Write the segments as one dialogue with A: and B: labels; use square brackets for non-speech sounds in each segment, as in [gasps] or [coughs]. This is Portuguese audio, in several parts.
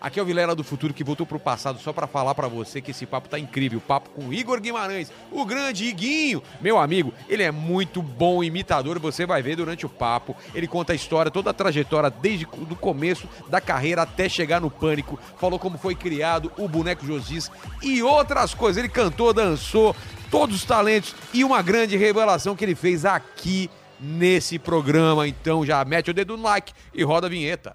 A: Aqui é o Vilela do Futuro que voltou pro passado só para falar para você que esse papo tá incrível. O papo com o Igor Guimarães, o grande Iguinho. Meu amigo, ele é muito bom imitador, você vai ver durante o papo. Ele conta a história, toda a trajetória desde o começo da carreira até chegar no pânico. Falou como foi criado o boneco Josis e outras coisas. Ele cantou, dançou, todos os talentos e uma grande revelação que ele fez aqui nesse programa. Então já mete o dedo no like e roda a vinheta.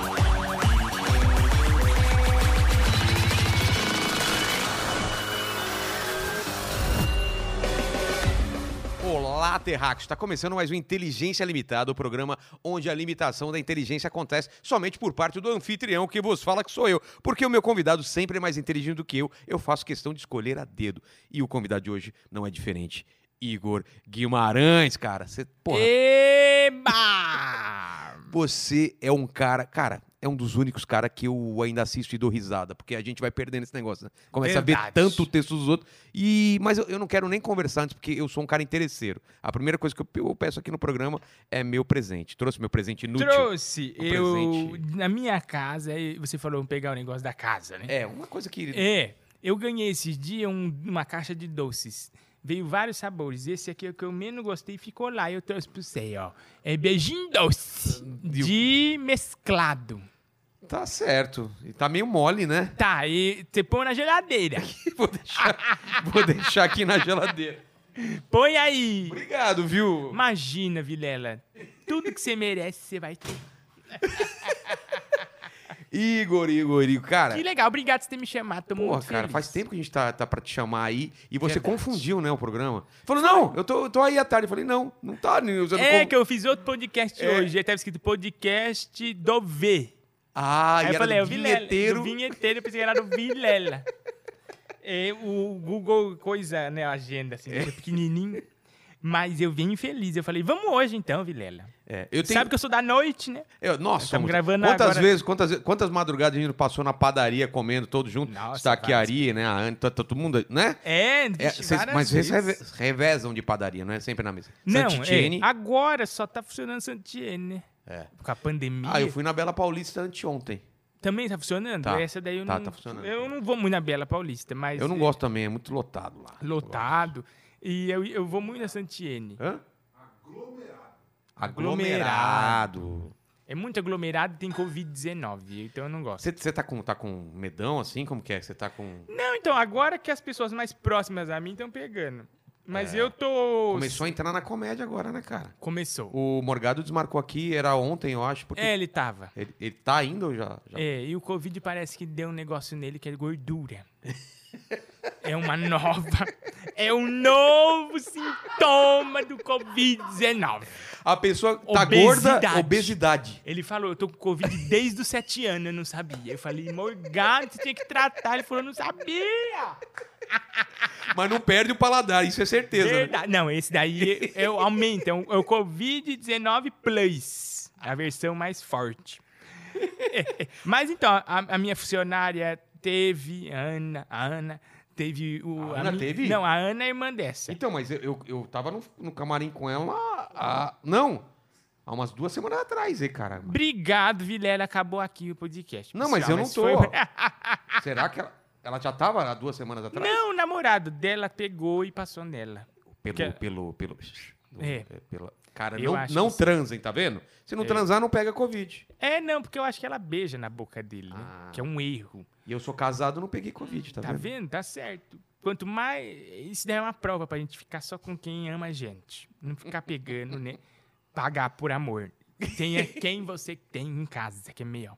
A: Olá, Terráqueos! Está começando mais um Inteligência Limitada, o programa onde a limitação da inteligência acontece somente por parte do anfitrião que vos fala que sou eu. Porque o meu convidado sempre é mais inteligente do que eu, eu faço questão de escolher a dedo. E o convidado de hoje não é diferente. Igor Guimarães, cara. Você, porra, [laughs]
B: Eba!
A: você é um cara. Cara, é um dos únicos cara que eu ainda assisto e dou risada, porque a gente vai perdendo esse negócio, né? Começa a ver
B: Verdade.
A: tanto o texto dos outros. E, mas eu, eu não quero nem conversar antes, porque eu sou um cara interesseiro. A primeira coisa que eu, eu peço aqui no programa é meu presente. Trouxe meu presente inútil.
B: Trouxe
A: Um
B: eu
A: presente.
B: na minha casa, aí você falou pegar o negócio da casa, né?
A: É, uma coisa que.
B: É, eu ganhei esses dias um- uma caixa de doces. Veio vários sabores. Esse aqui é o que eu menos gostei ficou lá. Eu trouxe pro você, ó. É beijinho doce de mesclado.
A: Tá certo. E tá meio mole, né? [laughs]
B: Tá, e você põe na geladeira.
A: Vou deixar, vou deixar aqui na geladeira.
B: Põe aí.
A: Obrigado, viu?
B: Imagina, Vilela. Tudo que você merece, você vai ter.
A: Igor, Igor, Igor. Cara,
B: Que legal, obrigado por você ter me chamado. Tô
A: Porra,
B: muito
A: cara,
B: feliz.
A: faz tempo que a gente tá, tá pra te chamar aí e você
B: Verdade.
A: confundiu, né, o programa. Falou, não, eu tô, eu tô aí à tarde. Eu falei, não, não tá, Nil, você não
B: É,
A: con-
B: que eu fiz outro podcast
A: É.
B: hoje. Aí tava escrito podcast do V.
A: Ah,
B: Aí
A: e
B: eu
A: era
B: falei, é o
A: do
B: Vilela.
A: bilheteiro.
B: Do vinheteiro, eu pensei que era do
A: [laughs]
B: Vilela. É, o Google coisa, né, a agenda, assim,
A: É.
B: coisa pequenininho. Mas eu vim feliz. Eu falei, vamos hoje então, Vilela.
A: É, eu tenho...
B: Sabe que eu sou da noite, né?
A: eu- nossa,
B: Estamos
A: muito-
B: gravando
A: quantas
B: agora-
A: vezes, quantas ve- quantas madrugadas a gente não passou na padaria comendo todo junto,
B: Nossa,
A: estaquiaria, né, a Anne, tá, tá todo mundo, né?
B: É,
A: É,
B: vixe,
A: vocês-
B: várias
A: mas vocês
B: vezes.
A: reve- revezam de padaria, não é sempre na mesa.
B: Não,
A: Santitiene.
B: é, agora só tá funcionando Santiene, né?
A: É.
B: Com a pandemia.
A: Ah, eu fui na Bela Paulista anteontem.
B: Também tá funcionando?
A: Tá.
B: Essa daí eu
A: Tá,
B: não.
A: tá funcionando.
B: Eu não vou muito na Bela Paulista, mas.
A: Eu não
B: eh,
A: gosto também, é muito lotado lá.
B: Lotado. E eu, eu vou muito na Santiene.
A: Hã? Aglomerado.
B: Aglomerado.
A: Aglomerado.
B: É muito aglomerado e tem Covid-19, então eu não gosto.
A: Você, você tá com, tá com medão, assim? Como que é? Você tá com...
B: Não, então, agora que as pessoas mais próximas a mim estão pegando. Mas eu tô.
A: É. Começou a entrar na comédia agora, né, cara?
B: Começou.
A: O Morgado desmarcou aqui, era ontem, eu acho, porque...
B: É, ele tava.
A: Ele, ele tá ainda ou já... já-
B: É, e o Covid parece que deu um negócio nele que é gordura. [laughs] é uma nova. É um novo sintoma do Covid-19.
A: A pessoa tá
B: Obesidade.
A: gorda, obesidade.
B: Ele falou, eu tô com Covid desde os sete anos, eu não sabia. Eu falei, Morgado, você tinha que tratar. Ele falou, eu não sabia.
A: Mas não perde o paladar, isso é certeza, né?
B: Verdade. Não, esse daí eu aumento. É o Covid-19 Plus. A versão mais forte. [laughs] Mas então, a, a minha funcionária teve, a Ana, a Ana, teve o.
A: A Ana
B: mi-
A: teve?
B: Não, a Ana é irmã dessa.
A: Então, mas eu, eu, eu tava no, no camarim com ela há... Não! Há umas duas semanas atrás, hein, cara?
B: Obrigado, Vilela. Acabou aqui o podcast.
A: Não, mas
B: pessoal,
A: eu não tô.
B: ah, foi- [laughs]
A: Será que ela, ela já tava há duas semanas atrás?
B: Não, o namorado dela pegou e passou nela.
A: Pelo,
B: Que-
A: pelo, pelo,
B: É.
A: pela- Cara,
B: Eu
A: não,
B: acho
A: não
B: que É. sim.
A: transem, tá vendo? Se não transar, não pega Covid.
B: É, não, porque eu acho que ela beija na boca dele, né?
A: Ah.
B: Que é um erro.
A: E eu sou casado, não peguei Covid, tá,
B: Tá,
A: vendo?
B: vendo? Tá certo. Quanto mais. Isso daí é uma prova pra gente ficar só com quem ama a gente. Não ficar
A: [laughs]
B: pegando, né? Pagar por amor. Tenha quem você tem em casa, isso aqui é melhor.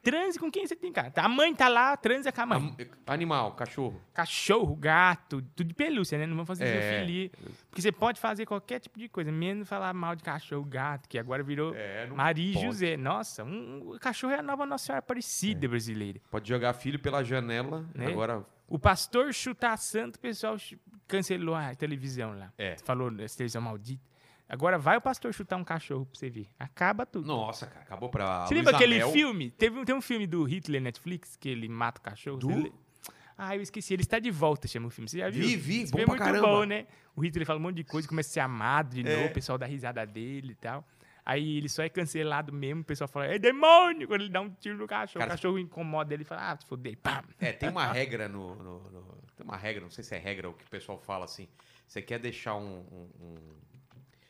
B: Transe com quem você tem em casa. A mãe tá lá, transa com a mãe.
A: Am- Animal, cachorro.
B: Cachorro, gato, tudo de pelúcia, né? Não vamos fazer
A: É.
B: zoofilia. Porque você pode fazer qualquer tipo de coisa, menos falar mal de cachorro, gato, que agora virou
A: É, não
B: Maria e
A: pode.
B: José. Nossa, um, um cachorro é a nova Nossa Senhora Aparecida
A: É.
B: brasileira.
A: Pode jogar filho pela janela,
B: Né?
A: agora...
B: O pastor chutar santo, o pessoal ch- cancelou a televisão lá.
A: É.
B: Falou essa televisão maldita. Agora vai o pastor chutar um cachorro pra você ver. Acaba tudo.
A: Nossa, cara, acabou pra.
B: Você lembra
A: Luísa
B: aquele
A: Mel.
B: filme? Teve, um- tem um filme do Hitler Netflix que ele mata o cachorro.
A: Do?
B: você le- Ah, eu esqueci. Ele está de volta, chama o filme. Você já viu?
A: Vi, vi,
B: Esse
A: bom
B: filme
A: pra
B: é muito
A: caramba.
B: bom, né? O Hitler fala um monte de coisa, começa a ser amado de
A: É.
B: novo, o pessoal dá risada dele e tal. Aí ele só é cancelado mesmo, o pessoal fala, é demônio! Quando ele dá um tiro no cachorro,
A: Cara,
B: o cachorro incomoda ele e fala, ah, te fodei, pá!
A: É, tem uma regra no, no- no- Tem uma regra, não sei se é regra o que o pessoal fala assim. Você quer deixar um. um- um-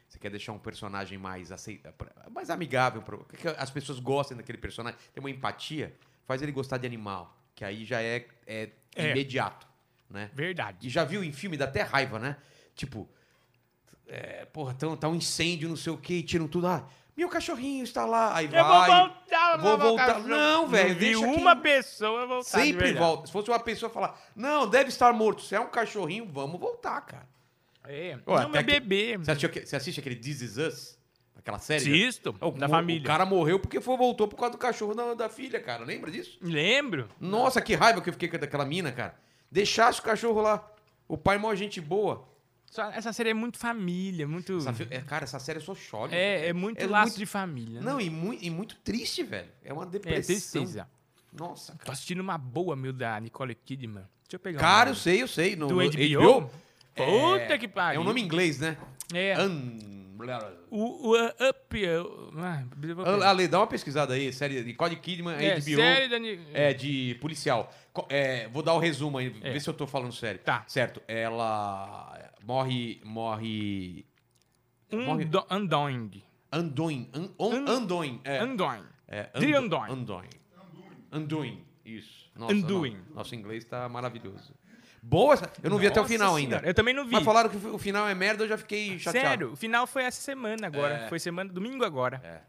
A: você quer deixar um personagem mais aceita, mais amigável, pro- que as pessoas gostem daquele personagem, tem uma empatia, faz ele gostar de animal, que aí já é, é
B: É.
A: imediato, né? E
B: Verdade.
A: já viu em filme, dá até raiva, né? Tipo, é, porra, tão- tá um incêndio, não sei o quê, e tiram tudo. Ah, meu cachorrinho está lá, aí
B: eu vou
A: vai.
B: voltar, eu
A: vou voltar.
B: cachorro.
A: Não, velho,
B: Vi
A: deixa
B: uma
A: quem-
B: pessoa voltar. de
A: Sempre
B: verdade.
A: volta. Se fosse uma pessoa falar, não, deve estar morto. Se é um cachorrinho, vamos voltar, cara.
B: É,
A: Pô,
B: não,
A: até
B: meu
A: que-
B: bebê.
A: Você, assistiu aque- você assiste aquele This Is Us? Aquela série?
B: Assisto,
A: É O,
B: da
A: o-
B: família.
A: O cara morreu porque foi, voltou por causa do cachorro da, da filha, cara. Lembra disso?
B: Lembro.
A: Nossa, que raiva que eu fiquei com daquela mina, cara. Deixasse o cachorro lá. O pai é mó gente boa.
B: Só- essa série é muito família, muito.
A: Essa fi- é, cara, essa série eu só choro.
B: Hum. É, é muito
A: É
B: laço
A: muito-
B: de família. né?
A: Não, e, mui- e muito triste, velho. É uma
B: é
A: depressão.
B: tristeza.
A: Nossa, cara.
B: Tô assistindo uma boa, meu, da Nicole Kidman. Deixa eu pegar.
A: Cara,
B: o
A: eu
B: nome.
A: sei, eu sei. No,
B: Do
A: no
B: HBO?
A: É-
B: Puta que pariu.
A: É um nome em inglês, né?
B: É.
A: Un-
B: O, o uh, Up. uh, ah, eu vou pegar.
A: Ale, dá uma pesquisada aí, série de Cody Kidman,
B: É,
A: HBO,
B: série da Ni-
A: é, de policial. Co- é, vou dar o resumo aí,
B: É.
A: ver se eu tô falando sério.
B: Tá.
A: Certo, ela morre, morre... morre-
B: Undo- Undoing.
A: Andoin, an, on-
B: An-
A: Andoin, é.
B: Undoing.
A: é
B: de
A: Ando-
B: Andoin.
A: Andoin. Andoin, isso. Nossa,
B: Andoin.
A: no- Nosso inglês tá maravilhoso. Boa, essa- eu não vi até o
B: Nossa
A: final
B: senhora,
A: ainda.
B: Eu também não vi. Ah,
A: Mas falaram que o final é merda, eu já fiquei chateado.
B: Sério, o final foi essa semana agora.
A: É.
B: Foi semana, domingo agora.
A: É.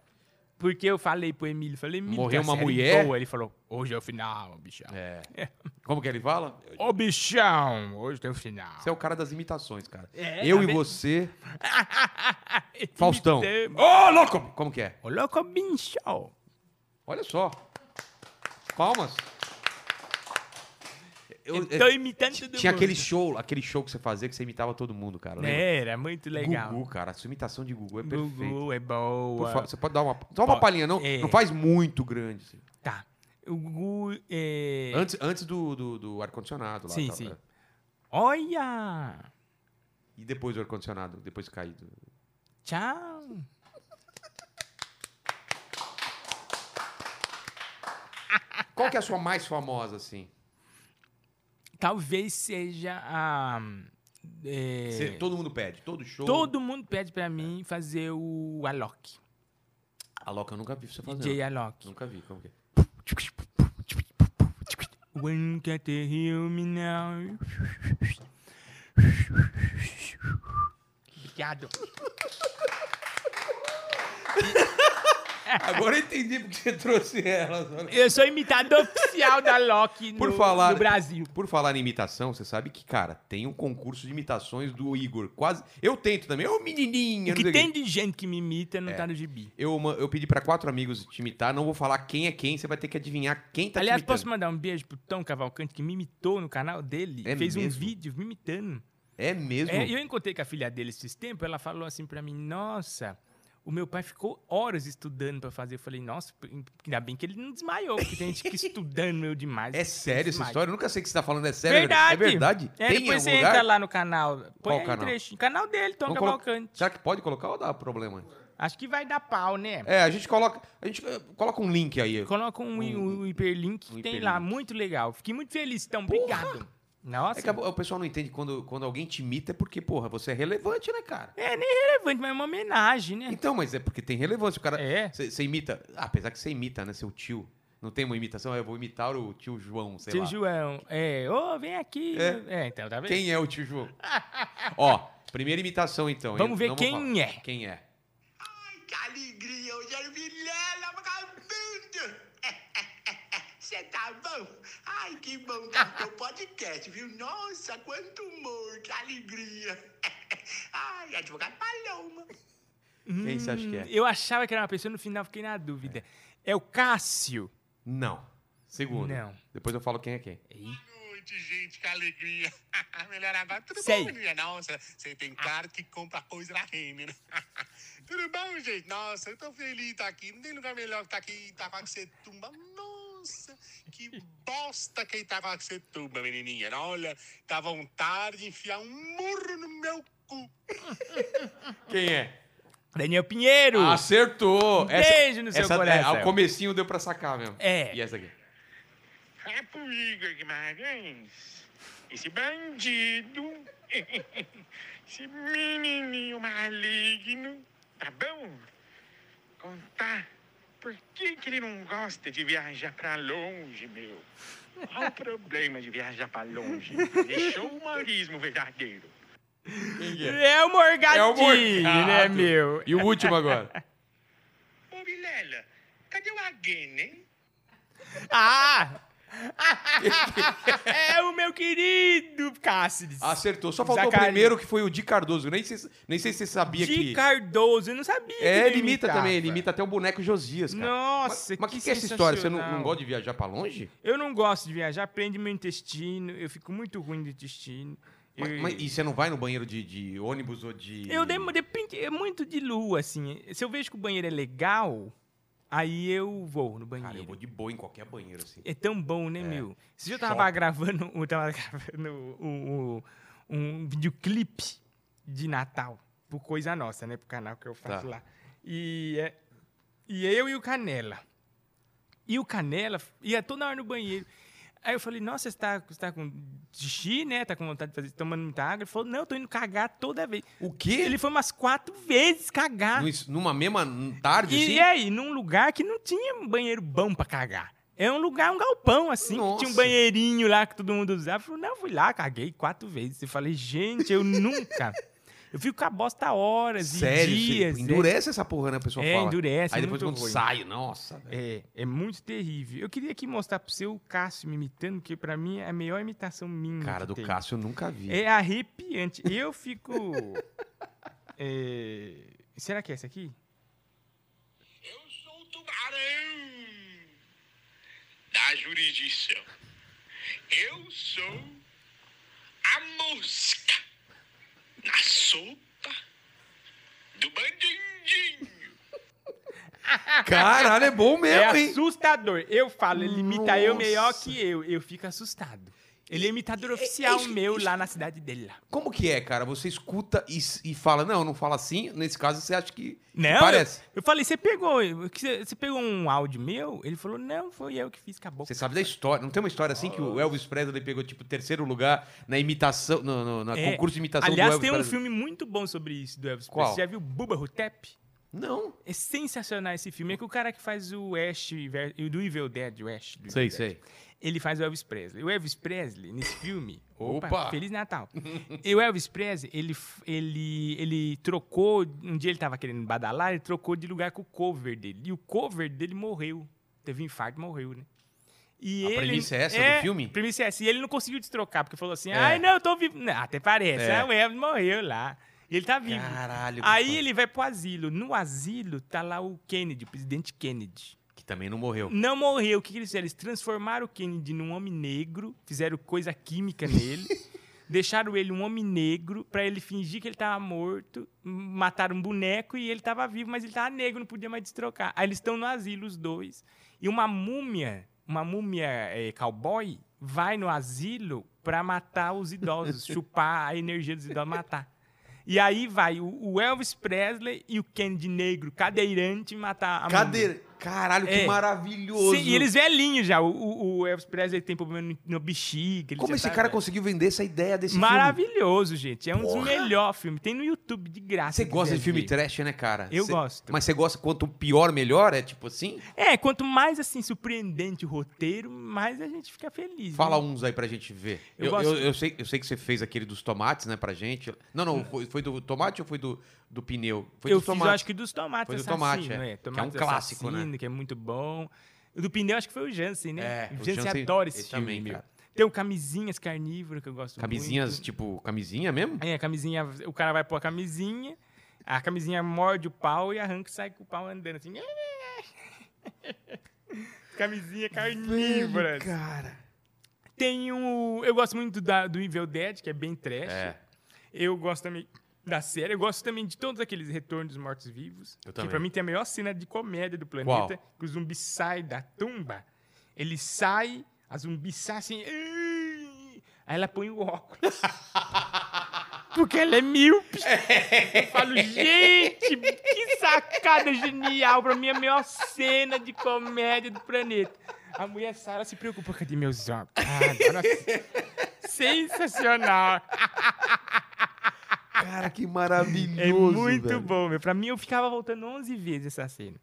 B: Porque eu falei pro Emílio, falei, Emílio,
A: Morreu
B: tem a
A: uma
B: série
A: mulher?
B: Boa. Ele falou, hoje é o final, bichão.
A: É. Como que ele fala?
B: Ô, bichão, hoje tem o final.
A: Você é o cara das imitações, cara.
B: É,
A: eu
B: tá
A: e
B: vendo?
A: você, é Faustão.
B: Imitamos.
A: Ô, louco! Como que é?
B: Ô, louco, bichão.
A: Olha só. Palmas. Eu,
B: Eu,
A: é,
B: tô imitando todo
A: tinha
B: mundo.
A: aquele show, aquele show que você fazia que você imitava todo mundo, cara. lembra?
B: É, Era muito legal.
A: Gugu, cara. A sua imitação de Gugu é perfeita.
B: Gugu é
A: Por
B: boa.
A: favor, você pode dar uma. Só uma
B: Ó,
A: palhinha, não?
B: é.
A: Não faz muito grande. assim.
B: Tá. O Gugu é...
A: Antes, antes do, do, do ar-condicionado lá.
B: Sim,
A: tá,
B: sim.
A: né?
B: Olha!
A: E depois do ar-condicionado, depois caído.
B: Tchau.
A: Qual que é a sua mais famosa, assim?
B: Talvez seja a... é,
A: Você- todo mundo pede, todo show.
B: Todo mundo pede pra mim fazer o Alok.
A: A Loca eu nunca vi você fazendo.
B: DJ Alok.
A: Nunca vi, como que é?
B: When can they hear me now? Obrigado.
A: Agora eu entendi porque você trouxe ela.
B: Eu sou imitador oficial da Loki no,
A: Por falar-
B: no Brasil.
A: Por falar em imitação, você sabe que, cara, tem um concurso de imitações do Igor. Quase. Eu tento também. Ô, menininha. não
B: O que
A: sei
B: tem de gente que me imita
A: É.
B: não tá no gibi.
A: Eu, ma- eu pedi pra quatro amigos te imitar. Não vou falar quem é quem. Você vai ter que adivinhar quem tá
B: Aliás,
A: te imitando.
B: posso mandar um beijo pro Tom Cavalcante, que me imitou no canal dele.
A: É
B: fez um
A: mesmo?
B: vídeo me imitando.
A: É mesmo?
B: É, e eu encontrei com a filha dele esses tempos, ela falou assim pra mim, nossa, o meu pai ficou horas estudando pra fazer. Eu falei, nossa, ainda bem que ele não desmaiou, porque tem gente que estudando eu demais.
A: É sério essa
B: Desmaia.
A: história? Eu nunca sei que você tá falando. É sério?
B: Verdade.
A: É verdade?
B: É,
A: tem em
B: depois
A: algum
B: você
A: lugar?
B: entra lá no canal. Põe
A: Qual
B: aí um
A: canal?
B: trechinho. Canal dele, Tom
A: Vamos colo-
B: Cavalcante.
A: Será que pode colocar ou dá problema?
B: Acho que vai dar pau, né?
A: É, a gente coloca. A gente eh, coloca um link aí.
B: Coloca um, hi- um hiperlink que
A: um
B: tem
A: hiperlink.
B: lá. Muito legal. Fiquei muito feliz, então. Obrigado. Nossa.
A: É que a- o pessoal não entende quando, quando alguém te imita é porque, porra, você é relevante, né, cara?
B: É, nem relevante, mas é uma homenagem, né?
A: Então, mas é porque tem relevância. O cara.
B: É.
A: Você imita. ah, apesar que você imita, né? Seu tio. Não tem uma imitação, eu vou imitar o tio João, sei
B: Seu
A: lá.
B: João, é, ô, vem aqui. É. então, tá vendo?
A: Quem é o tio
B: [laughs]
A: João? Ó, primeira imitação então. hein?
B: Vamos ver
A: Não vou
B: quem
A: falar.
B: é.
A: Quem é?
C: Ai, que alegria! Hoje é Vilela [laughs] vagabundo! Você tá bom? Ai, que bom tá o teu podcast, viu? Nossa, quanto humor, que alegria! [laughs] Ai, advogado Paloma!
A: Quem você acha que é?
B: Hum, Eu achava que era uma pessoa, no final fiquei na dúvida. É, o Cássio.
A: Não. Segundo.
B: Não.
A: Depois eu falo quem é quem.
C: noite, gente, que alegria! [laughs] Melhorava tudo
B: Sei.
C: bom, minha nossa. Você tem cara que compra coisa na Renner. né? [laughs] Tudo bom, gente? Nossa, eu tô feliz de estar aqui. Não tem lugar melhor que estar aqui em Itacoaxetuba. Nossa, que bosta que é Itacoaxetuba, menininha. Olha, dá vontade de enfiar um murro no meu cu.
A: Quem é?
B: Daniel Pinheiro.
A: Acertou!
B: Beijo no seu coração.
A: É, o comecinho deu pra sacar mesmo.
B: É.
A: E essa aqui?
C: Rapo Igor Guimarães, esse bandido, [laughs] esse menininho maligno, tá bom? Contar por que, que ele não gosta de viajar pra longe, meu? Qual o problema de viajar pra longe? Deixou o humorismo verdadeiro.
A: Quem que é?
B: É o Morgadinho,
A: É o Morgado.
B: né, meu?
A: E o último
B: [laughs]
A: agora?
C: Ô, Vilela, cadê o né? Aguen, hein?
A: [laughs]
B: Ah! é o meu querido Cáceres.
A: Acertou. Só faltou o
B: Zacarias.
A: primeiro que foi o Di Cardoso. Nem sei, se- nem sei se você sabia
B: de
A: que.
B: Cardoso, eu não sabia. que
A: É, ele imita
B: imitava.
A: também, ele imita até o boneco Josias, cara.
B: Nossa,
A: Mas o
B: que
A: que, que é essa história? Você não,
B: sensacional.
A: não gosta de viajar pra longe?
B: Eu não gosto de viajar, prende meu intestino, eu fico muito ruim de intestino.
A: Mas-
B: eu,
A: mas- e você não vai no banheiro de, de ônibus ou de.
B: eu demo- depende, é muito de lua, assim. Se eu vejo que o banheiro é legal, aí eu vou no banheiro.
A: Cara, eu vou de boa em qualquer banheiro, assim.
B: É tão bom, né, meu? Se eu tava
A: Choca.
B: gravando, um, eu tava [laughs] gravando o- o- um videoclipe de Natal, por coisa nossa, né? Pro canal que eu faço
A: Tá.
B: lá. E, é, e eu e o Canela. E o Canela ia toda hora no banheiro. Aí eu falei, nossa, você tá, você tá com xixi, né? Tá com vontade de fazer, tomando muita água. Ele falou, não, eu tô indo cagar toda vez.
A: O quê?
B: Ele foi umas quatro vezes cagar.
A: No es- Numa mesma tarde,
B: E, é,
A: assim?
B: e aí, num lugar que não tinha um banheiro bom pra cagar. É um lugar, um galpão, assim, que tinha um
A: Nossa.
B: banheirinho lá que todo mundo usava. Eu falei, não, eu fui lá, caguei quatro vezes. Eu falei, gente, eu nunca. Eu fico com a bosta horas
A: Sério,
B: e dias.
A: você- endurece essa porra, né? A pessoa
B: É,
A: fala.
B: endurece,
A: Aí
B: é
A: depois
B: muito
A: quando
B: ruim.
A: sai, nossa. velho.
B: É, é muito terrível. Eu queria aqui mostrar pro seu Cássio me imitando, que pra mim é a melhor imitação minha.
A: Cara
B: que
A: do
B: tem.
A: Cássio eu nunca vi.
B: É arrepiante. Eu fico. [laughs] É, Será que é essa aqui?
C: Eu sou o tubarão da jurisdição. Eu sou a mosca na sopa do bandidinho.
A: Caralho, é bom mesmo,
B: é
A: hein?
B: assustador. Eu falo, ele imita eu
A: Nossa.
B: melhor que eu. Eu fico assustado. Ele é imitador oficial meu lá na cidade dele. lá.
A: Como que é, cara? Você escuta e, s- e fala, não, não fala assim. Nesse caso, você acha que
B: Não, eu-
A: parece.
B: Eu, falei, você pegou, eu- que você você pegou um áudio meu? Ele falou, não, foi eu que fiz, acabou.
A: Você sabe da história. Não tem uma história assim que o Elvis Presley pegou, tipo, terceiro lugar na imitação, no, no- na
B: É.
A: concurso de imitação
B: Aliás,
A: do Elvis
B: tem um
A: Presley.
B: filme muito bom sobre isso do Elvis
A: Qual?
B: Presley. Você já viu Bubba Hotep?
A: Não.
B: É sensacional esse filme. É que o cara que faz o Ash, ver- do Evil Dead, o Ash. Do
A: Sei,
B: Evil Dead.
A: sei.
B: ele faz o Elvis Presley. O Elvis Presley, nesse filme. Opa!
A: Opa!
B: Feliz Natal! e o Elvis Presley, ele, f- ele, ele trocou. Um dia ele tava querendo badalar, ele trocou de lugar com o cover dele. E o cover dele morreu. Teve um infarto, morreu, né? E
A: A premissa é essa do filme?
B: Premissa é essa. E ele não conseguiu destrocar, porque falou assim:
A: É.
B: ai, não, eu tô vivo. Não, até parece.
A: É.
B: Ah, o Elvis morreu lá. E ele tá vivo.
A: Caralho.
B: Aí
A: bicho.
B: ele vai pro asilo. No asilo tá lá o Kennedy, o presidente Kennedy.
A: Que também não morreu.
B: Não morreu. O que, que eles fizeram? Eles transformaram o Kennedy num homem negro, fizeram coisa química nele, deixaram ele um homem negro pra ele fingir que ele tava morto, m- mataram um boneco e ele tava vivo, mas ele tava negro, não podia mais destrocar. Aí eles estão no asilo, os dois. E uma múmia, uma múmia eh, cowboy, vai no asilo pra matar os idosos, chupar a energia dos idosos, matar. E aí vai o- o Elvis Presley e o Kennedy negro, cadeirante, matar a múmia.
A: Cadeira. Caralho, que
B: É.
A: maravilhoso.
B: Sim, e eles velhinhos já. O- O, o Elvis Presley tem problema no, no bexiga. ele
A: Como
B: já
A: esse
B: tá
A: cara
B: velho.
A: conseguiu vender essa ideia desse filme?
B: Maravilhoso, gente. É um dos
A: Porra.
B: melhores filmes. Tem no YouTube, de graça.
A: Você
B: se
A: gosta
B: quiser
A: de filme
B: ver.
A: trash, né, cara?
B: Eu
A: Você-
B: gosto.
A: Mas você gosta quanto pior, melhor? É tipo assim?
B: É, quanto mais, assim, surpreendente o roteiro, mais a gente fica feliz.
A: Fala um,
B: né?
A: uns aí pra gente ver.
B: Eu
A: Eu,
B: gosto-
A: eu- eu sei, eu sei que você fez aquele dos tomates, né, pra gente. Não, não, foi, foi do tomate ou foi do, do pneu? Foi
B: eu
A: dos
B: fiz, eu
A: tomates.
B: acho que dos Tomates
A: Foi do
B: Assassino.
A: Tomate, é.
B: né?
A: Que é um
B: Tomates
A: clássico,
B: Assassino, Que é muito bom. O do Pneu, acho que foi o Jansen, né?
A: É,
B: o
A: o
B: Jansen,
A: Jansen,
B: adora esse
A: ele
B: filme,
A: também,
B: meu.
A: cara.
B: Tem o Camisinhas Carnívoro, que eu gosto
A: Camisinhas,
B: muito.
A: tipo, camisinha mesmo?
B: É, a camisinha, o cara vai pôr a camisinha, a camisinha morde o pau e arranca e sai com o pau andando assim. [laughs] camisinha carnívora. um,
A: Cara.
B: Tem o. Eu gosto muito da- do Evil Dead, que é bem trash.
A: É.
B: Eu gosto também da série. Eu gosto também de todos aqueles retornos dos mortos-vivos.
A: Eu
B: Que pra
A: também.
B: mim tem a melhor cena de comédia do planeta. Que o zumbi sai da tumba. Ele sai, a zumbi sai assim. "Ai". Aí ela põe
A: [laughs]
B: o óculos. Porque ela é míope.
A: É.
B: Eu falo, gente, que sacada genial. Pra mim, é a melhor cena de comédia do planeta. A mulher sai, ela se preocupa. Cadê meus óculos? Ah, agora...
A: [laughs]
B: Sensacional.
A: Cara, que maravilhoso.
B: [laughs] É muito
A: velho.
B: bom, meu. Pra mim, eu ficava voltando 11 vezes essa cena.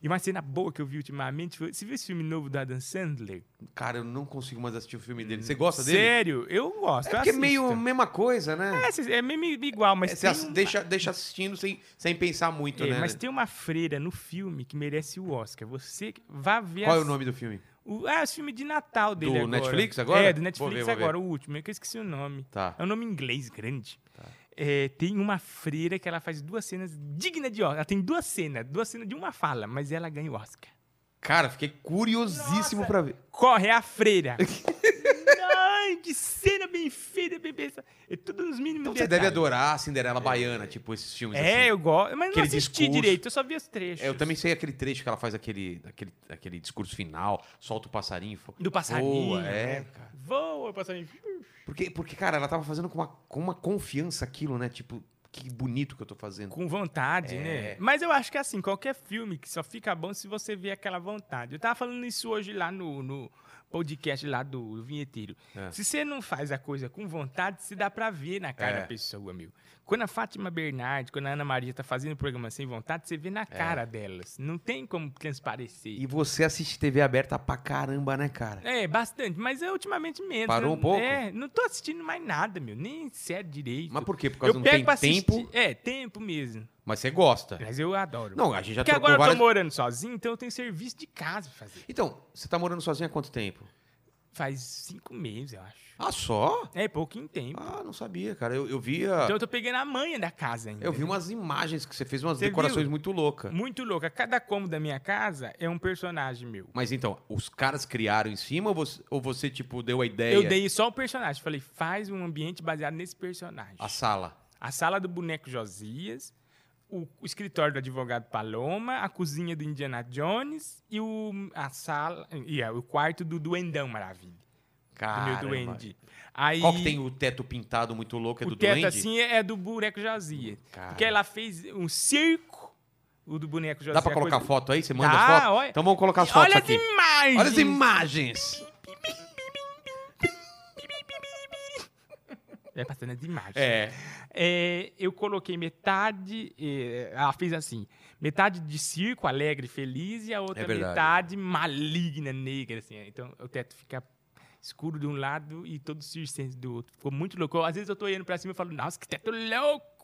B: E uma cena boa que eu vi ultimamente foi... Você viu esse filme novo do Adam Sandler?
A: Cara, eu não consigo mais assistir o filme dele.
B: Hum.
A: Você gosta dele?
B: Sério, eu gosto.
A: É porque é
B: eu
A: meio
B: assisto.
A: mesma coisa, né?
B: É, é meio igual, mas
A: Você
B: tem
A: ass-
B: um-
A: deixa, deixa assistindo sem, sem pensar muito,
B: É,
A: né?
B: mas tem uma freira no filme que merece o Oscar. Você vá ver
A: Qual é
B: as-
A: o nome do filme?
B: O, ah, os filmes de Natal dele
A: Do
B: agora.
A: Netflix agora?
B: É, do
A: Vou
B: Netflix
A: ver, vou ver.
B: agora, o último. É que eu esqueci o nome.
A: Tá.
B: É um nome em inglês grande. É, tem uma freira que ela faz duas cenas dignas de Oscar. Ela tem duas cenas, duas cenas de uma fala, mas ela ganha o Oscar.
A: Cara, fiquei curiosíssimo pra ver.
B: Corre a freira!
A: [laughs]
B: Ai, que cena bem feita, bem pensada. É tudo nos mínimos
A: Então você deve
B: detalhes.
A: adorar a Cinderela Baiana, tipo esses filmes assim.
B: É, eu gosto. Mas não
A: Aquele
B: assisti
A: discurso.
B: direito, eu só vi os trechos.
A: É, eu também sei aquele trecho que ela faz aquele, aquele, aquele discurso final, solta o passarinho. e fala,
B: Do passarinho.
A: Boa, é,
B: né?
A: cara.
B: Voa, passarinho.
A: Porque, porque, cara, ela tava fazendo com uma, com uma confiança aquilo, né? Tipo, que bonito que eu tô fazendo.
B: Com vontade, né?
A: É.
B: Mas eu acho que assim, qualquer filme que só fica bom se você vê aquela vontade. Eu tava falando isso hoje lá no, no podcast lá do, do Vinheteiro.
A: É.
B: Se você não faz a coisa com vontade, se dá pra ver na cara
A: É.
B: da pessoa, amigo. Quando a Fátima Bernardi, quando a Ana Maria tá fazendo o programa sem vontade, você vê
A: É.
B: na cara delas. Não tem como transparecer.
A: E você assiste TV aberta pra caramba, né, cara?
B: É, bastante, mas eu ultimamente menos.
A: Parou
B: né?
A: um pouco?
B: É, não tô assistindo mais nada, meu, nem sério direito.
A: Mas por quê? Por causa
B: eu
A: que não
B: pego
A: tem
B: pra assistir.
A: tempo, É.
B: É, tempo mesmo.
A: mas você gosta.
B: Mas eu adoro.
A: Não, a gente já
B: Porque
A: trocou
B: agora eu
A: várias...
B: tô morando sozinho, então eu tenho serviço de casa pra fazer.
A: Então, você tá morando sozinho há quanto tempo?
B: Faz cinco meses, eu acho.
A: Ah, só?
B: É, pouquinho tempo.
A: Ah, não sabia, cara. Eu, eu via...
B: Então eu tô pegando a manha da casa ainda.
A: Eu vi umas imagens que você fez, umas
B: Você
A: decorações
B: viu?
A: muito loucas.
B: Muito louca. Cada cômodo da minha casa é um personagem meu.
A: Mas então, os caras criaram em cima ou você, ou você, tipo, deu a ideia?
B: Eu dei só o personagem. Falei, faz um ambiente baseado nesse personagem.
A: A sala.
B: A sala do boneco Josias, o, o escritório do advogado Paloma, a cozinha do Indiana Jones e o, a sala, e, é, o quarto do Duendão Maravilha. Do meu
A: Caramba.
B: duende. Aí,
A: Qual que tem o teto pintado muito louco? É
B: o
A: do
B: teto
A: duende?
B: assim é do boneco Josias.
A: Cara.
B: Porque ela fez um circo, o do boneco Josias.
A: Dá pra
B: assim, a
A: colocar
B: coisa-
A: foto aí? Você manda
B: Dá,
A: foto?
B: olha.
A: Então vamos colocar as fotos
B: Olha as
A: aqui.
B: imagens!
A: Olha as imagens.
B: É passando as imagens.
A: É.
B: É, eu coloquei metade, é, ela fez assim, metade de circo, alegre, feliz, e a outra
A: É verdade.
B: metade maligna, negra, assim. Então, o teto fica escuro de um lado e todo circense do outro. Ficou muito louco. Às vezes eu tô olhando pra cima e falo, nossa, que teto louco!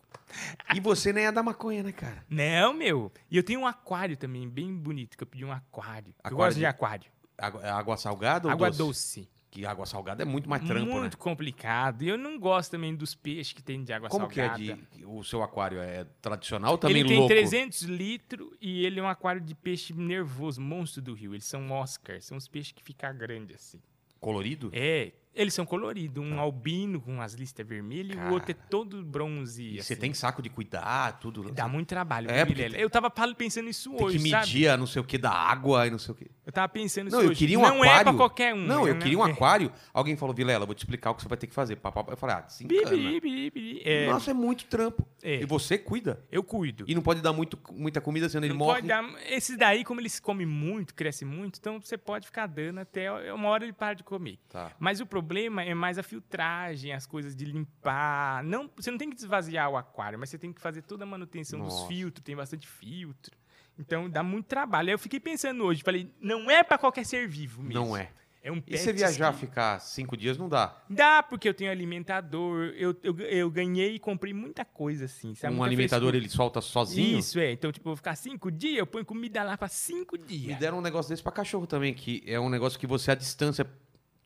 A: E você nem é da maconha, né, cara?
B: Não, meu. E eu tenho um aquário também, bem bonito, que eu pedi um aquário. eu
A: Aquário
B: gosto
A: de-
B: de, aquário.
A: Água, é água salgada ou
B: Água
A: doce?
B: doce.
A: Que água salgada é muito mais trampo, né?
B: muito complicado. E eu não gosto também dos peixes que tem de água
A: Como
B: salgada.
A: que é de... O seu aquário é tradicional ou também
B: ele tem
A: louco?
B: 300 litros e ele é um aquário de peixe nervoso, monstro do rio. Eles são Oscar, são os peixes que ficam grandes assim.
A: Colorido?
B: É, eles são coloridos. Um albino com as listas vermelhas e
A: Tá. Cara.
B: o outro é todo bronze.
A: E você
B: assim.
A: tem saco de cuidar, tudo.
B: Dá muito trabalho,
A: É,
B: viu,
A: porque
B: Vilela?
A: tem-
B: Eu tava pal- pensando isso
A: Tem
B: hoje,
A: que
B: sabe?
A: medir a não sei o que da água e não sei o que.
B: Eu tava pensando isso
A: Não, eu
B: hoje.
A: queria um
B: não é pra
A: aquário.
B: qualquer um.
A: Não, eu
B: né?
A: queria um aquário. Alguém falou, Vilela, vou te explicar o que você vai ter que fazer. Papapá. Eu falei, ah,
B: Bi,
A: desencana.
B: bi, bi, bi. É,
A: Nossa, é muito trampo.
B: É.
A: E você cuida.
B: eu cuido.
A: E não pode dar muito, muita comida, senão ele
B: Não
A: morre.
B: pode dar- Esses daí, como eles comem muito, crescem muito, então você pode ficar dando até uma hora ele para de comer.
A: Tá.
B: Mas o problema é mais a filtragem, as coisas de limpar. Não, você não tem que desvaziar o aquário, mas você tem que fazer toda a manutenção
A: Nossa.
B: dos filtros, tem bastante filtro. Então dá muito trabalho. Aí eu fiquei pensando hoje, falei, não é pra qualquer ser vivo mesmo.
A: Não é.
B: É um
A: E
B: pet
A: você viajar,
B: que-
A: ficar cinco dias, não dá.
B: Dá, porque eu tenho alimentador, eu, eu, eu ganhei e comprei muita coisa assim, sabe?
A: um
B: Muita
A: alimentador
B: frescura.
A: ele solta sozinho.
B: Isso, é. Então, tipo, eu vou ficar cinco dias, eu ponho comida lá pra cinco
A: Me
B: dias.
A: deram um negócio desse pra cachorro também, que é um negócio que você, à distância,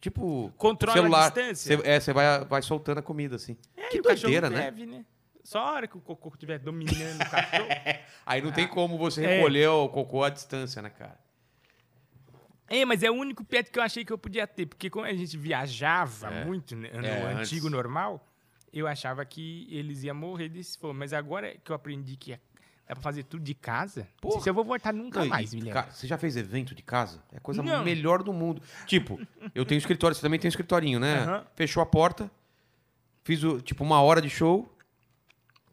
A: tipo...
B: Controla
A: celular,
B: a distância.
A: Você, é, você vai, vai soltando a comida, assim.
B: É,
A: que
B: e o cachorro
A: doideira, né?
B: bebe, né? Só a hora que o cocô estiver dominando
A: [laughs]
B: o cachorro.
A: Aí não tem como você
B: É.
A: recolher o cocô à distância, né, cara?
B: É, mas é o único pet que eu achei que eu podia ter, porque como a gente viajava
A: É.
B: muito né, no
A: É, antes.
B: antigo normal, eu achava que eles iam morrer desse fogo. Mas agora que eu aprendi que é- dá pra fazer tudo de casa, não sei
A: Porra.
B: se eu vou voltar nunca
A: Não, e,
B: mais, Guilherme.
A: cara, você já fez evento de casa? É a coisa
B: Não.
A: melhor do mundo. Tipo, eu tenho escritório, você também tem escritorinho, né?
B: Aham.
A: Fechou a porta, fiz o, tipo uma hora de show,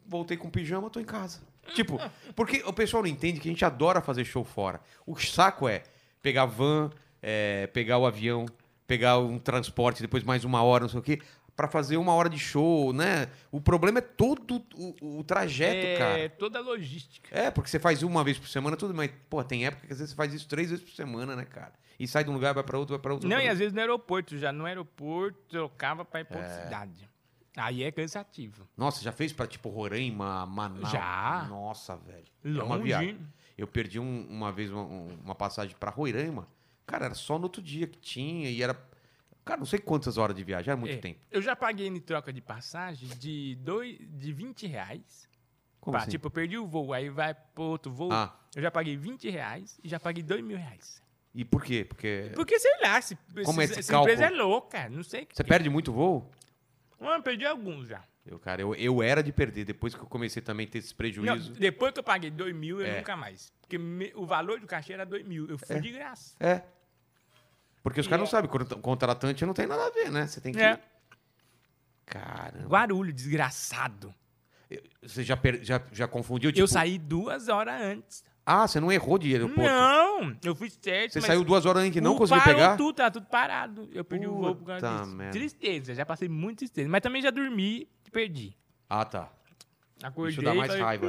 A: voltei com pijama, tô em casa. Tipo, porque o pessoal não entende que a gente adora fazer show fora. O saco é pegar van, é, pegar o avião, pegar um transporte, depois mais uma hora, não sei o quê, pra fazer uma hora de show, né? O problema é todo o, o trajeto,
B: é
A: cara.
B: toda a logística.
A: É, porque você faz uma vez por semana, tudo, mas, pô, tem época que às vezes você faz isso três vezes por semana, né, cara? E sai de um lugar, vai pra outro, vai pra outro.
B: Não,
A: vai
B: e
A: pra
B: às vezes no aeroporto, já no aeroporto, trocava pra ir pra
A: É.
B: outra cidade. Aí é cansativo.
A: outro. Nossa, já fez pra, tipo, Roraima, Manaus?
B: Já.
A: Nossa, velho. É uma viagem.
B: Longe.
A: Eu perdi um- uma vez uma, um- uma passagem pra Roraima. Cara, era só no outro dia que tinha e era... Cara, não sei quantas horas de viagem, era muito
B: É.
A: tempo.
B: Eu já paguei em troca de passagem de, dois, de 20 reais.
A: Como
B: Pá,
A: assim?
B: Tipo, eu perdi o voo, aí vai pro outro voo.
A: Ah,
B: Eu já paguei 20 reais e já paguei 2 mil reais.
A: e por quê? Porque...
B: Porque, sei lá, se,
A: Como é
B: se-
A: esse
B: essa empresa é
A: cálculo?
B: louca, não sei. o que
A: Você
B: que-
A: perde muito voo?
B: Ah, eu perdi alguns já.
A: Eu, cara, eu, eu era de perder. Depois que eu comecei também a ter esses
B: Não,
A: prejuízos...
B: depois que eu paguei 2 mil, eu
A: É.
B: nunca mais. Porque me- o valor do cachê era 2 mil. Eu fui de graça.
A: É. Porque os
B: E
A: caras não
B: é-
A: sabem, cont- contratante não tem nada a ver, né? Você tem que.
B: É.
A: Caramba.
B: Guarulho, desgraçado.
A: Você já, per- já, já confundiu? Tipo...
B: Eu saí duas horas antes.
A: Ah, você não errou de aeroporto.
B: Não, eu fui certo.
A: Você
B: mas
A: saiu duas horas antes e não
B: o-
A: conseguiu
B: parou
A: pegar?
B: tudo, tá tudo parado. Eu perdi o voo por causa
A: Puta
B: disso.
A: merda.
B: Tristeza, já passei muito tristeza. Mas também já dormi e perdi.
A: Ah, tá.
B: Acordei.
A: Isso dá mais
B: falei,
A: raiva.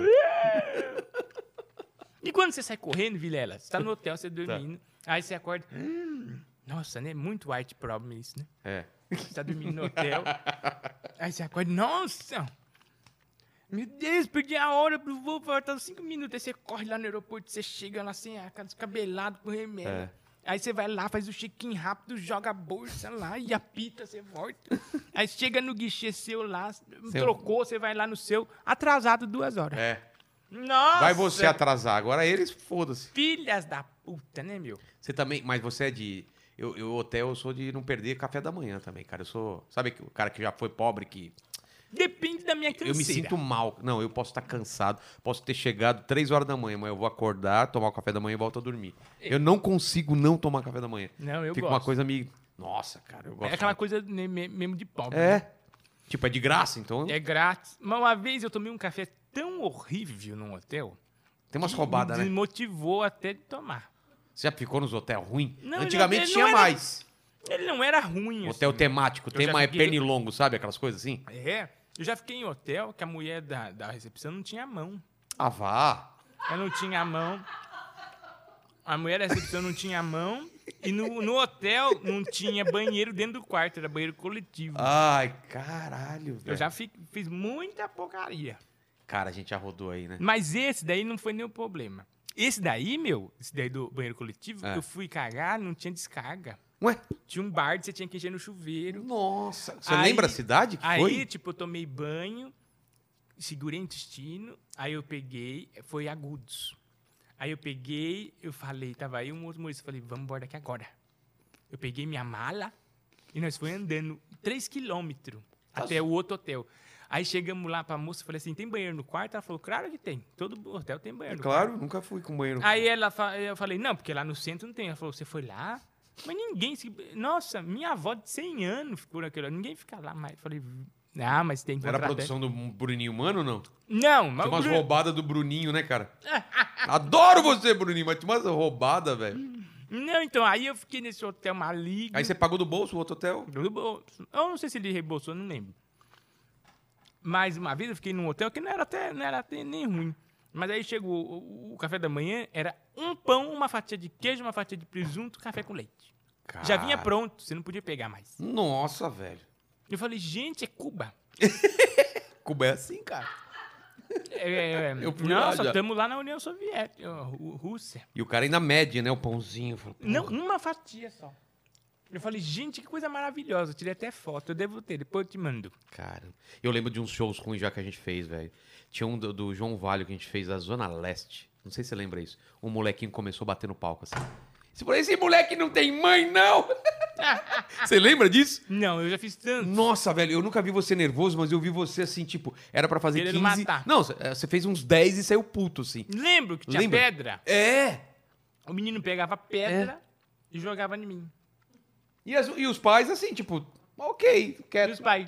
B: E quando você sai correndo, Vilela, você tá no
A: [laughs]
B: hotel, você dormindo, aí você acorda. [gasps] "Hum, nossa, né? Muito white problem isso, né?
A: É.
B: Você tá dormindo no hotel. aí você acorda, nossa! Meu Deus, perdi a hora pro voo, faltando cinco minutos. Aí você corre lá no aeroporto, você chega lá sem a cara descabelado com remédio.
A: É.
B: Aí você vai lá, faz o check-in rápido, joga a bolsa lá e apita, você
A: [laughs]
B: volta. Aí chega no guichê seu lá, trocou, você vai lá no seu, atrasado duas horas.
A: É.
B: Nossa!
A: Vai você atrasar. Agora eles, foda-se.
B: Filhas da puta, né, meu?
A: Você também. Mas você é de. Eu, eu hotel, eu sou de não perder café da manhã também, cara. Eu sou. Sabe que o cara que já foi pobre, que
B: Depende da minha É canseira.
A: Eu me sinto um mal. Não, eu posso estar cansado, posso ter chegado 3 horas da manhã, mas eu vou acordar, tomar o café da manhã e volto a dormir. Eu não consigo não tomar café da manhã.
B: É. Não, eu
A: Fica
B: gosto.
A: uma coisa me. Nossa, cara, eu gosto.
B: é aquela coisa né, me- mesmo de pobre. né?
A: É. Tipo, é de graça, então.
B: É grátis. Mas uma vez eu tomei um café tão horrível num hotel.
A: Tem umas
B: que
A: roubadas,
B: me
A: né?
B: motivou até de tomar.
A: Você já ficou nos hotéis ruins?
B: Não,
A: Antigamente
B: ele não
A: tinha
B: era-
A: mais.
B: Ele não era ruim.
A: Hotel
B: assim.
A: temático, o
B: Eu já
A: tema é
B: fiquei-
A: pernilongo, sabe? Aquelas coisas assim.
B: É. Eu já fiquei em hotel que a mulher da, da recepção não tinha mão.
A: Ah, vá.
B: Ela não tinha mão. A mulher da recepção não tinha mão. E no, no hotel não tinha banheiro dentro do quarto, era banheiro coletivo.
A: Ah, Ai, caralho, velho.
B: Eu já fi- fiz muita porcaria.
A: Cara, a gente já rodou aí, né?
B: Mas esse daí não foi nenhum problema. Esse daí, meu, esse daí do banheiro coletivo,
A: É.
B: eu fui cagar, não tinha descarga.
A: Ué?
B: Tinha um bar que você tinha que encher no chuveiro.
A: Nossa. Você
B: Aí-
A: lembra a cidade que
B: Aí,
A: foi?
B: tipo, eu tomei banho, segurei o intestino, aí eu peguei, foi agudos. Aí eu peguei, eu falei, tava aí um outro moço, eu falei, vamos embora daqui agora. Eu peguei minha mala e nós foi andando 3 quilômetros
A: Tá
B: até o outro hotel. Aí chegamos lá pra moça, eu falei assim, tem banheiro no quarto? Ela falou, claro que tem, todo hotel tem banheiro no quarto.
A: É Claro, nunca fui com banheiro.
B: Aí ela, fa- eu falei, não, porque lá no centro não tem. Ela falou, você foi lá? Mas ninguém. se- Nossa, minha avó de 100 anos ficou naquele. Ninguém fica lá mais. Eu falei, ah, mas tem
A: Não era
B: contratante."
A: produção do Bruninho Mano, não? Tinha
B: Não, mas. o
A: umas
B: Bruno-
A: roubadas do Bruninho, né, cara? [laughs] Adoro você, Bruninho, mas tinha umas roubadas, velho.
B: Não, então, aí eu fiquei nesse hotel maligno.
A: Aí você pagou do bolso o outro hotel?
B: do bolso. Eu não sei se ele reembolsou, não lembro. Mas uma vez eu fiquei num hotel que não era até, não era até nem ruim. Mas aí chegou o, o- o café da manhã, era um pão, uma fatia de queijo, uma fatia de presunto, café com leite. Já vinha
A: Cara,
B: pronto, você não podia pegar mais.
A: Nossa, velho.
B: Eu falei, gente, é Cuba.
A: Cuba é assim, cara.
B: É, é,
A: Eu fui lá
B: não,
A: já.
B: só estamos lá na União Soviética, ó, Rú- Rússia.
A: E o cara ainda mede, né, o pãozinho. Eu falo, porra.
B: Não, uma fatia só. Eu falei, gente, que coisa maravilhosa. Eu tirei até foto, eu devo ter, depois eu te mando.
A: Cara, eu lembro de uns shows ruins já que a gente fez, velho. Tinha um do, do João Valho que a gente fez da Zona Leste. Não sei se você lembra isso. Um molequinho começou a bater no palco assim. Você falou, esse moleque não [laughs] tem mãe, não! Você lembra disso?
B: Não, eu já fiz tanto.
A: Nossa, velho, eu nunca vi você nervoso, mas eu vi você assim, tipo, era pra fazer
B: Querendo
A: 15.
B: matar.
A: Não, c- eh, você fez uns 10 e saiu puto, assim.
B: Lembro que tinha
A: Lembra?
B: pedra.
A: É!
B: O menino pegava pedra e jogava em mim.
A: E, as- e os pais, assim, tipo, ok,
B: E os
A: quero.
B: pais.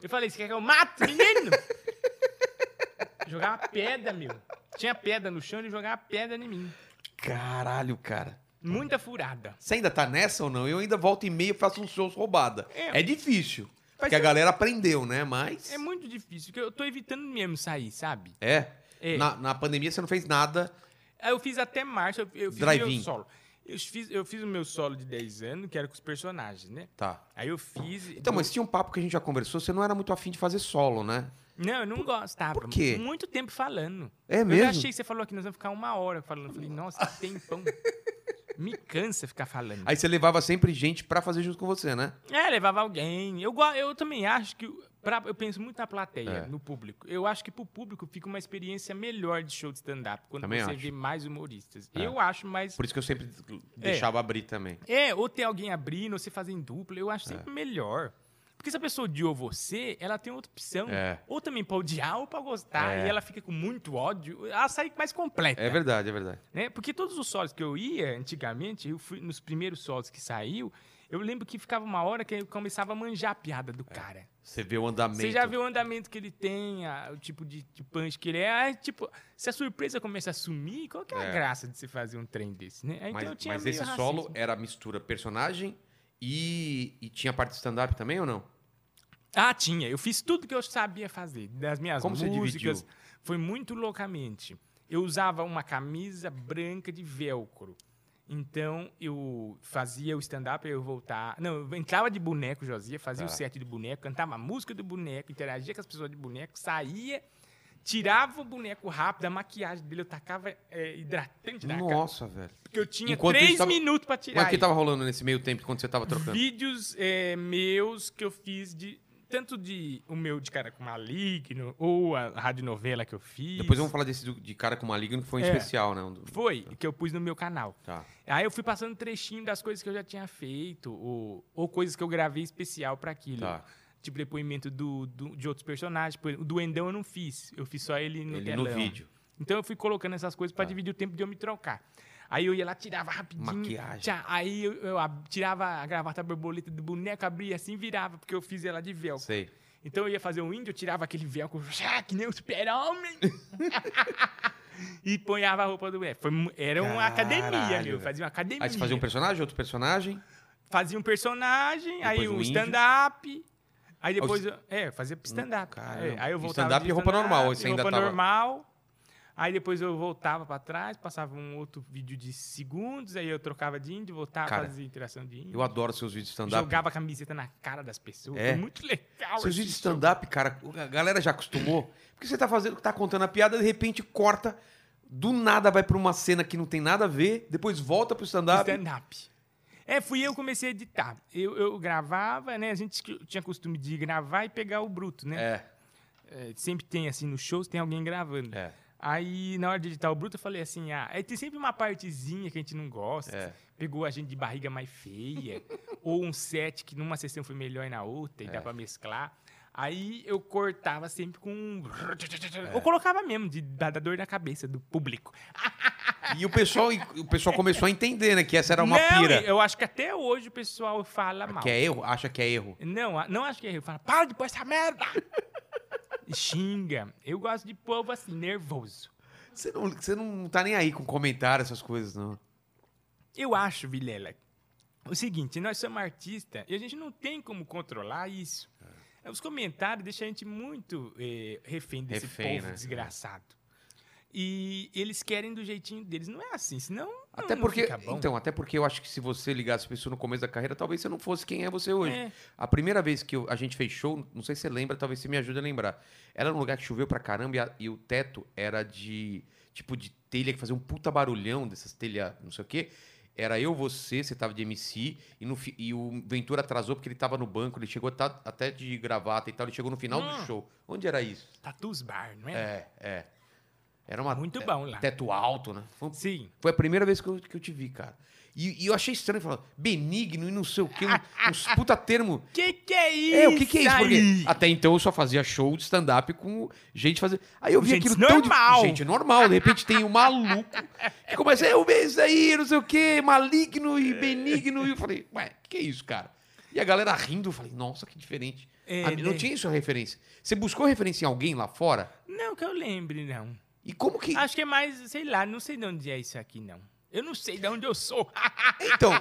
B: Eu falei, você quer que eu mate, o
A: [laughs]
B: menino? jogava pedra, meu. Tinha pedra no chão e jogava pedra em mim.
A: Caralho, cara.
B: Muita furada.
A: Você ainda tá nessa ou não? Eu ainda volto e meia e faço uns shows roubada.
B: É.
A: É, difícil. Porque
B: é-
A: a galera aprendeu, né? Mas.
B: É muito difícil, porque eu tô evitando mesmo sair, sabe?
A: É.
B: É.
A: Na, na pandemia você não fez nada.
B: Aí eu fiz até março, eu, eu fiz
A: Drive-in.
B: meu solo. Eu fiz, eu fiz o meu solo de 10 anos, que era com os personagens, né?
A: Tá.
B: Aí eu fiz.
A: Então, mas tinha um papo que a gente já conversou, você não era muito afim de fazer solo, né?
B: Não, eu não gostava.
A: Por quê?
B: Muito tempo falando.
A: É
B: Eu já
A: mesmo?
B: achei que você falou aqui, nós vamos ficar uma hora falando. Eu falei, nossa, que
A: [laughs]
B: tempão. Me cansa ficar falando.
A: Aí você levava sempre gente pra fazer junto com você, né?
B: É, levava alguém. Eu, go- eu também acho que. pra- eu penso muito na plateia,
A: É.
B: no público. Eu acho que pro público fica uma experiência melhor de show de stand-up, quando
A: Também
B: você
A: acho.
B: vê mais humoristas.
A: É.
B: Eu acho mais.
A: Por isso que eu sempre deixava abrir também.
B: É, ou ter alguém abrindo, ou você fazer em dupla, eu acho
A: É.
B: sempre melhor. Porque se a pessoa odiou você, ela tem outra opção.
A: É.
B: Ou também pra odiar ou pra gostar.
A: É.
B: E ela fica com muito ódio, ela sai mais completa.
A: É verdade, é verdade.
B: né? Porque todos os solos que eu ia antigamente, eu fui nos primeiros solos que saiu, eu lembro que ficava uma hora que eu começava a manjar a piada do
A: É.
B: cara.
A: Você vê o andamento.
B: Você já viu o andamento que ele tem, a- o tipo de, de punch que ele é. Aí, tipo, se a surpresa começa a sumir, qual que é a
A: É.
B: graça de você fazer um trem desse, né? Aí,
A: Mas,
B: então eu tinha
A: mas
B: meio
A: esse
B: racismo.
A: solo era mistura personagem e, e tinha parte de stand-up também ou não?
B: Ah, tinha. Eu fiz tudo que eu sabia fazer. Das minhas
A: Como você
B: músicas.
A: dividiu?
B: Foi muito loucamente. Eu usava uma camisa branca de velcro. Então, eu fazia o stand-up, eu voltar. Não, eu entrava de boneco, Josia, fazia
A: Tá.
B: o set do boneco, cantava a música do boneco, interagia com as pessoas de boneco, saía, tirava o boneco rápido, a maquiagem dele, eu tacava eh, hidratante na cara.
A: Nossa, velho.
B: Porque eu tinha
A: Enquanto isso
B: três
A: tava-
B: minutos pra tirar.
A: Mas o que
B: ele
A: tava rolando nesse meio tempo quando você tava trocando?
B: vídeos eh, meus que eu fiz de tanto de o meu de cara com maligno ou a radionovela que eu fiz.
A: Depois vamos falar desse do- de cara com maligno que foi um
B: É.
A: especial, né? Um do-
B: foi que eu pus no meu canal.
A: Tá.
B: Aí eu fui passando trechinho das coisas que eu já tinha feito ou, ou coisas que eu gravei especial pra aquilo.
A: Tá.
B: Tipo depoimento do, do- de outros personagens, Por exemplo, o Duendão eu não fiz, eu fiz só ele no
A: Ele no
B: telão.
A: vídeo.
B: Então eu fui colocando essas coisas
A: Tá.
B: pra dividir o tempo de eu me trocar. Aí eu ia lá, tirava rapidinho.
A: Maquiagem.
B: tchá, aí eu, eu ab- tirava a gravata borboleta do boneco, abria assim e virava, porque eu fiz ela de velcro.
A: Sei.
B: Então eu ia fazer um índio, eu tirava aquele velcro, já, que nem
A: [laughs]
B: o super-homem. e ponhava a roupa do boneco. Foi mu- era uma academia,
A: Caralho,
B: meu.
A: velho.
B: Fazia uma academia.
A: Aí você fazia um personagem, outro personagem.
B: Fazia um personagem, aí
A: Depois
B: um
A: um índio.
B: stand-up. Aí depois,
A: Ah,
B: eu, é, eu fazia stand-up.
A: Hum, Caramba.
B: É, aí eu
A: E
B: voltava
A: stand-up
B: de
A: e roupa
B: stand-up,
A: normal, você ainda
B: roupa
A: tava-
B: normal. Aí depois eu voltava pra trás, passava um outro vídeo de segundos, aí eu trocava de índio, voltava,
A: Cara,
B: fazia interação de índio.
A: Eu adoro seus vídeos de stand-up.
B: Jogava a camiseta na cara das pessoas.
A: É.
B: Foi muito legal.
A: Seus
B: esse
A: vídeos de
B: show.
A: stand-up, cara, a galera já acostumou. Porque você tá fazendo, tá contando a piada, de repente corta, do nada vai pra uma cena que não tem nada a ver, depois volta pro stand-up.
B: Stand-up. É, fui eu que comecei a editar. Eu, eu gravava, né? A gente que- tinha costume de gravar e pegar o bruto, né?
A: É,
B: É, sempre tem, assim, nos shows tem alguém gravando.
A: é.
B: Aí, na hora de editar o bruto, eu falei assim, ah, aí tem sempre uma partezinha que a gente não gosta.
A: É.
B: Pegou a gente de barriga mais
A: [laughs]
B: feia. ou um set que numa sessão foi melhor e na outra, e
A: É.
B: dá pra mesclar. Aí eu cortava sempre com... um
A: É.
B: Ou colocava mesmo, de, da, da dor na cabeça do público.
A: E o pessoal, e o pessoal começou a entender, né? Que essa era uma
B: não,
A: pira.
B: eu acho que até hoje o pessoal fala mal.
A: Que é erro, acha que é erro.
B: Não, a- não acho que é erro. Fala, para de pôr
A: [laughs]
B: essa merda! E Xinga. Eu gosto de povo assim, nervoso.
A: Você não, você não tá nem aí com comentário, essas coisas, não.
B: Eu acho, Vilela, o seguinte, nós somos artistas e a gente não tem como controlar isso.
A: É.
B: Os comentários deixam a gente muito eh, refém desse
A: Refém,
B: povo
A: né?
B: desgraçado. E eles querem do jeitinho deles. Não é assim, senão não-
A: Até
B: não
A: porque,
B: fica bom.
A: então, até porque eu acho que se você ligasse pra isso no começo da carreira, talvez você não fosse quem é você hoje.
B: É.
A: A primeira vez que eu- a gente fez show, não sei se você lembra, talvez você me ajude a lembrar. Era num lugar que choveu pra caramba e, a- e o teto era de tipo de telha que fazia um puta barulhão dessas telhas, não sei o quê. Era eu, você, você tava de MC, e, no fi- e o Ventura atrasou porque ele tava no banco, ele chegou tá- até de gravata e tal, ele chegou no final
B: Hum.
A: do show. Onde era isso?
B: Tatus Bar, não é? Tá
A: É, é. Era uma.
B: Muito
A: é,
B: bom lá.
A: Teto alto, né? Foi um
B: Sim.
A: foi a primeira vez que eu, que eu te vi, cara. E, e eu achei estranho, falar benigno e não sei o quê, um- uns puta termo.
B: Que que é isso?
A: É, o que, que é isso? Porque
B: aí?
A: até então eu só fazia show de stand-up com gente fazendo. Aí eu vi
B: Gente
A: aquilo tão de-
B: normal.
A: Gente normal. De repente tem um maluco que começa, é o mês aí, não sei o quê, maligno e benigno. E eu falei, ué, o que, que é isso, cara? E a galera rindo, eu falei, nossa, que diferente.
B: É,
A: A- Não
B: né?
A: tinha isso a referência. Você buscou referência em alguém lá fora?
B: Não, que eu lembre, não.
A: E como
B: [laughs]
A: que.
B: Acho que é mais, sei lá, não sei de onde é isso aqui, não. Eu não sei de onde eu sou.
A: Então,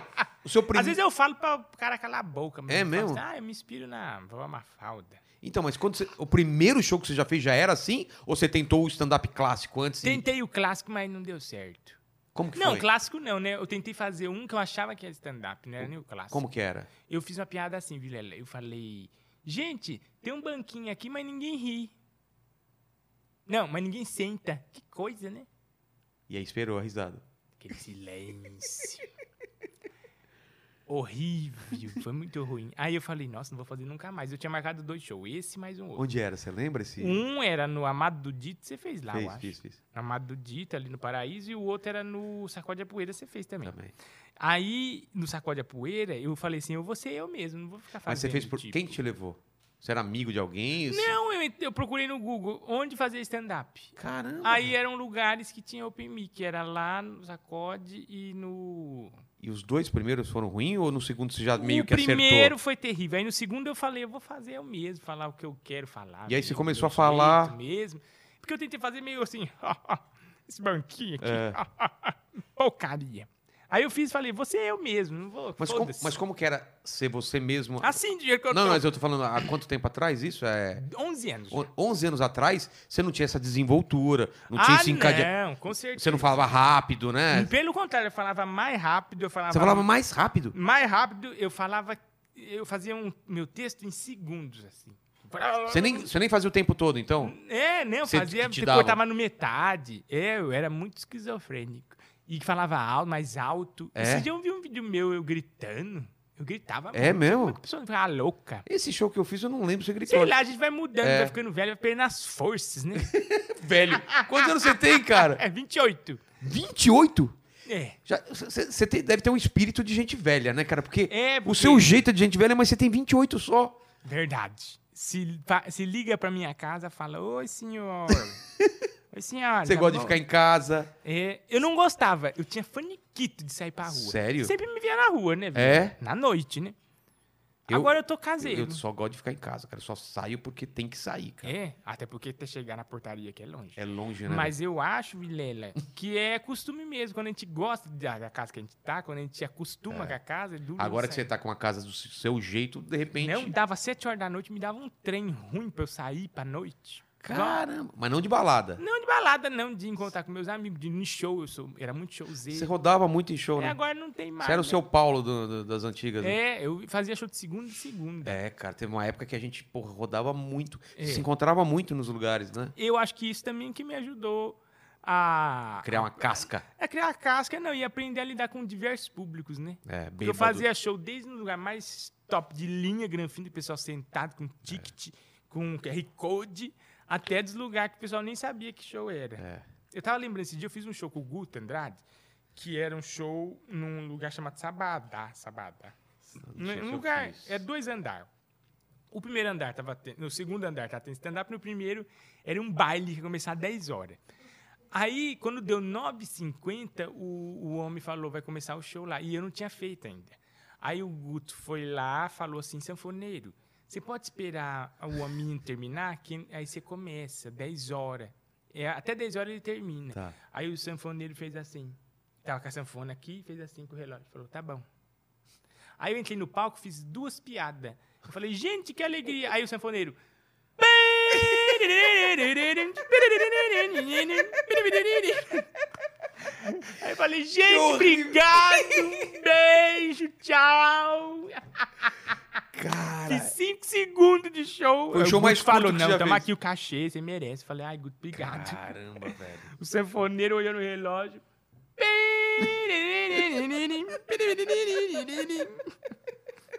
A: o seu
B: Às
A: primeiro.
B: vezes eu falo pra o cara calar a boca. mas
A: É
B: eu falo
A: mesmo?
B: assim, Ah, eu me inspiro na vovó Mafalda.
A: Então, mas quando você... o primeiro show que você já fez já era assim? Ou você tentou o stand-up clássico antes? e-
B: Tentei o clássico, mas não deu certo.
A: Como que
B: não,
A: foi?
B: clássico não, né? Eu tentei fazer um que eu achava que era stand-up, não era nem o clássico.
A: Como que era?
B: Eu fiz uma piada assim, Vilela. Eu falei, gente, tem um banquinho aqui, mas ninguém ri. Não, mas ninguém senta. Que coisa, né?
A: E aí esperou a risada.
B: Aquele
A: [laughs]
B: silêncio. Horrível, foi muito ruim. Aí eu falei, nossa, não vou fazer nunca mais. Eu tinha marcado dois shows, esse mais um outro.
A: Onde era? Você lembra esse?
B: Um era no Amado do Dito, você fez lá, eu
A: fez,
B: acho.
A: fez, fez.
B: No Amado do Dito, ali no Paraíso, e o outro era no Sacode a Poeira, você fez também.
A: Também.
B: Aí, no Sacode a Poeira, eu falei assim, eu vou ser eu mesmo, não vou ficar fazendo.
A: Mas você fez por.
B: tipo.
A: Quem te levou? Você era amigo de alguém? Você-
B: Não, eu, ent- eu procurei no Google onde fazer stand-up.
A: Caramba!
B: Aí eram lugares que tinha open mic, era lá no Sacode e no...
A: E os dois primeiros foram ruins ou no segundo você já meio
B: o
A: que
B: primeiro
A: acertou?
B: foi terrível. Aí no segundo eu falei, eu vou fazer eu mesmo, falar o que eu quero falar.
A: E aí você
B: mesmo,
A: começou
B: do
A: a falar-
B: jeito mesmo. Porque eu tentei fazer meio assim, [laughs] esse banquinho aqui,
A: É.
B: [laughs] porcaria. Aí eu fiz, falei, você é eu mesmo, não vou.
A: Mas como,
B: foda-se.
A: mas como que era ser você mesmo?
B: Assim, do jeito que eu
A: não,
B: tô.
A: mas eu tô falando há quanto tempo atrás isso? É.
B: 11 anos. já.
A: on- 11 anos atrás, você não tinha essa desenvoltura, não tinha
B: ah,
A: esse encadeamento.
B: não, com certeza.
A: Você não falava rápido, né?
B: Pelo contrário, eu falava mais rápido, eu falava,
A: Você falava mais rápido.
B: mais rápido, eu falava, eu fazia um, meu texto em segundos, assim.
A: Você nem, você nem fazia o tempo todo, então?
B: É, né? Eu
A: Cê-
B: fazia,
A: que te
B: te
A: dava.
B: cortava no metade. É, eu era muito esquizofrênico. E falava alto, mais alto.
A: É?
B: Vocês já ouviram um vídeo meu eu gritando? Eu gritava
A: É
B: muito.
A: mesmo?
B: Como é que a pessoa ficava louca?
A: Esse show que eu fiz, eu não lembro se eu gritou.
B: Sei lá, a gente vai mudando,
A: É.
B: vai ficando velho, vai perdendo as
A: [laughs]
B: forças, né?
A: Velho, quantos anos você tem, cara?
B: É, 28.
A: 28?
B: É.
A: Você deve ter um espírito de gente velha, né, cara? Porque,
B: É,
A: o
B: porque-
A: seu jeito é de gente velha, mas você tem 28 só.
B: Verdade. Se, fa- se liga pra minha casa, fala,
A: [laughs]
B: oi, senhor. Oi, senhora.
A: Você
B: tá
A: gosta de
B: bom?"
A: ficar em casa.
B: É, eu não gostava. Eu tinha faniquito de sair pra rua.
A: Sério?
B: Sempre me via na rua, né? velho?
A: É?
B: Na noite, né?
A: Eu-
B: Agora eu tô
A: Eu,
B: caseiro.
A: eu só gosto de ficar em casa, cara. Eu só saio porque tem que sair, cara.
B: É, até porque até chegar na portaria que é longe.
A: É longe, né?
B: Mas eu acho, Vilela, que é costume mesmo. Quando a gente gosta da, da casa que a gente tá, quando a gente se acostuma com a casa, é duro.
A: Agora
B: de
A: que você
B: sair.
A: tá com a casa do seu jeito, de repente.
B: Não, dava sete horas da noite, me dava um trem ruim pra eu sair pra noite.
A: Caramba, mas não de balada.
B: Não de balada, não, de encontrar com meus amigos, de ir em show, eu sou, era muito
A: Você
B: showzeiro.
A: rodava muito em show,
B: É,
A: né?
B: agora não tem mais.
A: Você era o
B: né?
A: seu Paulo do- do- das antigas, né?
B: É, eu fazia show de segunda e segunda.
A: É, cara, teve uma época que a gente, porra, rodava muito.
B: É.
A: Se encontrava muito nos lugares, né?
B: Eu acho que isso também que me ajudou a...
A: Criar uma casca.
B: A criar a casca, não, e aprender a lidar com diversos públicos, né?
A: É, bem.
B: Porque eu fazia show desde no lugar mais top de linha, granfino, o pessoal sentado com ticket, com QR Code, até dos lugares que o pessoal nem sabia que show era.
A: É.
B: Eu tava lembrando, esse dia eu fiz um show com o Guto Andrade, que era um show num lugar chamado Sabadá, Sabadá. Um lugar, é dois andares. O primeiro andar tava tendo, no segundo andar tava tendo stand-up, no primeiro era um baile que ia começar às 10 horas. Aí, quando deu 9h50, o, o homem falou, vai começar o show lá. E eu não tinha feito ainda. Aí o Guto foi lá, falou assim, sanfoneiro, você pode esperar o homem terminar? Que aí você começa, 10 horas. É, até 10 horas ele termina.
A: Tá.
B: Aí o sanfoneiro fez assim. Tava com a sanfona aqui, fez assim com o relógio. Falou, tá bom. Aí eu entrei no palco, fiz duas piadas. Eu falei, gente, que alegria. Aí o sanfoneiro. Aí eu falei, gente,
A: horrível.
B: obrigado, um beijo, tchau.
A: Cara.
B: Fiz cinco segundos de show.
A: Foi o
B: Aí
A: show
B: Guto
A: mais curto
B: falou,
A: que você já
B: não, tamo
A: fez."
B: aqui o cachê, você merece. Eu Falei, ai, Guto, obrigado.
A: Caramba, velho.
B: O sanfoneiro olhando o relógio.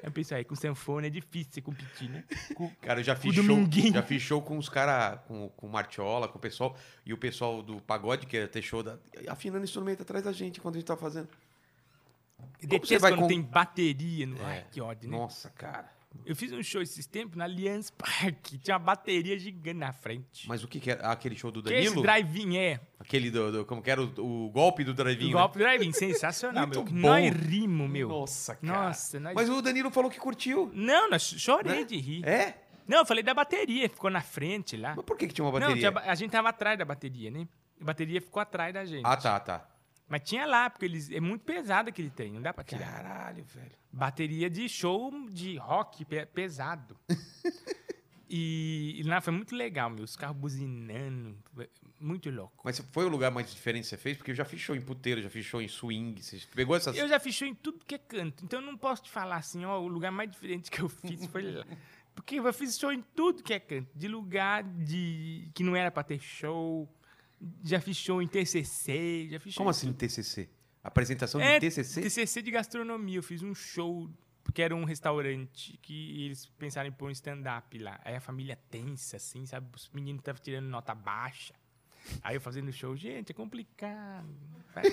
B: Eu pensei, aí com sanfona é difícil você competir, né?
A: Cara, eu já fiz
B: O
A: show.
B: Dominguinho.
A: Já fiz show com os caras, com, com o Martiola, com o pessoal. E o pessoal do pagode, que ia ter show da. Afinando instrumento atrás da gente quando a gente tava fazendo.
B: Detesto
A: vai
B: quando
A: com-
B: tem bateria no. Ai, que ódio, né?
A: Nossa, cara.
B: Eu fiz um show esses tempos na Allianz Parque. Tinha uma bateria gigante na frente.
A: Mas o que que era? Aquele show do
B: que esse
A: Danilo?
B: drive-in é?
A: Aquele do, do- Como que era o, o golpe do drive-in?
B: Igual pro drive-in. Sensacional,
A: né? Muito
B: meu.
A: bom.
B: Nós rimos, meu.
D: Nossa, cara.
B: Nossa, nós...
A: Né? Mas o Danilo falou que curtiu.
B: Não, nós chorei
A: Né?
B: de rir.
A: É?
B: Não, eu falei da bateria. Ficou na frente lá.
A: Mas por que, que tinha uma
B: Não,
A: bateria?
B: tinha ba- a gente tava atrás da bateria, né? A bateria ficou atrás da gente.
A: Ah, tá, tá.
B: Mas tinha lá, porque eles é muito pesado aquele trem, não dá pra tirar.
A: Caralho, velho.
B: Bateria de show de rock pe- pesado. e, e lá foi muito legal, meu. Os carros buzinando. foi Muito louco.
A: Mas foi o lugar mais diferente que você fez? Porque eu já fiz show em puteiro, já fiz show em swing. Você pegou essas.
B: Eu já fiz show em tudo que é canto, então eu não posso te falar assim, ó, o lugar mais diferente que eu fiz foi lá. Porque eu fiz show em tudo que é canto, de lugar de que não era pra ter show, já fiz show em TCC, já fiz show
A: Como
B: em
A: assim TCC? Apresentação
B: É,
A: de TCC?
B: TCC de gastronomia. Eu fiz um show, porque era um restaurante que eles pensaram em pôr um stand-up lá. Aí a família tensa, assim, sabe? Os meninos estavam tirando nota baixa. Aí eu fazendo show, gente, é complicado.
A: [laughs]
B: vai.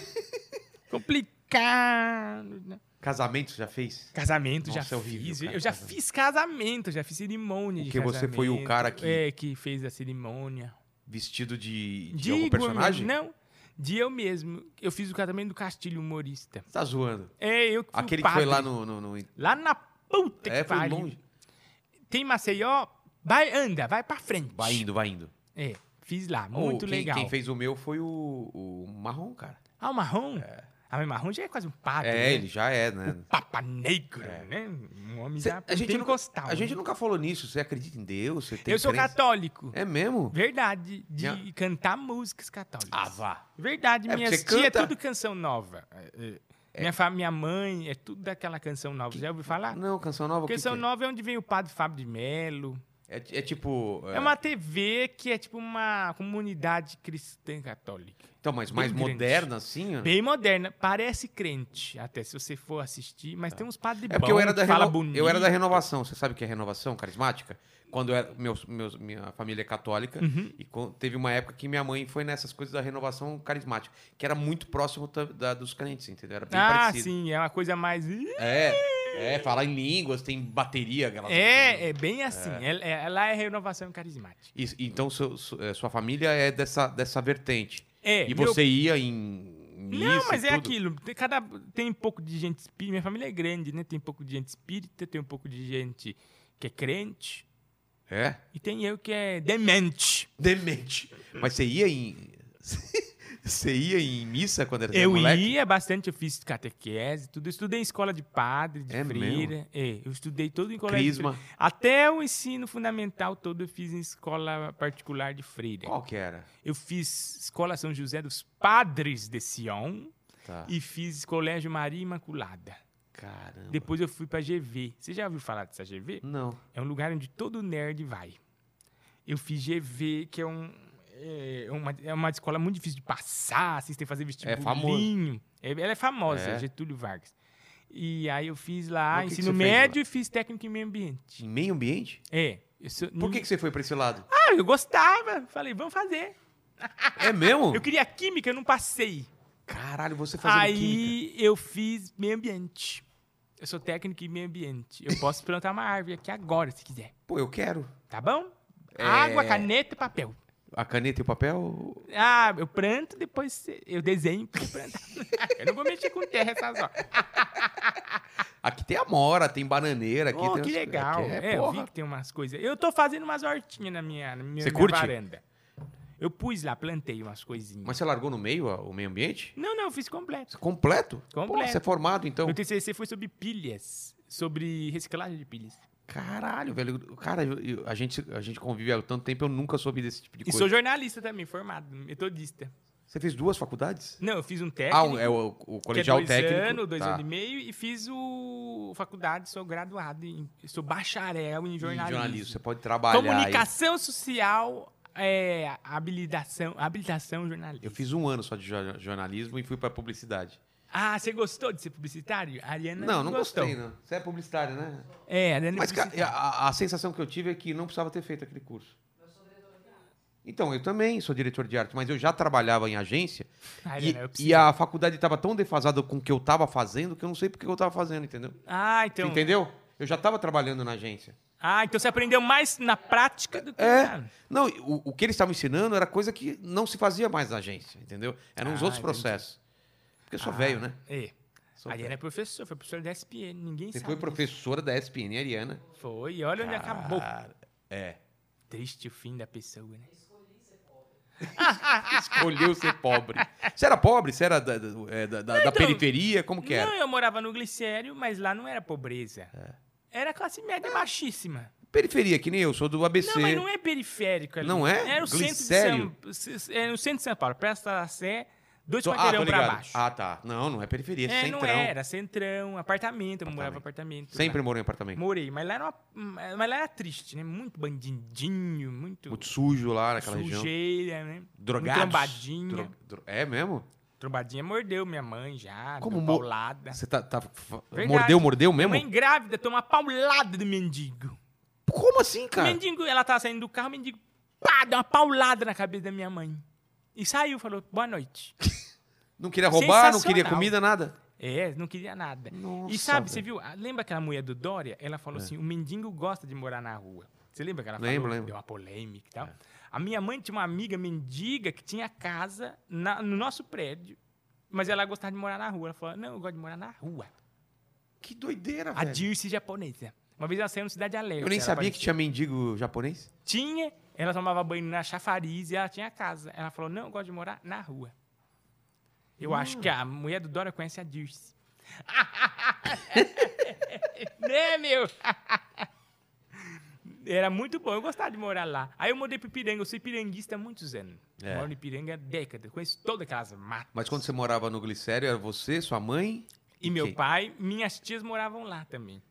B: complicado. né?
A: Casamento já fez?
B: Casamento
A: Nossa,
B: já
A: é horrível,
B: fiz.
A: cara,
B: eu já
A: casamento.
B: fiz casamento, já fiz cerimônia de
A: Porque você foi o
B: casamento.
A: cara que-
B: É, que fez a cerimônia.
A: Vestido de, de
B: De
A: algum
B: Igor mesmo, né?
A: personagem?
B: Não, de eu mesmo. Eu fiz o casamento do Castilho, humorista.
A: Você tá zoando.
B: É, eu que fui o
A: Aquele que foi lá
B: padre.
A: no. no, no-
B: Lá na puta
A: É,
B: que
A: foi
B: pariu.
A: longe.
B: Tem Maceió, vai, anda, vai pra frente.
A: Vai indo, vai indo.
B: É, fiz lá,
A: Ô,
B: muito
A: quem,
B: legal.
A: Quem fez o meu foi o, o Marrom, cara.
B: Ah, o Marrom? Ah, mas Marrom já é quase um padre,
A: é,
B: né?
A: ele já é, né?
B: Papa negro,
A: É.
B: né? Um homem
A: Cê-
B: já
A: a, gente nunca,
B: pentecostal.
A: a gente
B: né?
A: nunca falou nisso. Você acredita em Deus? Você tem
B: Eu sou
A: crença?
B: católico.
A: É mesmo?
B: Verdade, de
A: Minha- Ah,
B: cantar músicas católicas.
A: vá.
B: Verdade,
A: É,
B: minha
A: porque
B: tia
A: você
B: é
A: canta-
B: tudo canção nova. É, é. Minha, fa- minha mãe é tudo daquela canção nova. Já ouviu falar?
A: Não, canção nova. o que
B: Ah, Canção
A: que é?
B: nova é onde vem o padre Fábio de Melo.
A: É, é tipo.
B: É uma TV que é tipo uma comunidade cristã católica.
A: Então, mas mais
B: grande.
A: moderna, assim? ó.
B: Bem moderna. Parece crente, até se você for assistir, mas tem uns padres
A: É porque eu
B: bons
A: era, da
B: que fala
A: reno-
B: bonito.
A: eu era da renovação. Você sabe o que é renovação carismática? Quando eu era, meus, meus- minha família é católica.
B: Uhum.
A: E co- teve uma época que minha mãe foi nessas coisas da renovação carismática. Que era muito próximo ta- da- dos crentes, entendeu? Era bem
B: Ah,
A: parecido.
B: sim, é uma coisa mais.
A: É, é, falar em línguas, tem bateria. aquelas-
B: É, é bem assim. Ela é, ela é renovação carismática.
A: Isso, então, seu- su- é, sua família é dessa, dessa vertente.
B: É,
A: e
B: meu-
A: você ia em missa
B: Não, mas
A: e
B: é
A: tudo?
B: aquilo. Tem, cada, tem um pouco de gente espírita. Minha família é grande, né? Tem um pouco de gente espírita, tem um pouco de gente que é crente.
A: É?
B: E tem eu que é demente.
A: Demente. Mas você ia em... [laughs] você ia em missa quando era
B: Eu
A: moleque?
B: ia é bastante, eu fiz catequese, tudo. Eu estudei em escola de padre, de
A: É
B: freira. É, eu estudei todo em colégio. de
A: Crisma.
B: freira. Até o ensino fundamental todo eu fiz em escola particular de freira.
A: Qual que era?
B: Eu fiz escola São José dos Padres de Sion
A: Tá.
B: e fiz colégio Maria Imaculada.
A: Caramba.
B: Depois eu fui pra GV. Você já ouviu falar dessa GV?
A: Não.
B: É um lugar onde todo nerd vai. Eu fiz GV, que é, um, é, uma, é uma escola muito difícil de passar, assim, você tem que fazer vestibulinho. É- ela é famosa,
A: É.
B: Getúlio Vargas. E aí eu fiz
A: Mas
B: lá
A: o que que
B: ensino
A: você fez
B: médio e fiz técnico em meio ambiente.
A: Em meio ambiente?
B: É. Eu sou-
A: Por que, que você foi pra esse
B: [laughs]
A: lado?
B: Ah, eu gostava. Falei, vamos fazer.
A: É mesmo?
B: Ah! Eu queria química, eu não passei.
A: Caralho, você fazendo
B: Aí
A: química.
B: eu fiz meio ambiente. Eu sou técnico em meio ambiente. Eu posso plantar uma árvore aqui agora, se quiser.
A: Pô, eu quero.
B: Tá bom?
A: É.
B: Água, caneta e papel.
A: A caneta e o papel...
B: Ah, eu planto, depois eu desenho pra eu plantar. [laughs] eu não vou mexer com terra essas horas.
A: Aqui tem amora, tem bananeira. Aqui
B: Oh,
A: tem
B: que
A: umas-
B: legal.
A: aqui
B: É, eu vi
A: porra.
B: que tem umas coisas. Eu tô fazendo umas hortinhas na minha, na minha,
A: Você
B: minha
A: curte?
B: varanda. Eu pus lá, plantei umas coisinhas.
A: Mas você largou no meio ó, o meio ambiente?
B: Não, não, eu fiz completo.
A: Você- Completo?
B: Completo.
A: Pô, você é formado, então.
B: Meu TCC foi sobre pilhas. Sobre reciclagem de pilhas.
A: Caralho, velho. Cara, eu- eu- a, gente, a gente convive há tanto tempo, eu nunca soube desse tipo de
B: E
A: coisa.
B: sou jornalista também, formado, metodista.
A: Você fez duas faculdades?
B: Não, eu fiz um técnico.
A: Ah, um- é o, o
B: que é
A: colegial
B: dois
A: técnico.
B: anos, dois
A: tá.
B: anos e meio, e fiz o faculdade, sou graduado, em, sou bacharel em
A: E jornalismo.
B: jornalismo.
A: Você pode trabalhar. aí.
B: Comunicação social, é, habilitação, habilitação jornalista.
A: Eu fiz um ano só de jo- jornalismo e fui pra publicidade.
B: Ah, você gostou de ser publicitário? A Ariana
A: Não, não
B: Né? gostou.
A: gostei, não. Você é publicitário, né?
B: É, a Ariana é
A: Mas cara,
B: publicitária.
A: a, a sensação que eu tive é que não precisava ter feito aquele curso. Então, eu também sou diretor de arte, mas eu já trabalhava em agência
B: Ah,
A: e,
B: Helena, eu
A: e
B: preciso-
A: a faculdade estava tão defasada com o que eu estava fazendo que eu não sei porque eu estava fazendo, entendeu?
B: Ah,
A: Você
B: então.
A: entendeu? Eu já estava trabalhando na agência.
B: Ah, então você aprendeu mais na prática do que.
A: É.
B: na-
A: Não, o, o que eles estavam ensinando era coisa que não se fazia mais na agência, entendeu? Eram os
B: Ah,
A: outros
B: entendi.
A: processos. Porque eu sou
B: Ah,
A: velho, né?
B: É.
A: Sou
B: A Ariana
A: velho.
B: é professora, foi professora da SPN, ninguém
A: Você
B: sabe.
A: foi
B: disso.
A: professora da SPN, Ariana.
B: Foi, e olha onde acabou.
A: Cara, É.
B: Triste o fim da pessoa, né?
A: [laughs] Escolheu ser pobre. Você era pobre? Você era da, da, é, da- da- da
B: então,
A: periferia? Como que era?
B: Não, eu morava no Glicério, mas lá não era pobreza.
A: É.
B: Era classe média baixíssima.
A: Periferia, que nem eu, sou do ABC.
B: Não, mas não é periférico ali.
A: Não é?
B: Era o
A: Glicério?
B: centro de São se- Era o centro de São Paulo, Praça da Sé, dois
A: Sou-
B: quarteirão
A: tô
B: pra
A: ligado.
B: baixo.
A: Ah, tá. Não, não é periferia, é,
B: é,
A: centrão.
B: não era, centrão, apartamento, eu morava em apartamento.
A: Sempre
B: lá.
A: morou em apartamento.
B: Morei, mas lá, era uma- mas lá era triste, né? Muito bandidinho, muito,
A: Muito sujo lá naquela região.
B: sujeira, né?
A: Drogados.
B: Muito trombadinha.
A: Dro- dro- É mesmo?
B: Trombadinha mordeu minha mãe já,
A: Como
B: deu
A: mo-
B: paulada.
A: Você tá, tá fa-
B: É. Verdade.
A: mordeu, mordeu
B: Minha
A: mesmo?
B: mãe grávida tomou uma paulada do mendigo.
A: Como assim,
B: O
A: cara?
B: mendigo, ela tava saindo do carro, o mendigo, pá, deu uma paulada na cabeça da minha mãe. E saiu, falou, boa noite.
A: Não queria roubar, não
B: Sensacional.
A: queria comida, nada.
B: É, não queria nada.
A: Nossa,
B: e sabe,
A: velho. É.
B: você viu, ah, lembra aquela mulher do Dória? Ela falou assim, o mendigo gosta de morar na rua. Você lembra que ela
A: Lembro,
B: falou?
A: lembro. É.
B: Deu uma polêmica e tal. A minha mãe tinha uma amiga mendiga que tinha casa na- no nosso prédio, mas ela gostava de morar na rua. Ela falou, não, eu gosto de morar na rua.
A: Que doideira,
B: A
A: velho.
B: Dirce japonesa. Uma vez ela saiu na Cidade Alegre.
A: É. Eu nem
B: ela
A: sabia que
B: apareceu.
A: tinha mendigo japonês.
B: Tinha, ela tomava banho na chafariz e ela tinha casa. Ela falou, não, eu gosto de morar na rua.
A: Hum.
B: Eu acho que a mulher do Dora conhece
A: [laughs]
B: a Dirce. né, meu? [laughs] Era muito bom, eu gostava de morar lá. Aí eu mudei pro Ipiranga, eu sou ipiranguista há muitos anos.
A: É.
B: Moro no Ipiranga há décadas, conheço todas aquelas matas.
A: Mas quando você morava no Glicério, era você, sua mãe
B: E meu
A: quem?
B: pai, minhas tias moravam lá também.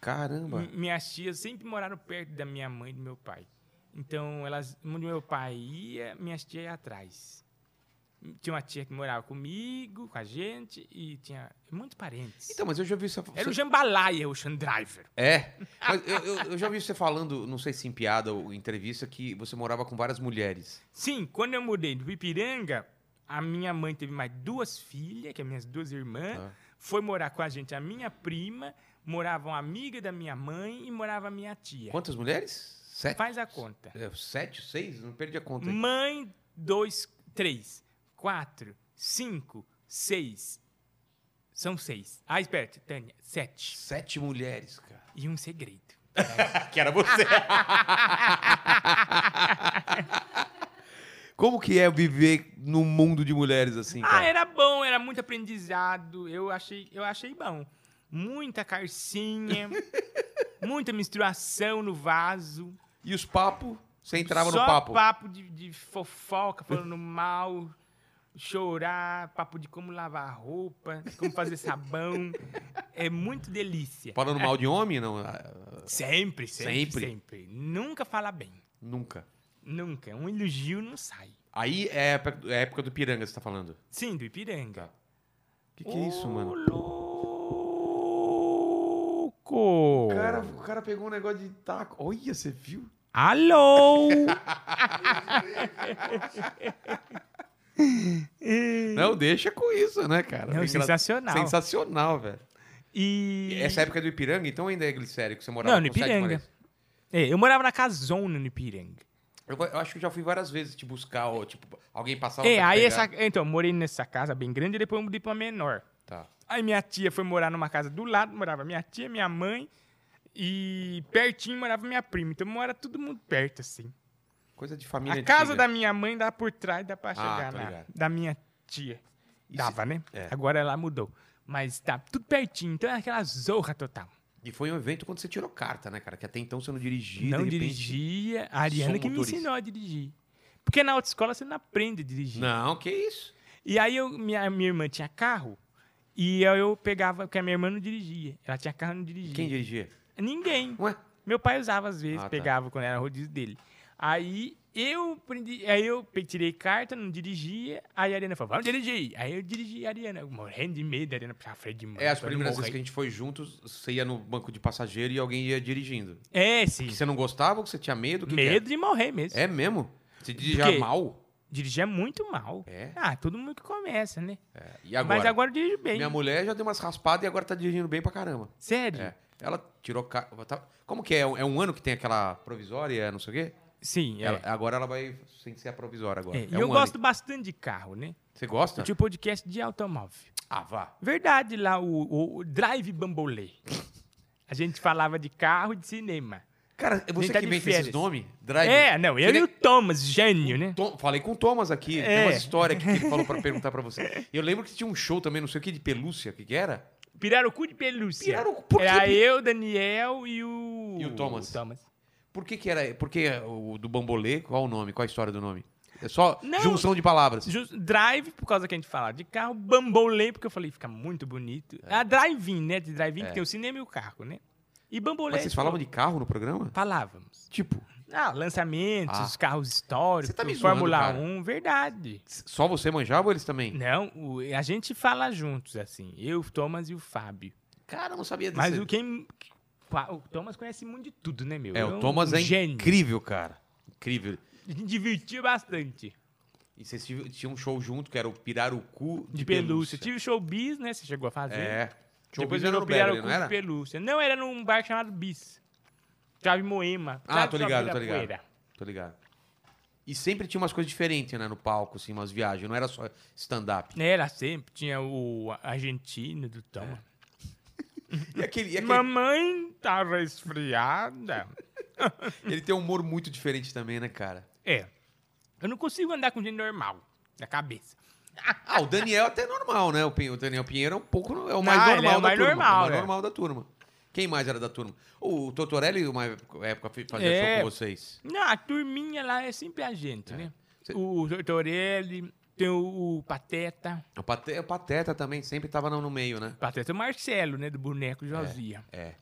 A: Caramba.
B: Mi- Minhas tias sempre moraram perto da minha mãe e do meu pai. Então, elas, onde meu pai ia, minhas tias iam atrás. Tinha uma tia que morava comigo, com a gente, e tinha muitos parentes.
A: Então, mas eu já vi você.
B: Era o Jambalaya, o Ocean Driver.
A: É. Mas eu, eu- eu já vi você falando, não sei se em piada ou em entrevista, que você morava com várias mulheres.
B: Sim, quando eu mudei do Ipiranga, a minha mãe teve mais duas filhas, que é minhas duas irmãs.
A: Tá.
B: Foi morar com a gente a minha prima, morava uma amiga da minha mãe e morava a minha tia.
A: Quantas mulheres? Sete?
B: Faz a conta.
A: É, Sete, seis? Não perdi a conta. aí.
B: Mãe, dois, três, quatro, cinco, seis. São seis. Ah, esperto, Tânia, sete.
A: Sete mulheres, cara.
B: E um segredo.
A: que era você. Como que é viver num mundo de mulheres assim,
B: Ah,
A: cara?
B: era bom, era muito aprendizado. Eu achei, eu achei bom. Muita
A: [laughs]
B: carcinha, muita menstruação no vaso.
A: E os papos? Você entrava
B: só
A: no papo?
B: papo de, de fofoca, falando mal, chorar, papo de como lavar roupa, como fazer sabão. É muito delícia.
A: Falando mal de homem? Não, ah,
B: Sempre, sempre,
A: Sempre?
B: sempre. Nunca fala bem.
A: nunca.
B: Nunca. Um elogio não sai.
A: Aí é a época- é a época do piranga, você tá falando.
B: Sim, do Ipiranga.
A: O que, que é isso, mano?
B: louco!
A: O cara, o cara pegou um negócio de taco. Olha, você viu? [laughs]
B: Alô!
A: Não, deixa com isso, né, cara?
B: Não,
A: Engra-
B: sensacional.
A: Sensacional, velho.
B: E...
A: Essa época é do Ipiranga, então ainda é glicério que você morava
B: Não, no
A: com sete
B: Ipiranga.
A: mulheres?
B: É, eu morava na casona no Ipiranga.
A: Eu, vou- eu acho que eu já fui várias vezes te buscar, ou tipo, alguém passava
B: É,
A: pra te
B: aí
A: pegar.
B: essa... Então, eu morei nessa casa bem grande e depois eu mudei pra uma menor.
A: Tá.
B: Aí minha tia foi morar numa casa do lado, morava minha tia, minha mãe e pertinho morava minha prima. Então mora todo mundo perto, assim.
A: Coisa de família
B: a casa
A: antiga.
B: da minha mãe dá por trás, dá pra chegar
A: tô
B: lá.
A: ligado.
B: Da minha tia.
A: E
B: Dava, né?
A: é.
B: Agora ela mudou. Mas tá tudo pertinho, então é aquela zorra total.
A: E foi um evento quando você tirou carta, né, cara? Que até então você não dirigia.
B: não
A: de repente-
B: dirigia. A Ariana
A: sou
B: que me
A: motorista.
B: ensinou a dirigir. Porque na autoescola você não aprende a dirigir.
A: Não, que isso?
B: E aí eu, minha, minha irmã tinha carro e eu, eu pegava, porque a minha irmã não dirigia. Ela tinha carro e não dirigia.
A: Quem dirigia?
B: Ninguém.
A: Ué?
B: Meu pai usava às vezes,
A: Ah, tá.
B: pegava quando era rodízio dele. Aí eu aprendi, aí eu pe- tirei carta, não dirigia, aí a Ariana falou, vamos dirigir. Aí eu dirigi a Ariana, eu morrendo de medo da Ariana puxar freio de mão.
A: É, as
B: pra não
A: primeiras
B: morrer.
A: vezes que a gente foi juntos, você ia no banco de passageiro e alguém ia dirigindo.
B: É,
A: Que
B: sim.
A: você não gostava, que você tinha medo? que que
B: Medo de morrer mesmo.
A: era? É mesmo? Você
B: Por
A: dirige
B: quê?
A: mal?
B: Dirigir é muito mal.
A: É?
B: Ah, todo mundo que começa, né?
A: E agora?
B: Mas agora dirige bem.
A: Minha mulher já deu umas raspadas e agora tá dirigindo bem pra caramba.
B: Sério?
A: É. Ela tirou. ca- tá- Como que é? É um- É um ano que tem aquela provisória, não sei o quê?
B: Sim, é.
A: Ela- agora ela vai sem ser a provisória agora.
B: É,
A: É
B: E eu
A: um ano.
B: gosto bastante de carro, né?
A: Você gosta?
B: Eu tinha um podcast de automóvel.
A: Ah, vá.
B: Verdade, lá o, o- o Drive Bambolê. A gente falava de carro e de cinema.
A: Cara, é você
B: tá
A: que
B: de
A: inventa esses
B: férias.
A: nomes? Drive.
B: É, não, eu
A: Ele-
B: e o Thomas, gênio, né?
A: Tom- falei com o Thomas aqui, ele tem
B: É.
A: uma história aqui que ele falou
B: [laughs]
A: pra perguntar pra você. Eu lembro que tinha um show também, não sei o que, de pelúcia, o que, que era?
B: Pirarucu de pelúcia.
A: Pirarucu, por
B: Era
A: que-
B: eu, Daniel e o...
A: E o Thomas. Por que, que era? Por que o do bambolê? Qual o nome? Qual a história do nome? É só
B: Não.
A: junção de palavras.
B: Ju- Drive, por causa que a gente fala de carro. Bambolê, porque eu falei, fica muito bonito.
A: É.
B: A drive-in, né? De drive-in, que tem o cinema e o carro, né? E bambolê...
A: Mas vocês falavam de carro no programa?
B: Falávamos.
A: Tipo,
B: Ah, lançamentos,
A: Ah.
B: os carros históricos,
A: Você tá me zoando,
B: Fórmula
A: cara.
B: 1, verdade.
A: só você manjava ou eles também?
B: Não, o- a gente fala juntos, assim. Eu, o Thomas e o Fábio.
A: Cara, eu não sabia disso.
B: Mas o quem. O Thomas conhece muito de tudo, né, meu?
A: É,
B: um
A: o Thomas é
B: gênio.
A: incrível, cara. Incrível.
B: A gente divertiu bastante.
A: E vocês tive- tinham um show junto que era o Pirarucu
B: De, pelúcia. Tive showbiz, né? Você chegou a fazer.
A: É. Show
B: Depois
A: Biz era
B: virou
A: no Beverly,
B: Pirarucu
A: não
B: de
A: era?
B: pelúcia. Não, era num bar chamado Bis. Chave Moema.
A: Ah,
B: Sabe
A: tô
B: só
A: ligado, tô
B: Ibirapuera?
A: ligado. Tô ligado. E sempre tinha umas coisas diferentes, né, no palco, assim, umas viagens. Não era só stand-up.
B: Era sempre. Tinha o argentino do Thomas.
A: E aquele, É. e aquele-
B: Mamãe tava esfriada.
A: ele tem um humor muito diferente também, né, cara?
B: É. Eu não consigo andar com gente normal. Da cabeça.
A: Ah, o Daniel até é normal, né? O, Pin- o Daniel Pinheiro é um pouco... É o mais
B: Ah,
A: normal
B: ele é o
A: da
B: mais
A: turma.
B: normal,
A: o mais
B: né?
A: normal da turma. Quem mais era da turma? O Totorelli, uma época, fe- fazia
B: É.
A: show com vocês.
B: Não, a turminha lá é sempre a gente, né?
A: Cê-
B: O Tortorelli, tem o, o Pateta.
A: O Pate- o Pateta, também sempre tava no no meio, né?
B: Pateta é o Marcelo, né? Do boneco Josia.
A: É.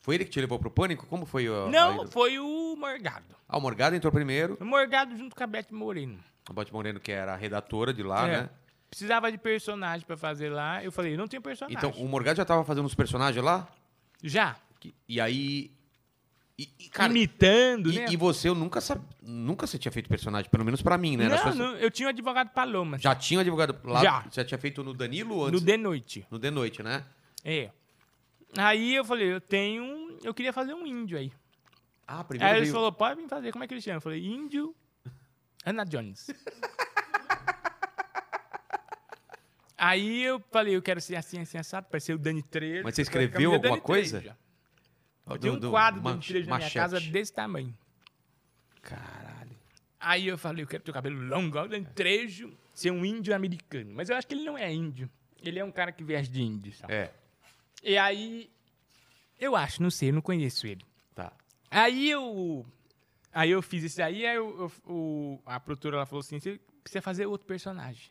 A: Foi ele que te levou pro pânico? Como foi o...
B: Não,
A: a-
B: foi o Morgado.
A: Ah, o Morgado entrou primeiro.
B: O Morgado junto com a Beth Moreno.
A: A Bote Moreno, que era a redatora de lá,
B: É.
A: né?
B: Precisava de personagem pra fazer lá. Eu falei, não tem personagem.
A: Então, o Morgado já tava fazendo uns personagens lá?
B: Já.
A: Que- E aí... E, e, cara,
B: Imitando,
A: e-
B: né?
A: e você, eu nunca sabia... Nunca você tinha feito personagem, pelo menos pra mim, né? Era
B: não,
A: só-
B: não, eu tinha o advogado Paloma.
A: Já tinha um advogado lá?
B: Já.
A: Você tinha feito no Danilo ou
B: No
A: antes?
B: de noite.
A: No The Noite, né?
B: É. Aí eu falei, eu tenho um... Eu queria fazer um índio aí.
A: Ah,
B: Aí
A: primeiro
B: ele
A: veio...
B: falou, pode vir fazer, como é que ele chama? Eu falei, índio
A: [laughs]
B: Ana Jones. Aí eu falei, eu quero ser assim, assim, assado, parecer o Dani Trejo.
A: Mas você
B: Eu quero
A: escreveu
B: a camisa Dani
A: alguma coisa?
B: Trejo.
A: do-
B: Eu tinha um
A: do
B: quadro do Dani
A: manche-
B: Trejo na minha
A: machete.
B: casa desse tamanho.
A: Caralho.
B: Aí eu falei, eu quero ter o cabelo longo, igual o Dani Trejo, ser um índio americano. Mas eu acho que ele não é índio. Ele é um cara que viaja de índio, sabe?
A: É,
B: E aí, eu acho, não sei, eu não conheço ele.
A: tá.
B: Aí eu. Aí eu fiz isso aí, aí eu- eu- o, a produtora ela falou assim: você precisa fazer outro personagem.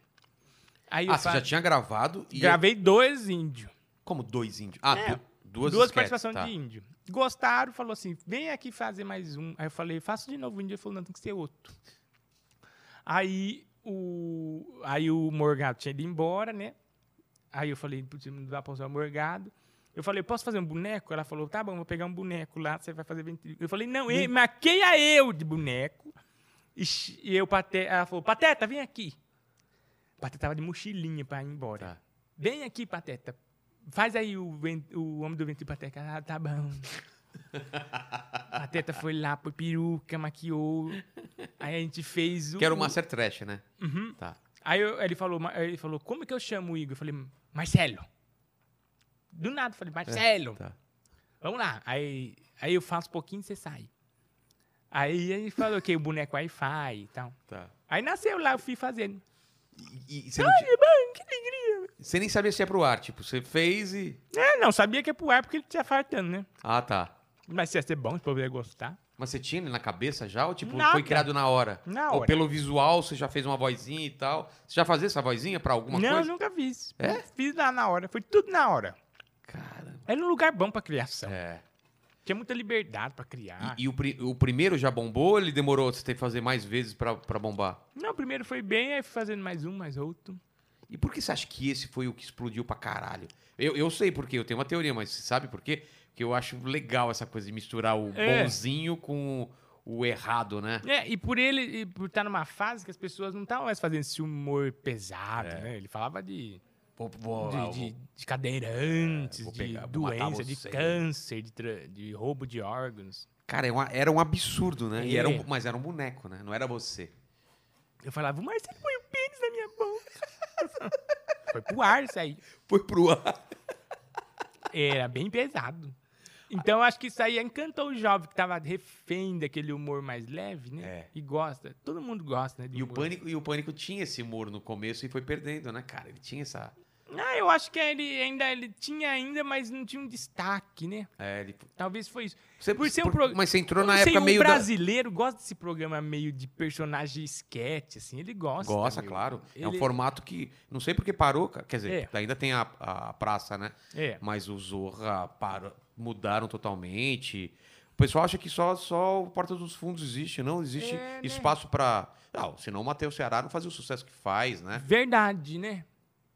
B: Aí eu
A: Ah, você
B: fa-
A: já tinha gravado e...
B: gravei dois índios.
A: Como dois índios? Ah,
B: É.
A: du- duas
B: duas
A: esquetes,
B: participações
A: tá.
B: de índio. Gostaram, falou assim: vem aqui fazer mais um. Aí eu falei, faço de novo o índio. Ele falou, não, tem que ser outro. Aí o. Aí o Morgado tinha ido embora, né? Aí eu falei, putz, não dá pra usar o Morgado. Eu falei, posso fazer um boneco? Ela falou, tá bom, vou pegar um boneco lá, você vai fazer ventríloco. Eu falei, não, e, maqueia eu de boneco. E, ch- e eu, Pateta, ela falou, Pateta, vem aqui. Pateta tava de mochilinha pra ir embora.
A: Tá.
B: Vem aqui, Pateta. Faz aí o, ven- o homem do ventre Pateta. Ah, tá [laughs] bom. Pateta foi lá, pôs peruca, maquiou. Aí a gente fez o.
A: Que era o Master Trash, né?
B: Uhum.
A: Tá.
B: Aí eu- ele, falou, ma- ele falou, como é que eu chamo o Igor? Eu falei, Marcelo. Do nada, eu falei, Marcelo.
A: Tá.
B: Vamos lá. Aí, aí eu faço um pouquinho e você sai. Aí ele falou que o boneco Wi-Fi e tal.
A: Tá.
B: Aí nasceu lá, eu fui fazendo.
A: E, e você, não ti-
B: Ai, mãe, que alegria.
A: você nem sabia se ia pro ar, tipo, você fez e...
B: É, não, sabia que é pro ar porque ele tinha fartando, né?
A: Ah, tá.
B: Mas se ia ser bom, se o povo ia gostar.
A: Mas você tinha ele na cabeça já? Ou tipo,
B: Nada.
A: foi criado na hora?
B: Na
A: Ou
B: hora.
A: pelo visual você já fez uma vozinha e tal? Você já fazia essa vozinha pra alguma
B: não,
A: coisa?
B: eu nunca fiz.
A: É?
B: Fiz lá na hora. Foi tudo na hora.
A: Cara.
B: Era um lugar bom pra criação.
A: É.
B: Tinha muita liberdade pra criar.
A: E, e o, pri- o primeiro já bombou ou ele demorou? Você teve que fazer mais vezes pra, pra bombar?
B: Não, primeiro foi bem, aí fui fazendo mais um, mais outro.
A: E por que você acha que esse foi o que explodiu pra caralho? Eu, eu sei por quê, eu tenho uma teoria, mas você sabe por quê? Porque eu acho legal essa coisa de misturar o
B: É.
A: bonzinho com o errado, né?
B: É, e por ele, e por estar numa fase que as pessoas não estavam mais fazendo esse humor pesado,
A: É.
B: né? Ele falava de,
A: Vou, vou, ah,
B: de,
A: vou-
B: de- de cadeirantes,
A: É, vou
B: de
A: pegar- vou matar
B: doença, de
A: você.
B: câncer, de, tra- de roubo de órgãos.
A: Cara, é uma- era um absurdo, né? E
B: É.
A: era um- mas era um boneco, né? Não era você.
B: Eu falava, o Marcelo põe o pênis na minha boca. [laughs] Foi pro ar isso aí.
A: Foi pro ar.
B: Era bem pesado. Então, eu acho que isso aí encantou o jovem que tava refém daquele humor mais leve, né?
A: É.
B: E gosta. Todo mundo gosta, né? do
A: E o,
B: humor.
A: pânico, e o Pânico tinha esse humor no começo e foi perdendo, né, cara? Ele tinha essa...
B: Ah, eu acho que ele ainda ele tinha ainda, mas não tinha um destaque, né?
A: É, ele-
B: Talvez foi isso.
A: Você,
B: Por ser um pro-
A: Mas você entrou
B: Eu
A: na
B: não sei,
A: época
B: o
A: meio da...
B: brasileiro gosta desse programa meio de personagem esquete, assim, ele gosta.
A: Gosta,
B: meu.
A: claro. É um
B: Ele-
A: formato que... Não sei porque parou, cara. Quer dizer,
B: É.
A: ainda tem a, a praça, né?
B: É.
A: Mas o Zorra parou, mudaram totalmente. O pessoal acha que só, só o Porta dos Fundos existe. Não, existe
B: É, né?
A: espaço pra... Não, senão o Matheus Ceará não fazia o sucesso que faz, né?
B: Verdade, né?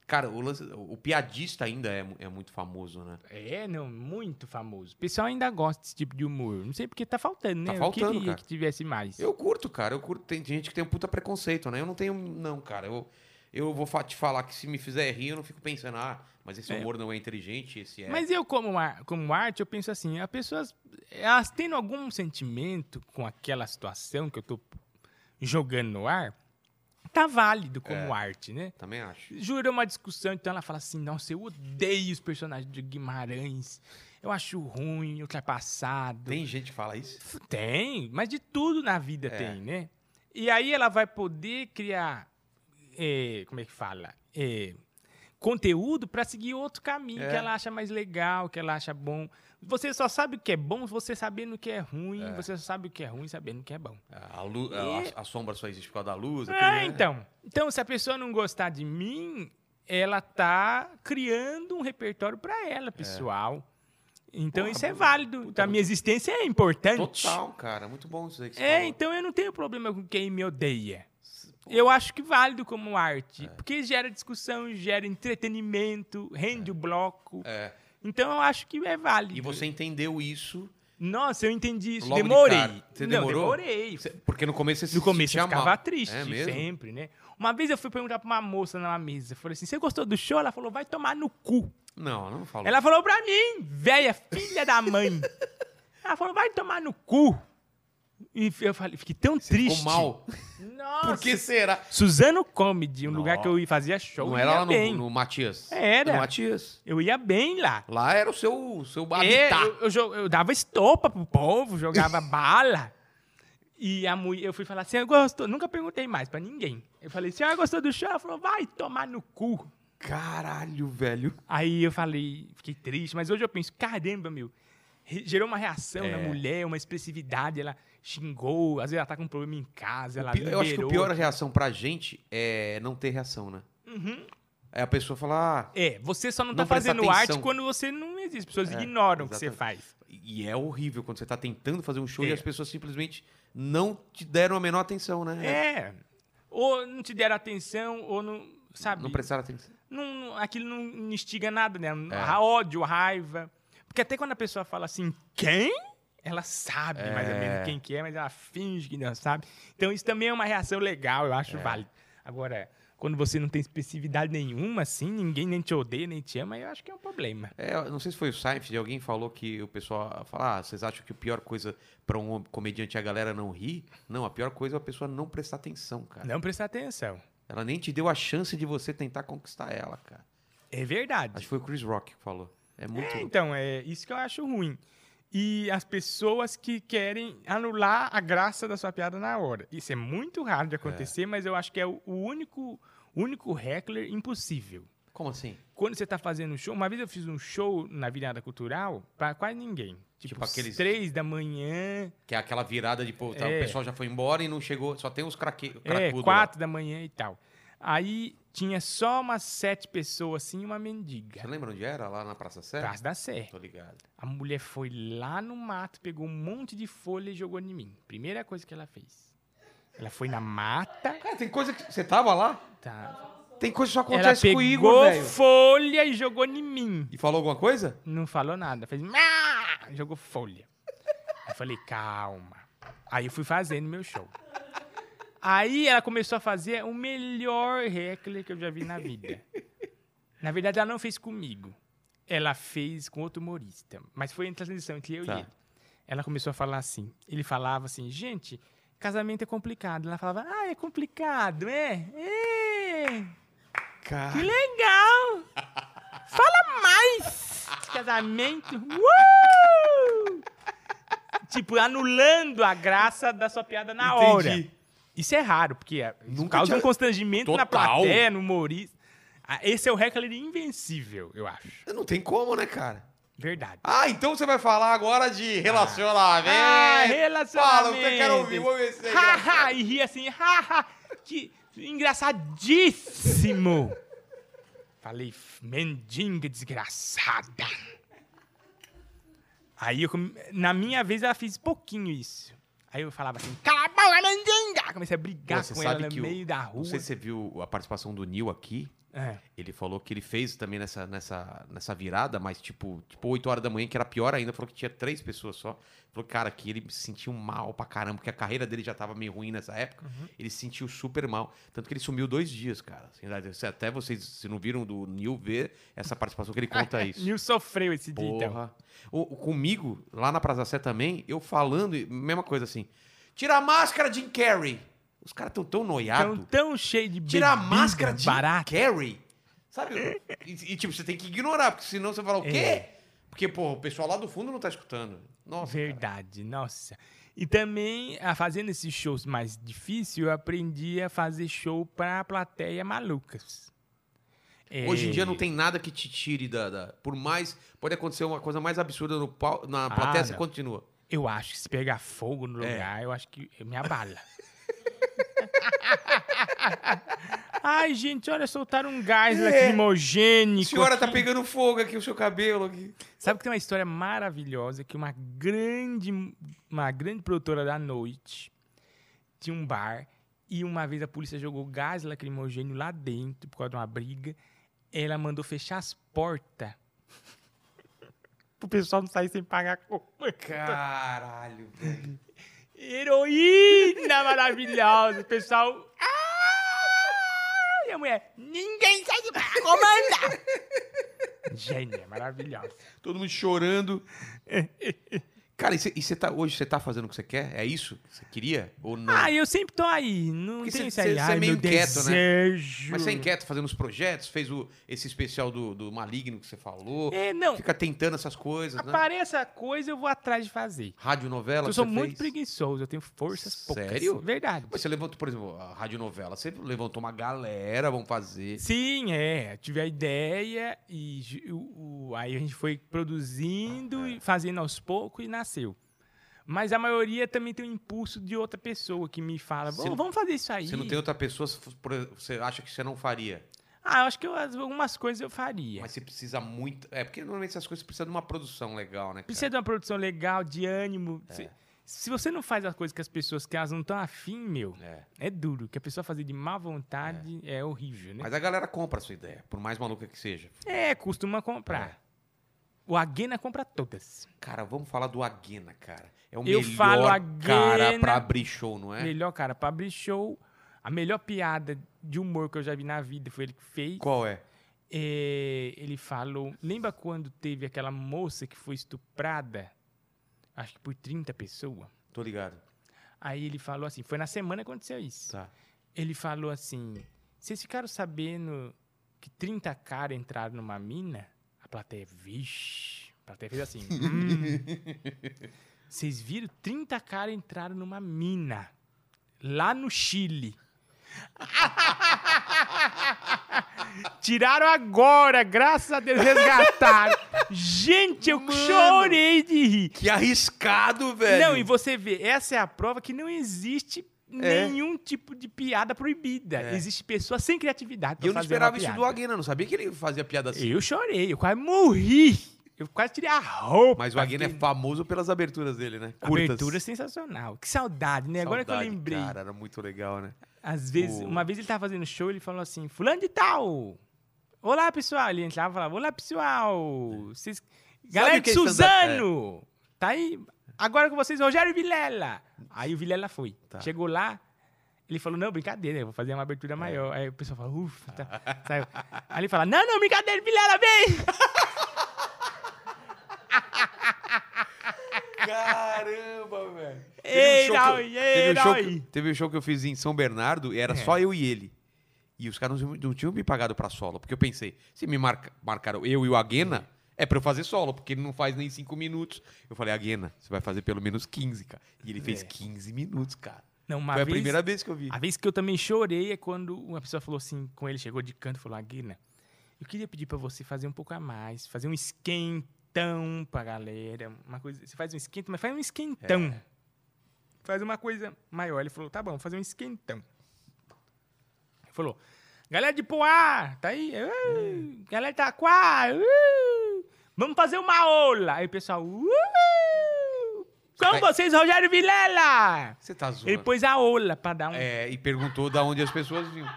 A: Cara, o, lance- o piadista ainda é, mu- é muito famoso, né?
B: É, não, muito famoso. O pessoal ainda gosta desse tipo de humor. Não sei porque tá faltando, né?
A: Tá faltando,
B: Eu queria
A: cara.
B: que tivesse mais.
A: Eu curto, cara. Eu curto. Tem gente que tem um puta preconceito, né? Eu não tenho, não, cara. Eu, eu vou fa- te falar que se me fizer rir, eu não fico pensando, ah, mas esse
B: É.
A: humor não é inteligente, esse é.
B: Mas eu, como, ar- como arte, eu penso assim, as pessoas, elas tendo algum sentimento com aquela situação que eu tô jogando no ar, tá válido
A: É.
B: como arte, né?
A: Também acho.
B: Jura uma discussão, então ela fala assim, nossa, eu odeio os personagens de Guimarães, eu acho ruim, ultrapassado.
A: Tem gente que fala isso?
B: F- Tem, mas de tudo na vida
A: É.
B: tem, né? E aí ela vai poder criar, eh, como é que fala? Eh, conteúdo para seguir outro caminho
A: É.
B: que ela acha mais legal, que ela acha bom. Você só sabe o que é bom você sabendo o que é ruim, você só sabe o que é ruim sabendo o que é bom.
A: A, lu- a- a sombra só existe por causa da luz. aquilo,
B: Ah,
A: né?
B: então. Então, se a pessoa não gostar de mim, ela tá criando um repertório para ela, pessoal. Então
A: É. Porra,
B: isso é
A: puta,
B: válido.
A: puta,
B: a minha existência é importante.
A: Total, cara. Muito bom isso aí que você
B: É,
A: falou.
B: então eu não tenho problema com quem me odeia.
A: Pô, É.
B: Eu acho que válido como arte, porque gera discussão, gera entretenimento, rende o bloco.
A: É.
B: Então eu acho que é válido.
A: E você entendeu isso.
B: Nossa, eu entendi isso.
A: Logo de
B: demorei.
A: cara. Você
B: Não,
A: demorou?
B: demorei.
A: Cê- Porque no começo você se
B: No começo
A: sentia
B: eu ficava
A: mal.
B: triste,
A: É mesmo?
B: sempre, né? Uma vez eu fui perguntar pra uma moça na mesa, falei assim, você gostou do show? Ela falou, vai tomar no cu.
A: Não, não falou.
B: Ela falou pra mim, velha filha
A: [laughs]
B: da mãe. Ela falou, vai tomar no cu. E eu falei, fiquei tão triste.
A: Ficou mal.
B: Nossa.
A: Por que será?
B: Suzano Comedy, um lugar
A: Nossa.
B: que eu ia- fazia show.
A: não
B: eu
A: era
B: ia
A: lá
B: bem.
A: no, no Matias?
B: Era.
A: No Matias.
B: Eu ia bem lá.
A: Lá era o seu, seu
B: É,
A: habitat.
B: eu, eu jo- eu dava estopa pro povo,
A: [laughs]
B: jogava bala. E a mulher, eu fui falar, senhora gostou? Nunca perguntei mais pra ninguém. Eu falei, senhora gostou do show? Ela falou, vai tomar no cu.
A: Caralho, velho.
B: Aí eu falei, fiquei triste, mas hoje eu penso, caramba, meu. re- Gerou uma reação na
A: É.
B: mulher, uma expressividade, ela xingou, às vezes ela tá com um problema em casa, ela liberou.
A: Eu acho que a pior é reação pra gente é não ter reação, né?
B: Uhum.
A: É a pessoa falar. "Ah",
B: É, você só não,
A: Não
B: tá
A: presta
B: fazendo
A: atenção.
B: arte quando você não existe. As pessoas
A: É,
B: ignoram o que você
A: exatamente.
B: faz.
A: E é horrível quando você tá tentando fazer um show e
B: É.
A: as pessoas simplesmente não te deram a menor atenção, né?
B: É. Ou não te deram atenção, ou não. Sabe?
A: Não prestaram atenção.
B: não- não- aquilo não não instiga nada, né?
A: É.
B: Ra- Ódio, raiva. Porque até quando a pessoa fala assim, quem? Ela sabe mais ou
A: É.
B: menos quem que é, mas ela finge que não sabe. Então isso também é uma reação legal, eu
A: É.
B: acho válido. Agora, quando você não tem expressividade nenhuma, assim, ninguém nem te odeia, nem te ama, eu acho que é um problema.
A: É, eu não sei se foi o Seinfeld, alguém falou que o pessoal fala, ah, vocês acham que a pior coisa pra um comediante é a galera não rir? Não, a pior coisa é a pessoa não prestar atenção, cara.
B: Não prestar atenção.
A: Ela nem te deu a chance de você tentar conquistar ela, cara.
B: É verdade.
A: Acho que foi o Chris Rock que falou. É muito.
B: É, então, é isso que eu acho ruim. E as pessoas que querem anular a graça da sua piada na hora. Isso é muito raro de acontecer, mas eu acho que é o o único, único heckler impossível.
A: Como assim?
B: Quando você tá fazendo um show, uma vez eu fiz um show na virada cultural para quase ninguém. Tipo,
A: Tipo aqueles-
B: três da manhã,
A: Que é aquela virada de pô, tá,
B: É.
A: o pessoal já foi embora e não chegou, só tem os craque,
B: é,
A: cracudo lá.
B: quatro da manhã e tal. Aí tinha só umas sete pessoas assim e uma
A: Você
B: mendiga.
A: lembra onde era? Lá na Praça Sé?
B: Praça da Sé.
A: Tô ligado.
B: A mulher foi lá no mato, pegou um monte de folha e jogou em mim. Primeira coisa que ela fez. Ela foi na mata.
A: Cara, tem coisa que você tava lá?
B: Tá.
A: Tem coisa que só
B: Ela
A: acontece com o Igor,
B: pegou
A: velho.
B: folha e jogou em mim.
A: E falou alguma coisa?
B: Não falou nada. Fez. "Má!" Jogou folha. Eu falei, calma. Aí eu fui fazendo meu show. Aí ela começou a fazer o melhor heckler que eu já vi na vida. Na verdade, ela não fez comigo. Ela fez com outro humorista. Mas foi em transição entre eu
A: Tá.
B: e ele. Ela começou a falar assim. Ele falava assim, gente, casamento é complicado. Ela falava, ah, é complicado, é? É. Que
A: Cara,
B: legal! Fala mais! Casamento! Uh! Tipo, anulando a graça da sua piada na hora.
A: entendi.
B: Isso é raro, porque é- isso
A: Nunca
B: causa
A: tinha-
B: um constrangimento na
A: Total.
B: plateia, no humorista. Ah, Esse é o heckler invencível, eu acho.
A: Não tem como, né, cara?
B: Verdade.
A: Ah, então você vai falar agora de relacionamento.
B: Ah, relacionamento.
A: Fala, eu quero ouvir, vou ver se é engraçado.
B: Haha, e ri assim, haha, que engraçadíssimo. Falei, "F- mendiga desgraçada. Aí, eu, come- na minha vez, ela fez pouquinho isso. Aí eu falava assim, cala a boca, mendiga! Comecei a brigar
A: Pô, você
B: com ela
A: sabe
B: no
A: que o-
B: meio da rua.
A: Não sei se você viu a participação do Neil aqui.
B: É.
A: Ele falou que ele fez também nessa, nessa, nessa virada, mas tipo, tipo 8 horas da manhã, que era pior ainda, falou que tinha três pessoas só. Falou, cara, que ele se sentiu mal pra caramba, porque a carreira dele já tava meio ruim nessa época. Ele se sentiu super mal. Tanto que ele sumiu dois dias, cara. Assim, se Até vocês, se não viram do Neil ver essa participação que ele conta isso.
B: Nil sofreu esse dia, então.
A: Porra. O, o- comigo, lá na Praça Sé também, eu falando, e mesma coisa assim. Tira a máscara, Jim Carrey. Os caras estão tão
B: Tão,
A: noiados.
B: tão cheio de
A: Tira a
B: bebida
A: máscara, Jim
B: barata.
A: Carrey. Sabe? E, e, tipo, você tem que ignorar, porque senão você fala, o
B: É. É.
A: quê? Porque, pô, o pessoal lá do fundo não tá escutando. Nossa. cara.
B: Verdade, nossa. E também, a- fazendo esses shows mais difíceis, eu aprendi a fazer show pra plateia malucas. É,
A: Hoje em dia não tem nada que te tire da, da- Por mais. Pode acontecer uma coisa mais absurda no pau, na
B: Ah,
A: plateia, você
B: não.
A: continua.
B: Eu acho que se pegar fogo no
A: É.
B: lugar, eu acho que
A: [laughs]
B: me abala. Ai, gente, olha, soltaram um gás lacrimogênico.
A: É. senhora tá
B: aqui.
A: pegando fogo aqui, o seu cabelo aqui.
B: Sabe que tem uma história maravilhosa que uma grande, uma grande produtora da noite tinha um bar e uma vez a polícia jogou gás lacrimogênio lá dentro por causa de uma briga. Ela mandou fechar as portas [laughs] pro pessoal não sair sem pagar conta.
A: Caralho, velho.
B: Heroína maravilhosa. O pessoal... Ah! E a mulher... Ninguém sai de bar, comanda! Gênia, maravilhosa.
A: Todo mundo
B: [laughs]
A: chorando. Cara, e você tá, hoje você tá fazendo o que você quer? É isso que você queria? Ou não?
B: Ah, eu sempre tô aí. Não
A: Porque
B: tem
A: cê-
B: isso aí.
A: cê- cê é
B: Ai,
A: meio
B: meu
A: inquieto, né?
B: desejo.
A: Mas você é inquieto fazendo os projetos? Fez o, esse especial do, do Maligno que você falou?
B: É, não.
A: né? Fica tentando essas coisas, né?
B: Aparece a coisa, eu vou atrás de fazer.
A: Radionovela
B: eu
A: que
B: sou
A: você fez?
B: muito preguiçoso, eu tenho forças poucas.
A: Sério?
B: Verdade.
A: Mas você levantou, por exemplo, a radionovela. Você levantou uma galera, vamos fazer.
B: Sim, é. Tive a ideia e ju- o- o- aí a gente foi produzindo
A: Ah, é.
B: e fazendo aos poucos e nasceu. Mas a maioria também tem um impulso de outra pessoa que me fala,
A: Você não-
B: vamos fazer isso aí.
A: Você não tem um outra pessoa, se fosse, por exemplo, você acha que você não faria.
B: Ah, eu acho que eu- algumas coisas eu faria.
A: Mas você precisa muito. É, porque normalmente essas coisas precisam de uma produção legal, né? cara?
B: Precisa de uma produção legal, de ânimo.
A: É.
B: Se, se você não faz as coisas que as pessoas que elas não estão afim, meu,
A: É.
B: é duro. Que a pessoa fazer de má vontade é, horrível, né?
A: Mas a galera compra a sua ideia, por mais maluca que seja.
B: É, costuma comprar. O Aguena compra todas.
A: Cara, vamos falar do Aguena, cara. É o
B: Eu
A: melhor
B: falo
A: cara
B: Aguena.
A: pra abrir show, não é?
B: Melhor, cara, pra abrir show. A melhor piada de humor que eu já vi na vida foi ele que fez.
A: Qual é?
B: É, ele falou. Lembra quando teve aquela moça que foi estuprada? Acho que por 30 pessoas.
A: Tô ligado.
B: Aí ele falou assim: foi na semana que aconteceu isso.
A: Tá.
B: ele falou assim: vocês ficaram sabendo que 30 caras entraram numa mina? A plateia, vixe. A plateia fez assim:
A: [laughs]
B: "Hum." vocês viram? 30 caras entraram numa mina. Lá no Chile. [laughs] Tiraram agora, graças a Deus, resgataram. Gente, eu
A: Mano.
B: chorei de rir.
A: Que arriscado, velho.
B: Não, e você vê, essa é a prova que não existe nenhum tipo de piada proibida.
A: É.
B: Existe pessoa sem criatividade. pra
A: eu não
B: fazer uma
A: esperava isso do
B: piada.
A: Aguena, não sabia que ele fazia piada assim.
B: Eu chorei, eu quase morri. Eu quase tirei a roupa.
A: Mas o Aguena é famoso pelas aberturas dele, né? Curtas.
B: Abertura sensacional. Que saudade, né? Agora que eu
A: Saudade,
B: lembrei.
A: Cara, era muito legal, né?
B: Às vezes,
A: O-
B: uma vez ele tava fazendo show, ele falou assim, fulano de tal. Olá, pessoal. Ele entrava e falava, olá, pessoal. Vocês... Galera
A: o
B: de
A: que é stand-up?
B: Suzano. Tá aí. Agora com vocês, Rogério Vilela. Aí o Vilela foi.
A: Tá. É.
B: Chegou lá, ele falou, não, brincadeira, eu vou fazer uma abertura maior. Aí o pessoal fala, ufa, tá. saiu. Aí ele fala, não, não, brincadeira, Vilela, vem!
A: Caramba, velho. Teve
B: Ei,
A: um show que-
B: Raul, ei,
A: teve um show
B: Raul.
A: que- Teve um show que eu fiz em São Bernardo
B: É.
A: e era só eu e ele. E os caras não, não tinham me pagado pra solo, porque eu pensei, se me marca- marcaram eu e o Aguena, é pra eu fazer solo, porque ele não faz nem cinco minutos. Eu falei, Aguena, você vai fazer pelo menos 15, cara. E ele fez
B: É.
A: 15 minutos, cara.
B: Não, uma
A: Foi
B: vez,
A: a primeira vez que eu vi.
B: a vez que eu também chorei é quando uma pessoa falou assim, com ele, chegou de canto e falou, Aguina, eu queria pedir pra você fazer um pouco a mais, fazer um esquentão pra galera, uma coisa, você faz um esquento, mas faz um esquentão. Faz uma coisa maior. Ele falou, tá bom, vou fazer um esquentão. Ele falou, galera de Poá, tá aí, uh, galera de Taquá, uh, vamos fazer uma aula. Aí o pessoal, uh, com
A: Vai-
B: vocês, Rogério Vilela!
A: Você tá zoando.
B: Ele pôs a ola pra dar um.
A: É, e perguntou da onde as pessoas vinham.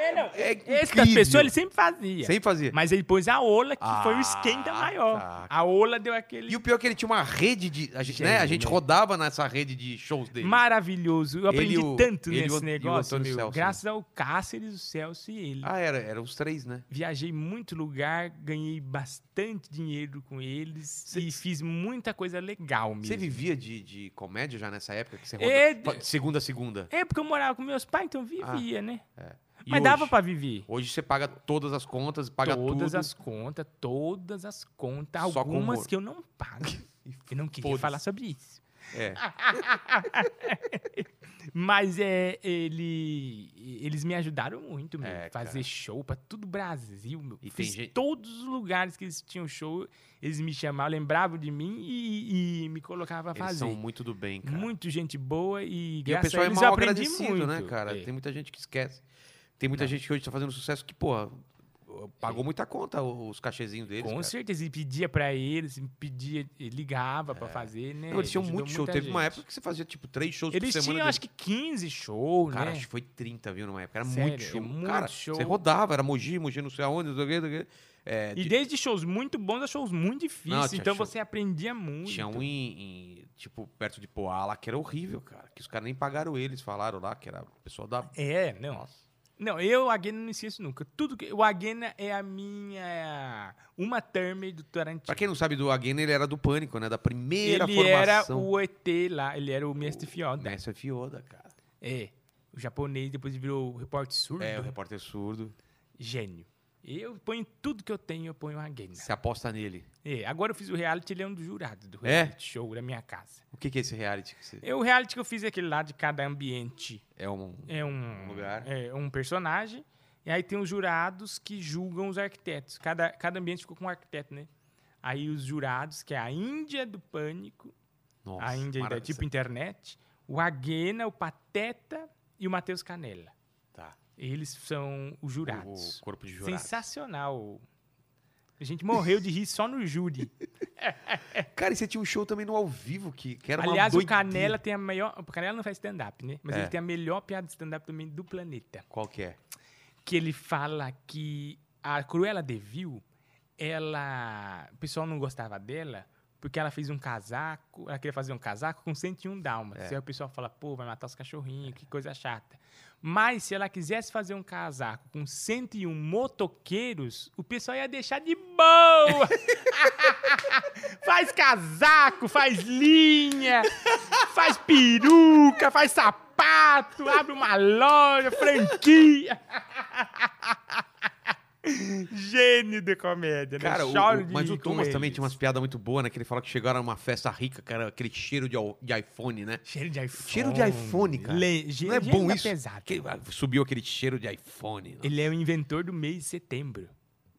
B: É, não.
A: É
B: Esta
A: incrível.
B: pessoa ele sempre fazia.
A: Sem fazer.
B: Mas ele pôs a ola, que foi o
A: Ah,
B: esquenta maior.
A: tá.
B: A ola deu aquele
A: E o pior é que ele tinha uma rede de. A gente, né? A gente
B: Gênio.
A: rodava nessa rede de shows dele.
B: maravilhoso.
A: Ele
B: Eu aprendi
A: e o-
B: tanto
A: ele e o-
B: nesse
A: e o
B: negócio,
A: Antônio
B: meu.
A: Celso, né?
B: Graças ao Cáceres, o Celso e ele.
A: Ah, era, eram os três, né?
B: Viajei muito lugar, ganhei bastante dinheiro com eles e fiz muita coisa legal mesmo.
A: Você vivia de, de comédia já nessa época? Que você
B: É,
A: rodava-
B: de-
A: de segunda a segunda.
B: É, porque eu morava com meus pais, então vivia, né?
A: Ah. E
B: Mas
A: hoje?
B: dava pra viver.
A: Hoje você paga todas as contas, paga
B: todas
A: tudo.
B: as contas, todas as contas,
A: Só com
B: algumas
A: humor.
B: que eu não
A: [laughs]
B: pago. Eu não queria
A: Foda-se.
B: falar sobre isso.
A: É.
B: [laughs] Mas é, ele, eles me ajudaram muito, meu.
A: É,
B: fazer
A: cara.
B: show pra todo o Brasil, meu.
A: E tem
B: Fiz
A: gente-
B: todos os lugares que eles tinham show, eles me chamavam, lembravam de mim e, e me colocavam pra
A: Eles são
B: fazer.
A: muito do bem, cara.
B: Muito gente boa e
A: E o
B: graças a
A: pessoal é
B: eles eu
A: mal
B: aprendi
A: agradecido,
B: muito.
A: né, cara?
B: É.
A: Tem muita gente que esquece. Tem muita gente que hoje tá fazendo sucesso que, porra, pagou muita conta os cachezinhos deles.
B: É. Com
A: cara.
B: certeza, e pedia pra eles, pedia, ligava pra fazer, né?
A: Não, eles tinham
B: Ajudou
A: É. muito show.
B: muita
A: Teve uma
B: gente.
A: época que você fazia, tipo, três shows
B: Eles
A: por
B: tinham,
A: semana.
B: acho que 15 shows,
A: Cara,
B: né?
A: acho que foi 30, viu, numa época. Era
B: Sério,
A: muito show.
B: é muito
A: cara,
B: show.
A: você rodava, era Mogi, Mogi não sei aonde, não sei o quê, não sei o quê. É,
B: E
A: de-
B: desde shows muito bons a shows muito difíceis.
A: tinha
B: então
A: show-
B: você aprendia muito.
A: Tinha um em, em, tipo, perto de Poá lá, que era horrível, cara. Que os caras nem pagaram eles, falaram lá, que era o pessoal da...
B: É, não. Não, eu, o Aguena, não esqueço nunca. Tudo que... O Aguena é a minha... Uma term do Tarantino.
A: Pra quem não sabe do Again, ele era do Pânico, né? Da primeira
B: ele era
A: formação.
B: o ET lá, ele era o Mestre Fioda.
A: Nessa Fioda, cara.
B: É, o japonês, depois virou o repórter surdo.
A: É, o repórter surdo.
B: Gênio. Eu ponho tudo que eu tenho, eu ponho o Aguena.
A: Você aposta nele.
B: É, agora eu fiz o reality, ele é um dos jurados do
A: É?
B: reality show da minha casa.
A: O que, que é esse reality? que você-
B: É, O reality que eu fiz é aquele lá de cada ambiente.
A: É um...
B: É um
A: Lugar.
B: É um personagem. E aí tem os jurados que julgam os arquitetos. Cada, cada ambiente ficou com um arquiteto, né? Aí os jurados, que é a Índia do Pânico,
A: Nossa,
B: a Índia da
A: maravilha.
B: tipo internet, o Aguena, o Pateta e o Matheus Canella.
A: Tá.
B: Eles são os
A: O
B: jurados.
A: corpo de jurado.
B: Sensacional. A gente morreu de rir só no júri.
A: Cara, e você tinha um show também no ao vivo, que, que [laughs] era
B: Aliás,
A: uma
B: o
A: doideira.
B: Canela tem a melhor. O Canela não faz stand-up, né? Mas
A: É.
B: ele tem a melhor piada de stand-up também do planeta.
A: Qual que é?
B: que ele fala que a Cruella de Vil, ela, o pessoal não gostava dela porque ela fez um casaco, ela queria fazer um casaco com 101 dálmatas. Aí o pessoal fala, pô, vai matar os cachorrinhos, que coisa chata. Mas se ela quisesse fazer um casaco com 101 motoqueiros, o pessoal ia deixar de boa. [laughs] faz casaco, faz linha, faz peruca, faz sapato, abre uma loja, franquia. [laughs] Gênio da comédia,
A: Cara,
B: né?
A: o,
B: Choro
A: o-
B: de
A: mas
B: rir
A: o
B: com
A: Thomas também
B: eles.
A: tinha umas piadas muito boas, né? Que ele fala que chegaram numa festa rica, cara, aquele cheiro de, al- de iPhone, né?
B: Cheiro de iPhone.
A: Cheiro de iPhone, cara.
B: Le-
A: Não é
B: gênio
A: bom
B: da
A: isso?
B: pesada.
A: Que- ah, subiu aquele cheiro de iPhone. né?
B: Ele é o inventor do mês de setembro.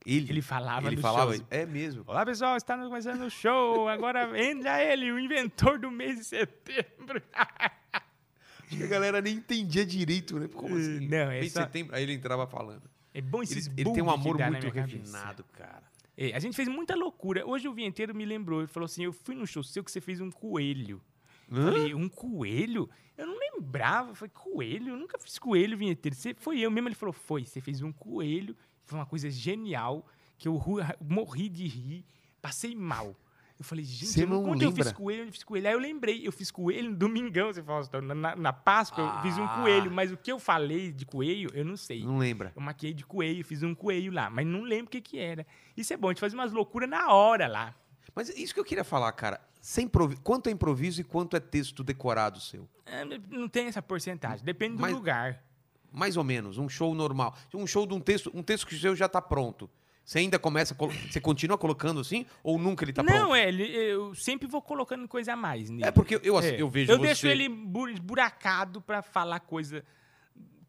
B: ele falava
A: Ele
B: nos
A: falava,
B: shows.
A: é mesmo.
B: Olá, pessoal, está começando o show. Agora entra ele, o inventor do mês de setembro.
A: Acho que a galera nem entendia direito, né? Como assim?
B: Não, é
A: Mês de
B: só-
A: setembro, aí ele entrava falando.
B: É bom
A: Ele,
B: esses
A: ele
B: bug
A: tem um
B: que
A: amor
B: dá na
A: muito
B: minha cabeça.
A: refinado, cara.
B: É, a gente fez muita loucura. Hoje o vinheteiro me lembrou. Ele falou assim, eu fui no show seu que você fez um coelho. Eu
A: Hã?
B: Falei, um coelho? Eu não lembrava. Eu Falei, coelho? Eu nunca fiz coelho, vinheteiro. Você, foi eu mesmo. Ele falou, foi. Você fez um coelho. Foi uma coisa genial que eu ru- morri de rir. Passei mal. Eu falei, gente,
E: Você
B: eu não
E: não
B: contei, eu fiz
E: lembra?
B: coelho, eu fiz coelho. Aí eu lembrei, eu fiz coelho no domingão, você falou, na- na, na Páscoa eu fiz um
E: Ah.
B: coelho, mas o que eu falei de coelho, eu não sei.
E: Não lembra.
B: Eu maquiei de coelho, fiz um coelho lá, mas não lembro o que que era. Isso é bom, a gente faz umas loucuras na hora lá.
E: Mas isso que eu queria falar, cara. Sem improvi- Quanto é improviso e quanto é texto decorado seu?
B: É, Não tem essa porcentagem, depende do
E: Mas-
B: lugar.
E: Mais ou menos, um show normal. Um show de um texto, um texto que o seu já tá pronto. Você ainda começa, a colo- você continua colocando assim ou nunca ele tá
B: não,
E: pronto?
B: é, ele- eu sempre vou colocando coisa a mais nele.
E: É porque eu, eu,
B: É.
E: eu vejo
B: Eu
E: você...
B: deixo ele bu- esburacado pra falar coisa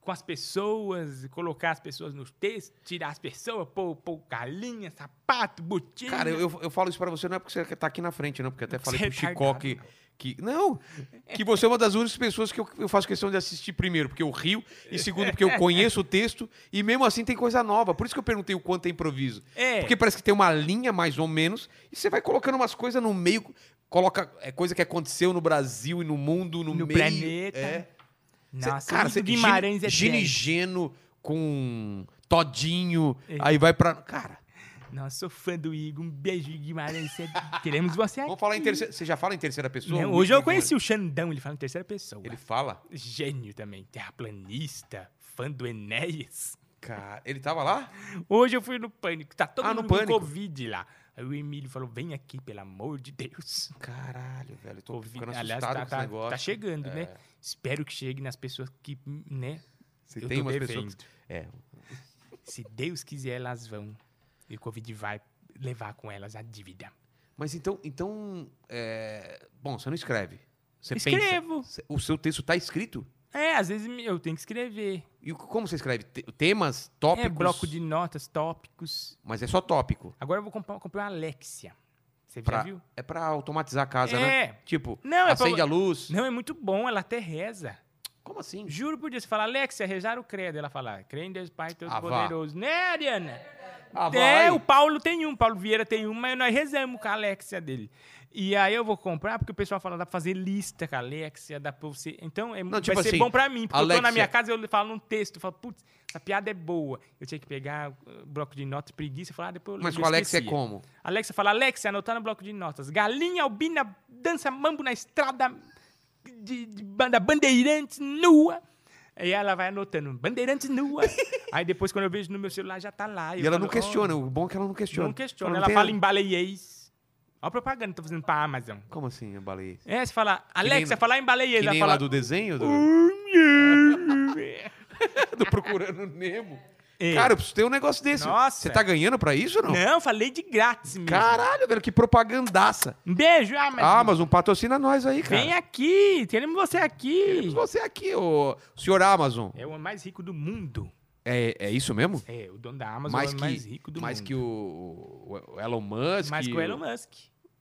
B: com as pessoas, colocar as pessoas nos textos, tirar as pessoas, pôr, pôr galinha, sapato, botinha.
E: Cara, eu, eu falo isso pra você não é porque você tá aqui na frente, não, porque eu até falei
B: Você é
E: pro Chicó que, que. Não! Que você é uma das únicas pessoas que eu, eu
B: [laughs]
E: faço questão de assistir primeiro, porque eu rio, e segundo, porque eu conheço o texto, e mesmo assim tem coisa nova. Por isso que eu perguntei o quanto é improviso.
B: É,
E: Porque parece que tem uma linha mais ou menos, e você vai colocando umas coisas no meio, coloca é coisa que aconteceu no Brasil e no mundo, no,
B: no
E: meio.
B: planeta.
E: É. Cê-
B: Nossa,
E: cara,
B: cara,
E: você
B: Guimarães é
E: Gino, Gino e
B: 10.
E: Geno com Todinho,
B: É.
E: aí vai pra. Cara,
B: Nossa, sou fã do Igor. Um beijo, Guimarães.
E: [laughs]
B: cê- Queremos você aqui.
E: vamos falar em terceira. Você já fala em terceira pessoa?
B: É Não, hoje eu
E: Igor?
B: conheci o Xandão, ele fala em terceira pessoa.
E: Ele fala?
B: Gênio também, terraplanista, fã do Enéas.
E: Cara, ele tava lá?
B: Hoje eu fui no pânico, tá todo
E: Ah, no
B: mundo com
E: Pânico?
B: Covid lá. Aí o Emílio falou: vem aqui, pelo amor de Deus.
E: Caralho, velho, eu tô
B: Covid,
E: ficando
B: aliás,
E: assustado
B: tá,
E: com esse
B: tá-
E: negócio.
B: tá chegando,
E: É.
B: né? Espero que chegue nas pessoas que, né?
E: Você
B: eu
E: tem
B: tô
E: umas
B: devendo.
E: pessoas. que- É.
B: Se Deus quiser, elas vão. E o Covid vai levar com elas a dívida.
E: Mas então, então, é... bom, você não escreve. Você pensa.
B: Escrevo.
E: Cê- O seu texto tá escrito?
B: É, às vezes me- eu tenho que escrever.
E: E o- como você escreve? Te- Temas, tópicos?
B: É bloco de notas, tópicos.
E: Mas é só tópico.
B: Agora eu vou comprar, comprei uma Alexia. Você
E: Pra-
B: já viu?
E: É pra automatizar a casa, né?
B: é.
E: Tipo,
B: Não, é pra-
E: acende a luz.
B: Não, é muito bom, ela até reza.
E: Como assim?
B: Juro por Deus, você fala, Alexia, rezar o credo. Ela fala, crê em Deus Pai
E: Ah, vá.
B: Todo-Poderoso. né, Ariana?
E: Ah,
B: é,
E: vai.
B: o Paulo tem um, o Paulo Vieira tem um, mas nós rezamos com a Alexia dele. E aí eu vou comprar, porque o pessoal fala, dá pra fazer lista com a Alexia, dá pra você... Então, é, vai
E: tipo
B: ser
E: assim,
B: bom pra mim, porque eu tô na
E: Alexia-
B: minha casa, eu falo um texto, eu falo, putz, essa piada é boa. Eu tinha que pegar uh, bloco de notas, preguiça, eu falava, ah, depois eu
E: Mas
B: eu
E: com o Alex é
B: esquecia.
E: como?
B: Alexa fala, Alexa, anotar no bloco de notas. Galinha albina dança mambo na estrada de, de banda Bandeirantes nua. E ela vai anotando, Bandeirantes
E: [laughs]
B: nua. Aí depois, quando eu vejo no meu celular, já tá lá.
E: E
B: Eu
E: ela
B: falo,
E: não
B: "Oh,
E: questiona. O bom é que ela não questiona.
B: Não questiona.
E: não
B: Ela
E: tem-
B: fala em baleiês. Olha a propaganda que tá fazendo pra Amazon.
E: Como assim, a baleia?
B: É, você fala,
E: nem-
B: Alexa, falar em
E: Que
B: baleiês. Ela
E: nem
B: fala... "Hum,
E: lá do desenho? Do,
B: [laughs]
E: [laughs] do Procurando Nemo.
B: É.
E: [laughs] Cara, eu preciso ter um negócio desse.
B: Nossa.
E: Você tá ganhando pra isso ou não?
B: Não, falei de grátis mesmo.
E: Caralho, velho, que propagandaça.
B: Um beijo, Amazon.
E: Ah, Amazon, patrocina nós aí, cara.
B: Vem aqui, queremos você aqui.
E: Você aqui, ô, senhor Amazon.
B: É o mais rico do mundo.
E: É, é isso mesmo?
B: É, o dono da Amazon
E: mais
B: é o
E: que,
B: mais rico do
E: mais
B: mundo.
E: que o, o Elon Musk.
B: mais que o Elon Musk.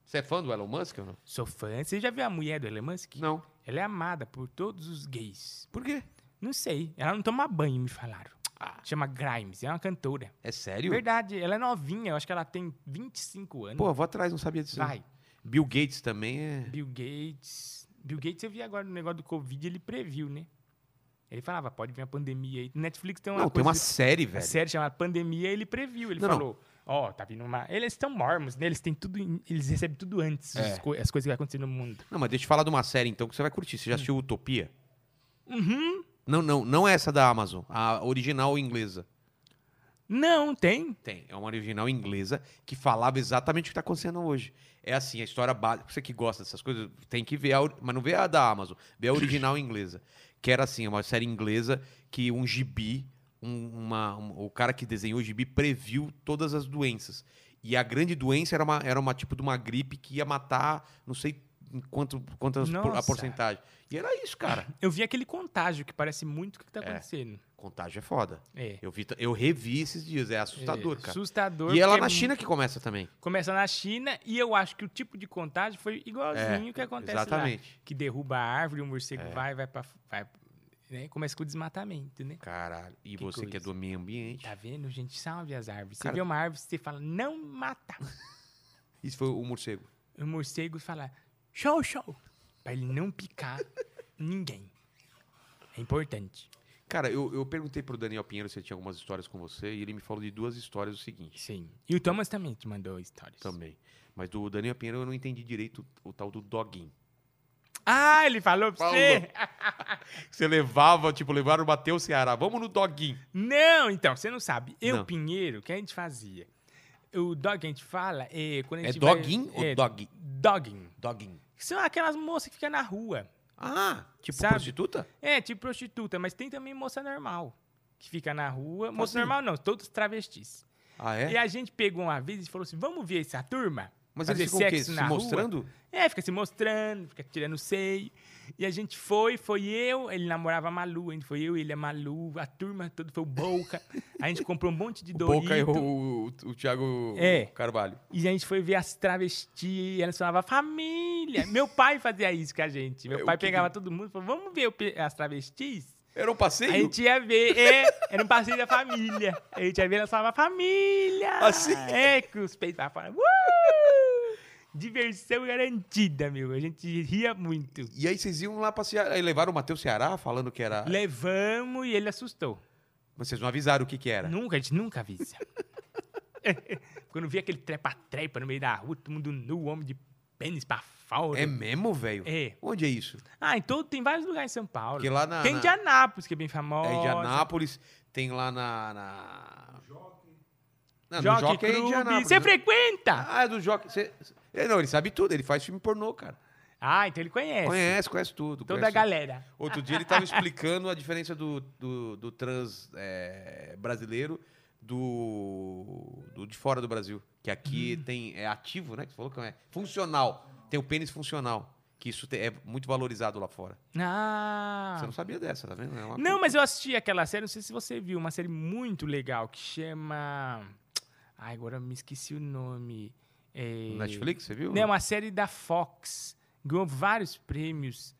E: Você é fã do Elon Musk ou não?
B: Sou fã. Você já viu a mulher do Elon Musk?
E: Não.
B: Ela é amada por todos os gays.
E: Por quê?
B: Não sei. Ela não toma banho, me falaram.
E: Ah.
B: Chama Grimes. É uma cantora.
E: É sério?
B: Verdade. Ela é novinha. Eu acho que ela tem 25 anos.
E: Pô, eu vou atrás, não sabia disso. não.
B: Hum. Vai.
E: Bill Gates também é.
B: Bill Gates. Bill Gates, eu vi agora no negócio do Covid, ele previu, né? Ele falava, pode vir a pandemia aí. Netflix tem uma
E: não, tem
B: coisa-
E: uma série,
B: a
E: velho.
B: série chamada Pandemia, ele previu, ele
E: Não, não.
B: falou, ó, tá vindo uma... Eles estão mormos, né? Eles têm tudo, em- eles recebem tudo antes,
E: É.
B: as, co- as coisas que vai acontecer no mundo.
E: Não, mas deixa eu falar de uma série então que você vai curtir. Você já assistiu Utopia?
B: Hum. Uhum.
E: Não, não, não é essa da Amazon, a original inglesa.
B: Não, tem.
E: Tem, é uma original inglesa que falava exatamente o que tá acontecendo hoje. É assim, a história básica, você que gosta dessas coisas, tem que ver, a, ori- mas não vê a da Amazon, vê
B: [coughs]
E: a original inglesa. Que era assim, uma série inglesa que um gibi, um- uma, um- o cara que desenhou o gibi previu todas as doenças. E a grande doença era uma, era uma tipo de uma gripe que ia matar, não sei em quanto, quantas por- a
B: Nossa.
E: porcentagem. E era isso, cara.
B: Eu vi aquele contágio que parece muito o que tá
E: É.
B: acontecendo.
E: Contágio é foda.
B: É.
E: Eu, vi, eu revi esses dias, é assustador,
B: É,
E: cara.
B: Assustador.
E: E é lá
B: porque
E: na
B: é
E: China que começa também.
B: mu- Começa na China e eu acho que o tipo de contágio foi igualzinho o que acontece lá.
E: É, Exatamente. É.
B: Que derruba a árvore, o morcego vai, vai pra... Vai, né? Começa com o desmatamento, né?
E: Caralho. E
B: Que
E: você que é
B: coisa.
E: do meio ambiente.
B: Tá vendo, gente? Salve as árvores. Você
E: Cara-
B: vê uma árvore, você fala, não mata.
E: Isso foi o morcego.
B: o morcego fala show, show, pra ele não picar ninguém. É importante.
E: Cara, eu, eu perguntei pro Daniel Pinheiro se ele tinha algumas histórias com você e ele me falou de duas histórias o seguinte
B: Sim. E o Thomas também te mandou stories.
E: também. Mas do Daniel Pinheiro eu não entendi direito o, o tal do doguinho.
B: Ah, ele falou pra
E: Falou.
B: você?
E: Você levava, tipo, levaram o Bateu Ceará. Vamos no doguinho.
B: Não, então, você não sabe. Eu,
E: Não.
B: Pinheiro, o que a gente fazia? O dog que a gente fala é quando a
E: É
B: gente vai-
E: doguinho ou
B: é,
E: dog?
B: Dogging.
E: Doguinho.
B: São aquelas moças que ficam na rua.
E: Ah, tipo
B: Sabe?
E: prostituta?
B: É, tipo prostituta, mas tem também moça normal. Que fica na rua. Moça
E: Fazia.
B: normal não, todos travestis.
E: Ah, é?
B: E a gente pegou uma vez e falou assim: vamos ver essa turma?
E: Mas
B: fazer
E: eles ficam o quê?
B: sexo
E: Se
B: na rua?"
E: mostrando?
B: É, fica se mostrando, fica tirando seio. E a gente foi, foi eu, ele namorava a Malu, a gente foi eu, ele, a Malu, a turma toda foi o Boca. A gente comprou um monte de
E: [laughs] O
B: Dorito.
E: Boca e o, o, o Thiago
B: É.
E: Carvalho.
B: E a gente foi ver as travestis, elas falavam, família. Meu pai fazia isso com a gente.
E: É,
B: Meu
E: o
B: pai
E: que-
B: pegava todo mundo e falou, vamos ver o pe- as travestis?
E: Era um passeio?
B: A gente ia ver, é, era um passeio da família. A gente ia ver, elas falavam, família!
E: Assim?
B: É, com os peitos pra fora. Uh! Diversão garantida, meu. A gente ria muito.
E: E aí vocês iam lá passear. Aí levaram o Matheus Ceará falando que era.
B: Levamos e ele assustou.
E: Mas vocês não avisaram o que, que era.
B: Nunca, a gente nunca avisa. [laughs] Quando vi aquele trepa-trepa no meio da rua, todo mundo nu, homem de pênis pra fora.
E: É mesmo, velho?
B: É.
E: Onde é isso?
B: Ah, em todo, tem vários lugares em São Paulo.
E: Porque lá na.
B: Tem
E: na-
B: Indianápolis, que é bem famosa.
E: É Indianápolis, tem lá na. na... Não, no
B: Jockey
E: Jockey é
B: Club.
E: Indianápolis.
B: Você
E: né?
B: frequenta?
E: Ah, é do Jockey. Você... É, Não, ele sabe tudo, ele faz filme pornô, cara.
B: Ah, então ele conhece.
E: Conhece, conhece tudo.
B: Toda a
E: conhece tudo.
B: galera.
E: Outro dia ele tava explicando a diferença do, do, do trans é, brasileiro do, do de fora do Brasil. Que aqui
B: Hum.
E: tem é ativo, né? Que você falou que é funcional. Tem o pênis funcional. Que isso te- é muito valorizado lá fora. Você
B: Ah.
E: não sabia dessa, tá vendo? É uma-
B: Não, mas eu assisti aquela série, não sei se você viu, uma série muito legal que chama. Ai, agora eu me esqueci o nome. É...
E: Netflix, você viu?
B: Não, é uma série da Fox. Ganhou vários prêmios.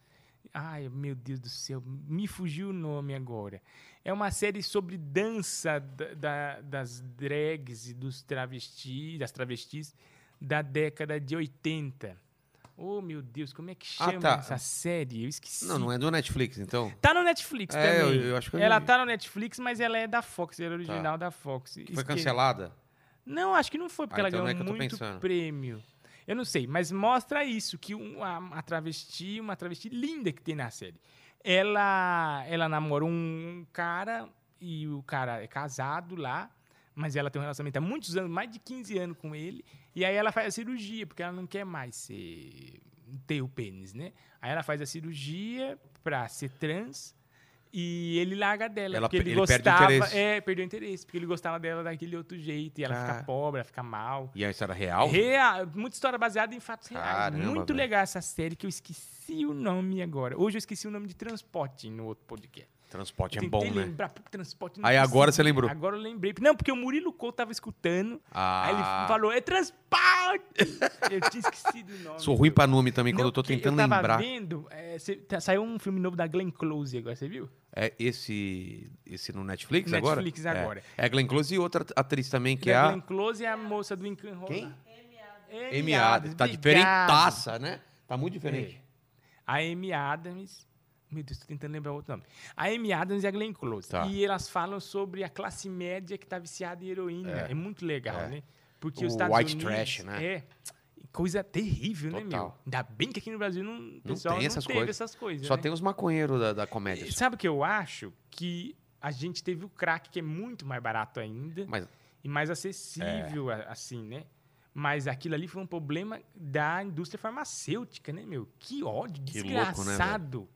B: Ai, meu Deus do céu, me fugiu o nome agora. É uma série sobre dança da- da- das drags e dos travestis, das travestis da década de 80. Oh, meu Deus, como é que
E: Ah,
B: chama
E: tá.
B: essa série? Eu esqueci.
E: Não, não é do Netflix, então.
B: Tá no Netflix
E: É,
B: também.
E: eu- eu acho que eu já
B: ela
E: vi. Tá.
B: tá no Netflix, mas ela é da Fox, ela é original da Fox.
E: Foi
B: Esque-
E: cancelada.
B: não, acho que não foi, porque
E: Ah,
B: ela
E: então não é
B: ganhou
E: que eu tô
B: muito
E: pensando.
B: prêmio. Eu não sei, mas mostra isso, que um- a, a travesti, uma travesti linda que tem na série. Ela, ela namora um cara e o cara é casado lá, mas ela tem um relacionamento há muitos anos, mais de 15 anos com ele, e aí ela faz a cirurgia, porque ela não quer mais ser, ter o pênis, né? Aí ela faz a cirurgia pra ser trans e ele larga dela,
E: Ela
B: porque
E: pe-
B: ele,
E: ele perde o
B: gostava,
E: interesse.
B: é, perdeu o interesse, porque ele gostava dela daquele outro jeito, e ela
E: Ah.
B: fica pobre, ela fica mal.
E: E aí, isso era real?
B: Real, muita história baseada em fatos
E: Caramba,
B: reais. Muito
E: velho.
B: legal essa série que eu esqueci o nome agora. Hoje eu esqueci o nome de Transporte no outro podcast.
E: Transporte é
B: Tentei
E: bom, né?
B: lembrar, pô, Transporte não
E: Aí agora
B: consegui.
E: você lembrou.
B: Agora eu lembrei. Não, porque o Murilo Couto tava escutando,
E: Ah,
B: aí ele falou, é Transporte! eu tinha esquecido o nome.
E: Sou ruim pra nome também, quando
B: Não,
E: eu tô
B: porque
E: tentando
B: eu tava
E: lembrar.
B: Vendo, é, cê- tá- saiu um filme novo da Glenn Close agora, você viu?
E: É esse, esse no Netflix, agora?
B: Netflix agora.
E: É, é Glenn Close e outra atriz também, que
B: da
E: é a
B: Glenn Close é a moça do Encanrola.
E: Quem?
B: Amy,
E: Amy Adams. Tá
B: obrigado.
E: diferentaça, né? Tá muito
B: É,
E: diferente.
B: A Amy Adams. Meu Deus, tô tentando lembrar outro nome. A Amy Adams e a Glenn Close.
E: Tá.
B: E elas falam sobre a classe média que tá viciada em heroína. É, muito legal,
E: É.
B: né? Porque
E: O
B: os Estados
E: white
B: Unidos...
E: trash, né?
B: É. Coisa terrível, né, meu?
E: Total.
B: Ainda bem que aqui no Brasil não, o pessoal não,
E: tem essas
B: teve
E: coisas.
B: essas coisas,
E: Só
B: né?
E: tem os maconheiros da, da comédia.
B: E Sabe o que eu acho? Que a gente teve o crack, que é muito mais barato ainda
E: Mas É.
B: e mais acessível, a- assim, né? Mas aquilo ali foi um problema da indústria farmacêutica, né, meu? Que ódio,
E: Que louco, né, velho?
B: desgraçado.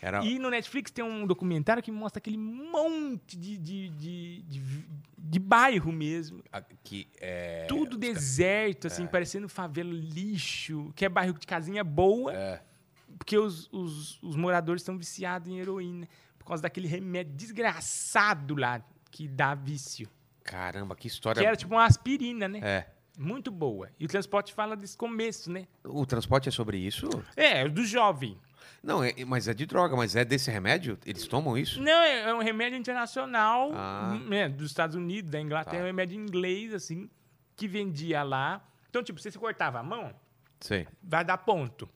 E: era.
B: e no Netflix tem um documentário que mostra aquele monte de, de, de, de, de bairro mesmo.
E: a- que, é,
B: tudo deserto, assim, parecendo favela lixo, que é bairro de casinha boa.
E: É.
B: Porque os, os, os moradores estão viciados em heroína por causa daquele remédio desgraçado lá que dá vício.
E: Caramba, que
B: Que
E: história.
B: era tipo uma aspirina, né?
E: É.
B: Muito boa. E o transporte fala desse começo, né?
E: O transporte é sobre isso?
B: É, do jovem.
E: Não, é- mas é de droga, mas é desse remédio? Eles tomam isso?
B: Não, é é um remédio internacional
E: Ah.
B: né, dos Estados Unidos, da Inglaterra,
E: Tá.
B: é um remédio inglês, assim, que vendia lá. Então, tipo, você se cortava a mão,
E: Sei.
B: vai dar ponto.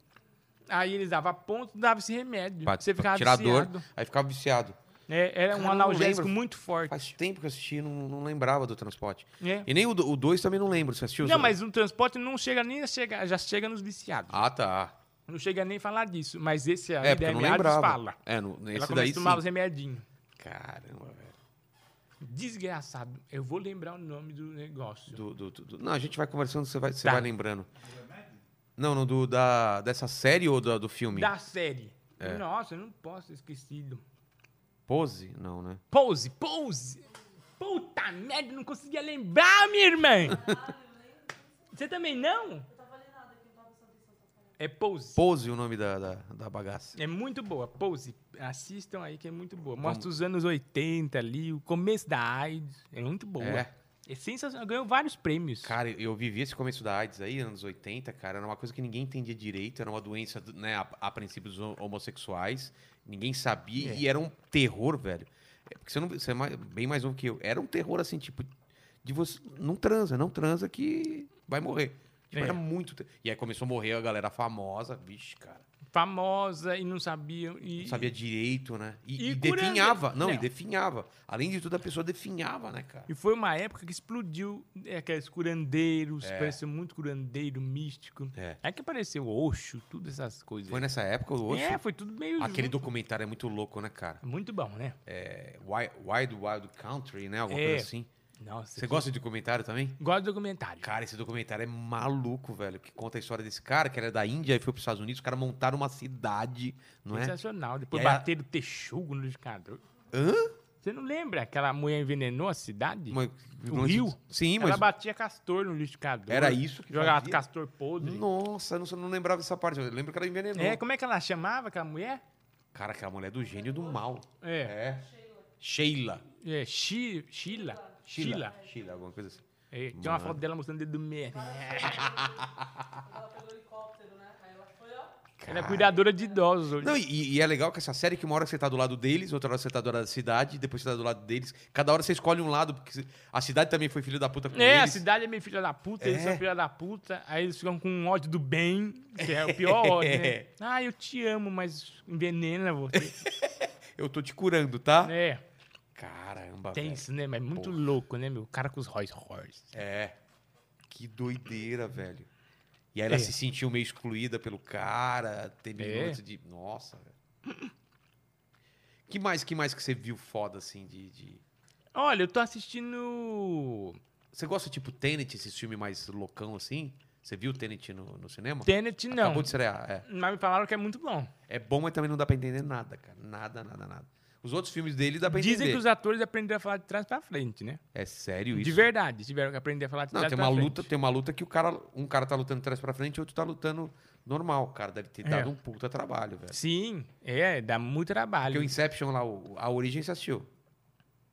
B: Aí eles davam ponto, dava esse remédio.
E: Pra,
B: você
E: pra
B: ficava
E: tirar a dor,
B: viciado.
E: aí ficava viciado.
B: É, era
E: Cara, eu
B: um
E: não
B: analgésico
E: lembro.
B: muito forte.
E: Faz tempo que eu assisti, não, não lembrava do transporte.
B: É.
E: E nem o 2 também não lembro. Você assistiu?
B: Não,
E: Zé?
B: mas o transporte não chega nem a chegar, já chega nos viciados.
E: Ah, tá.
B: Não chega nem a falar disso, mas esse aí
E: É, porque
B: da
E: eu não
B: Emiados
E: lembrava.
B: fala.
E: É, no,
B: Ela
E: nesse
B: começa
E: daí
B: a tomar os
E: sim.
B: remedinhos.
E: Caramba, velho.
B: Desgraçado. Eu vou lembrar o nome do negócio.
E: Do, do- do- do- Não, a gente vai conversando, você vai, você
B: Tá.
E: vai lembrando. Não, não, do, da, dessa série ou da- do filme?
B: Da série.
E: É.
B: Nossa, eu não posso ter esquecido.
E: Pose? Não, né?
B: Pose, pose. Puta merda, não conseguia lembrar, minha irmã. Você também não? É pose.
E: Pose o nome da, da, da bagaça.
B: É muito boa, Pose. Assistam aí que é muito boa. Mostra os anos 80 ali, o começo da AIDS. É muito boa.
E: É.
B: É, sensacional. Ganhou vários prêmios.
E: Cara, eu vivi esse começo da AIDS aí, anos 80, cara. Era uma coisa que ninguém entendia direito. Era uma doença, né, a, a princípio, dos hom- homossexuais. Ninguém sabia.
B: É.
E: E era um terror, velho. É porque você, não, você é mais- bem mais novo que eu. Era um terror, assim, tipo... De você... Não transa, não transa que vai morrer. Tipo,
B: É.
E: Era muito... te- E aí começou a morrer a galera famosa. Vixe, cara.
B: Famosa e não sabiam. E,
E: Não sabia direito, né? E,
B: E É.
E: e
B: curando-
E: definhava. Não, e
B: Não.
E: definhava. Além de tudo, a pessoa definhava, né, cara?
B: e foi uma época que explodiu é, aqueles curandeiros. Pareceu muito curandeiro, místico.
E: É.
B: Aí que apareceu Oxo, todas essas coisas.
E: Foi nessa época, o Oxo?
B: É, foi tudo meio.
E: Aquele
B: junto.
E: documentário é muito louco, né, cara?
B: Muito bom, né?
E: É, Wild, Wild Wild Country, né? Alguma
B: É.
E: coisa assim.
B: Nossa.
E: Você gosta de documentário também?
B: Gosto de documentário.
E: Cara, esse documentário é maluco, velho. Que conta a história desse cara, que era da Índia e foi pros Estados Unidos. Os caras montaram uma cidade, não é?
B: Sensacional. Depois
E: E aí a-
B: bateram o texugo no liquidificador.
E: Hã?
B: Você não lembra? Aquela mulher envenenou a cidade?
E: Mas-
B: O
E: mas-
B: Rio?
E: Sim,
B: Ela
E: mas.
B: batia castor no liquidificador.
E: Era isso que
B: Jogava
E: fazia? Hum,
B: castor podre.
E: Nossa, eu não, eu não lembrava dessa parte. Eu lembro que ela envenenou.
B: É, como é que ela chamava aquela mulher?
E: Cara, aquela mulher é do gênio do mal.
B: É.
E: É. Sheila.
B: É, Shi- Sheila. Sheila.
E: Sheila. Sheila, alguma coisa assim.
B: É, tem uma
E: Mano.
B: foto dela mostrando o dedo do meio. [laughs]
F: Ela pegou o helicóptero, né? Aí ela foi, ó.
B: Ela é cuidadora de idosos.
E: Não, e, e é legal que essa série que uma hora você tá do lado deles, outra hora você tá do lado da cidade, depois você tá do lado deles. Cada hora você escolhe um lado, porque a cidade também foi filho da puta com
B: É,
E: eles.
B: a cidade é meio filha da puta, eles
E: É.
B: são filha da puta, aí eles ficam com um ódio do bem, que
E: [laughs]
B: é o pior ódio, né?
E: É.
B: Ah, eu te amo, mas envenena
E: [laughs]
B: você.
E: Eu tô te curando, tá?
B: é,
E: Caramba,
B: tem
E: velho.
B: isso, né? Mas é muito
E: Porra.
B: louco, né, meu? O cara com os Rolls Royce.
E: É. Que doideira, velho. E aí ela
B: É.
E: se sentiu meio excluída pelo cara, teve
B: É.
E: momentos de... Nossa, velho. Que mais, que mais que você viu foda, assim, de... de-
B: Olha, eu tô assistindo
E: Você gosta, tipo, Tenet, esse filme mais loucão, assim? Você viu Tenet no, no cinema?
B: Tenet, não.
E: Acabou de estrear, é.
B: Mas me falaram que é muito bom.
E: É bom, mas também não dá pra entender nada, cara. Nada, nada, nada. Os outros filmes dele dá pra entender.
B: Dizem que os atores aprenderam a falar de trás pra frente, né?
E: É sério isso?
B: De verdade, tiveram que aprender a falar de
E: Não,
B: trás
E: tem
B: pra
E: uma
B: frente.
E: luta, tem uma luta que o cara, um cara tá lutando de trás pra frente e outro tá lutando normal, cara. Deve ter
B: É.
E: dado um puta trabalho, velho.
B: Sim, é, dá muito
E: Porque o
B: trabalho.
E: Inception lá, o- a origem você assistiu.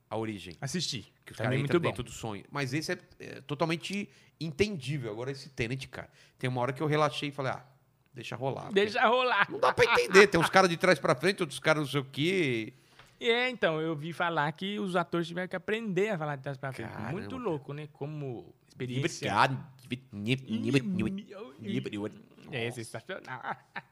E: A origem.
B: Assisti.
E: Que
B: Também
E: os caras
B: muito
E: entram
B: bom.
E: dentro do sonho. Mas esse é, é, totalmente entendível. Agora, esse Tenet, cara. Tem uma hora que eu relaxei e falei, ah, deixa rolar. porque
B: Deixa rolar.
E: Não dá pra entender. Tem uns caras de trás pra frente, outros caras não sei o quê.
B: É, então, eu vi falar que os atores tiveram que aprender a falar de trás pra frente.
E: Caramba,
B: Muito
E: cara.
B: louco, né? Como experiência.
E: Obrigado.
B: É sensacional.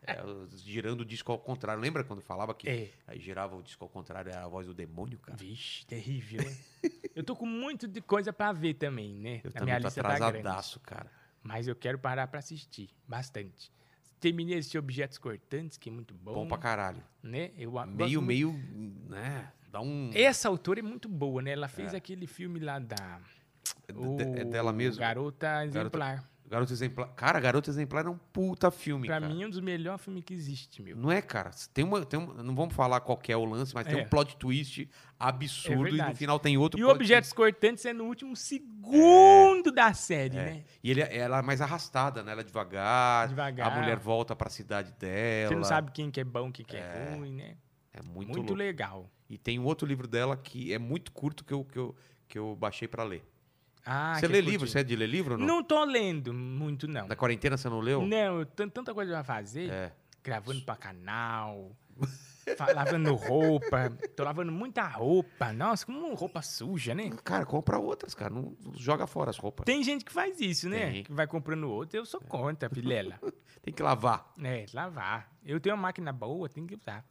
E: É, os- girando o disco ao contrário. Lembra quando falava que
B: É.
E: aí girava o disco ao contrário, era a voz do demônio, cara?
B: Vixe, terrível. hein? [laughs] eu tô com muito de coisa pra ver também, né?
E: Eu
B: Na
E: também
B: minha
E: tô
B: lista tá grande.
E: atrasadaço, cara.
B: Mas eu quero parar pra assistir. Bastante. Terminei esse Objetos Cortantes, que é muito bom.
E: Bom pra caralho.
B: né? Eu a- gosto
E: Meio,
B: muito.
E: meio, né? Dá um...
B: Essa autora é muito boa, né? Ela fez aquele filme lá da.
E: de- é
B: o
E: dela mesmo?
B: Garota Exemplar.
E: Garoto Exemplar. Cara, Garoto Exemplar é um puta filme,
B: Pra
E: cara.
B: mim, é um dos melhores filmes que existe, meu.
E: Não é, cara? Tem uma, tem uma- não vamos falar qual que é o lance, mas tem
B: É.
E: um plot twist absurdo e no
B: verdade.
E: final tem outro
B: E o
E: plot
B: Objetos Cortantes é no último segundo da série, né?
E: twist. E ele, ela é mais arrastada, né? Ela é devagar.
B: Devagar.
E: A mulher volta pra cidade dela.
B: Você não sabe quem que é bom, quem que é, ruim, né?
E: É
B: Muito,
E: muito, louco.
B: legal.
E: E tem um outro livro dela que é muito curto que eu, que eu, que eu baixei pra ler.
B: Ah,
E: você
B: que
E: lê
B: curtinho.
E: livro? Você é de ler livro ou não?
B: Não tô lendo muito, não.
E: Na quarentena você não leu?
B: Não, eu tenho tanta coisa pra fazer.
E: É.
B: Gravando pra canal, [laughs] fa- lavando roupa. Tô lavando muita roupa. Nossa, como roupa suja, né?
E: Cara, compra outras, cara. Não não joga fora as roupas. Tem,
B: Tem gente que faz isso, né?
E: Tem.
B: Que vai comprando outro. Eu sou contra, Vilela.
E: que lavar.
B: é, lavar. Eu tenho uma máquina boa, tem que usar.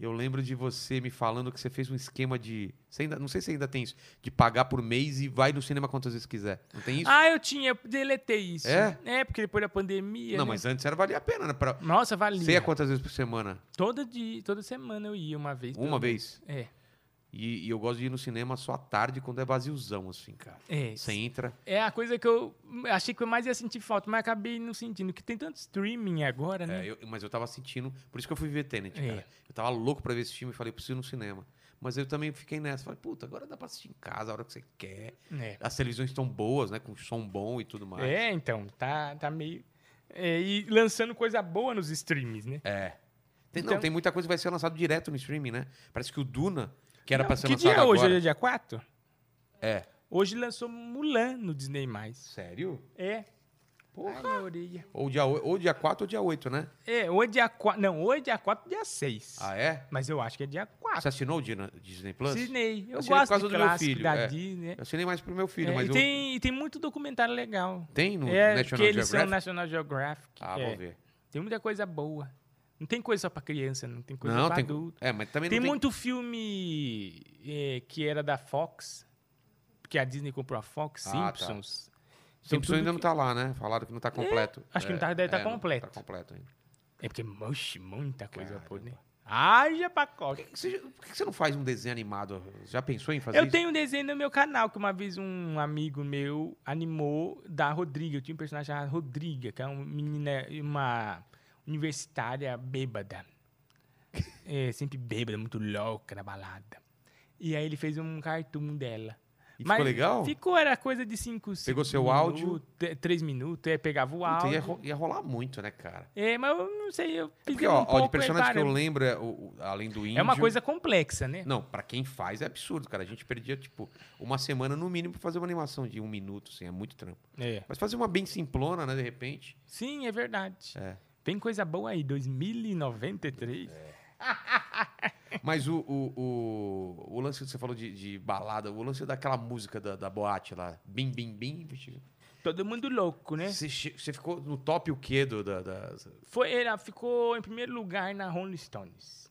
E: Eu lembro de você me falando que você fez um esquema de. Você ainda, não sei se ainda tem isso. De pagar por mês e vai no cinema quantas vezes quiser. Não tem isso?
B: Ah, eu tinha, eu deletei isso.
E: É?
B: É, porque depois da pandemia.
E: não,
B: né?
E: mas antes era valia a pena, né? Pra...
B: Nossa, valia.
E: Você ia quantas vezes por semana?
B: Toda, de, toda semana eu ia uma vez. pelo
E: Uma
B: menos.
E: vez?
B: É.
E: E, e eu gosto de ir no cinema só à tarde, quando é vaziozão, assim, cara.
B: É.
E: Você entra.
B: É a coisa que eu achei que eu mais ia sentir falta, mas acabei não sentindo. Que tem tanto streaming agora, né?
E: É, eu- mas eu tava sentindo. Por isso que eu fui ver Tenet,
B: É.
E: cara. Eu tava louco pra ver esse filme e falei, preciso ir no cinema. Mas eu também fiquei nessa. Falei, puta, agora dá pra assistir em casa a hora que você quer.
B: É.
E: As televisões estão boas, né? Com som bom e tudo mais.
B: É, então, tá, tá meio. é, e lançando coisa boa nos streams,
E: É,
B: né?
E: Tem, não,
B: Então-
E: tem muita coisa que vai ser lançado direto no streaming, né? Parece que o Duna, que era
B: Não,
E: pra ser
B: Que
E: lançado
B: dia é
E: agora.
B: hoje? Hoje é dia 4?
E: É.
B: Hoje lançou Mulan no Disney.
E: Sério?
B: É. Ai, minha orelha.
E: Ou dia, oi- ou dia 4 ou dia 8, né?
B: É, hoje é dia 4. Não, hoje é dia 4, dia 6.
E: Ah, é?
B: Mas eu acho que é dia 4.
E: Você assinou o Dina- Disney Plus?
B: Disney. Eu
E: Assinei por
B: gosto
E: causa
B: de
E: do meu
B: clássico
E: filho,
B: da
E: é.
B: Disney.
E: Eu assinei mais pro meu filho,
B: É,
E: mas
B: e,
E: eu-
B: tem, e tem muito documentário legal.
E: tem no
B: é, porque
E: National
B: eles são
E: Geographic?
B: National Geographic.
E: Ah,
B: é.
E: vou ver.
B: Tem muita coisa boa. Não tem coisa só pra criança, não tem coisa
E: Não,
B: pra
E: tem...
B: adulto.
E: É, mas também
B: Tem,
E: não tem...
B: muito filme é, que era da Fox, que a Disney comprou a Fox,
E: Ah, tá.
B: Simpsons. Então, tudo
E: Simpsons ainda
B: que- É,
E: não tá lá, né? Falaram que não tá completo.
B: acho que não tá- deve tá
E: não
B: completo.
E: Tá completo ainda.
B: É porque, moxe, muita coisa boa, né?
E: Caramba.
B: Haja
E: Por
B: pacote.
E: que, que você, por que que você não faz um desenho animado? Já pensou em fazer
B: Eu
E: isso?
B: tenho um desenho no meu canal que uma vez um amigo meu animou da Rodriga. Eu tinha um personagem chamado Rodriga, que é uma menina, uma universitária
E: [laughs]
B: bêbada. É, sempre bêbada, muito louca na balada. E aí ele fez um cartoon dela.
E: E ficou legal?
B: Ficou, era coisa de cinco
E: Pegou seu
B: minutos,
E: áudio?
B: te- Três minutos, é, pegava o
E: Puta,
B: áudio.
E: ia, ro- ia rolar muito, né, cara?
B: É, mas eu não sei, eu fiz
E: Porque,
B: um
E: ó, ó, de
B: pouco,
E: personagem
B: aí
E: que eu
B: parou.
E: lembro, é o- o- além do índio...
B: É uma coisa complexa, né?
E: Não, pra quem faz é absurdo, cara. A gente perdia, tipo, uma semana no mínimo pra fazer uma animação de um minuto, assim, é muito trampo.
B: É.
E: Mas fazer uma bem simplona, né,
B: [laughs]
E: de repente.
B: Sim, é verdade.
E: É.
B: Tem coisa boa aí, 2093.
E: Mas o, o, o, o lance que você falou de, de balada, o lance daquela música da, da boate lá, bim, bim, bim, vixe.
B: Todo mundo louco, né?
E: você, che- você ficou no top o quê do, da, da-
B: Foi, ela ficou em primeiro lugar na Rolling Stones.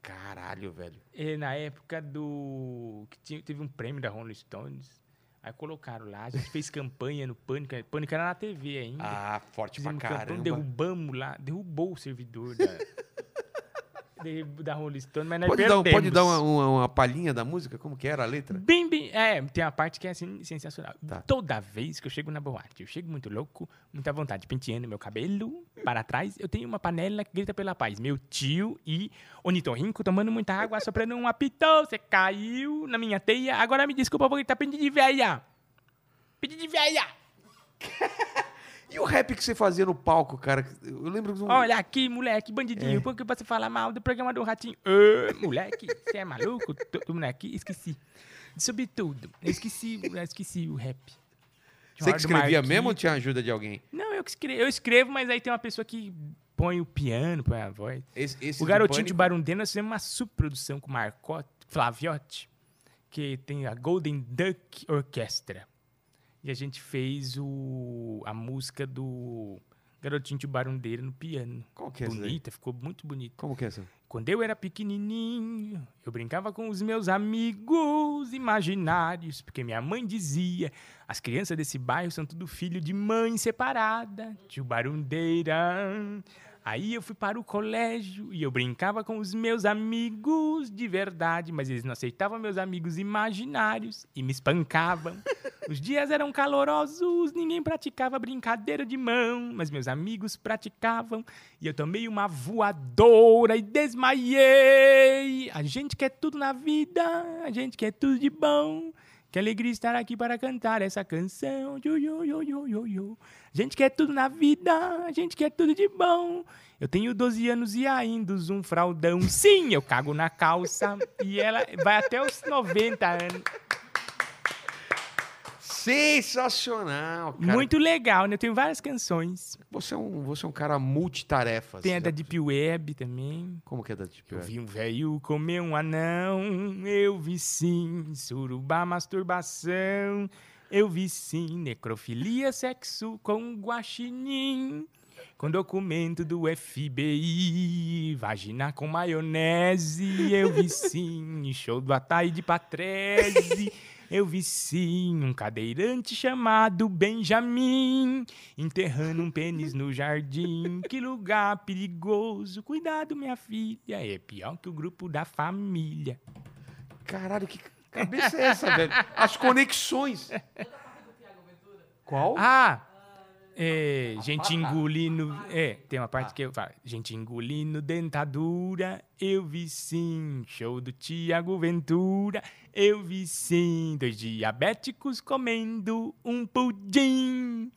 E: Caralho, velho.
B: É, na época do. que tinha- teve um prêmio da Rolling Stones. Aí colocaram lá, a gente fez campanha no Pânico. né? Pânico era na TV ainda.
E: Ah, forte pra
B: Fizemos campanha,
E: caramba.
B: derrubamos lá, derrubou o servidor da,
E: [laughs]
B: de- da Rolling Stones, mas nós
E: Pode dar, um- pode
B: perdemos.
E: dar uma, uma, uma palhinha da música? Como que era a letra?
B: Bim, bim. É, tem uma parte que é assim, sensacional.
E: Tá.
B: Toda vez que eu chego na boate, eu chego muito louco, muita vontade, penteando meu cabelo para trás, eu tenho uma panela que grita pela paz. Meu tio e Onitorrinco tomando muita água, soprando um apito, você caiu na minha teia, agora me desculpa, eu vou gritar pedido de velha. Pedido de velha.
E: E o rap que você fazia no palco, cara? Eu lembro de um.
B: Olha aqui, moleque,
E: É.
B: bandidinho, por que você fala mal do programa do Ratinho? Ô, moleque, você é maluco? Todo mundo aqui, esqueci. Sobre tudo, eu esqueci, eu esqueci o rap.
E: Você que
B: Eduardo
E: escrevia
B: Marquinhos.
E: mesmo ou tinha ajuda de alguém?
B: Não, eu que escrevo, eu escrevo, mas aí tem uma pessoa que põe o piano, põe a voz.
E: Esse, esse
B: o
E: do
B: Garotinho de
E: Pânico-
B: Barundê, nós fizemos uma subprodução com o Marcote, Flaviotti, que tem a Golden Duck Orquestra. E a gente fez o, a música do Garotinho de Barundeira no piano.
E: Qual que é essa daí?
B: Bonita, ficou muito bonita.
E: Como que é essa?
B: Quando eu era pequenininho, eu brincava com os meus amigos imaginários, porque minha mãe dizia: as crianças desse bairro são tudo filho de mãe separada, tio Barundeira. Aí eu fui para o colégio e eu brincava com os meus amigos de verdade, mas eles não aceitavam meus amigos imaginários e me espancavam. Os dias eram calorosos, ninguém praticava brincadeira de mão, mas meus amigos praticavam e eu tomei uma voadora e desmaiei. A gente quer tudo na vida, a gente quer tudo de bom. Que alegria estar aqui para cantar essa canção. Yo, yo, yo, yo, yo, yo. A gente quer tudo na vida, a gente quer tudo de bom. Eu tenho 12 anos e ainda uso um fraldão. Sim, eu cago na calça. E ela vai até os 90 anos.
E: Sensacional, cara.
B: Muito legal, né? Eu tenho várias canções.
E: Você é um, você é um cara multitarefas.
B: Tem a
E: né?
B: da Deep Web também.
E: Como que é da Deep
B: Eu
E: Web?
B: vi um velho comer um anão, eu vi sim surubá masturbação, eu vi sim necrofilia sexo com um guaxinim, com documento do FBI. Vagina com maionese, eu vi sim. [laughs] Show do Ataíde Patrese, eu vi sim. Um cadeirante chamado Benjamin, enterrando um pênis no jardim. Que lugar perigoso, cuidado, minha filha. É pior que o grupo da família.
A: Caralho, que cabeça é essa, velho? As
B: [laughs]
A: conexões. Qual?
B: Ah! É, gente engolindo. É, tem uma parte que eu falo. Gente engolindo dentadura, eu vi sim. Show do Tiago Ventura, eu vi sim. Dois diabéticos comendo um pudim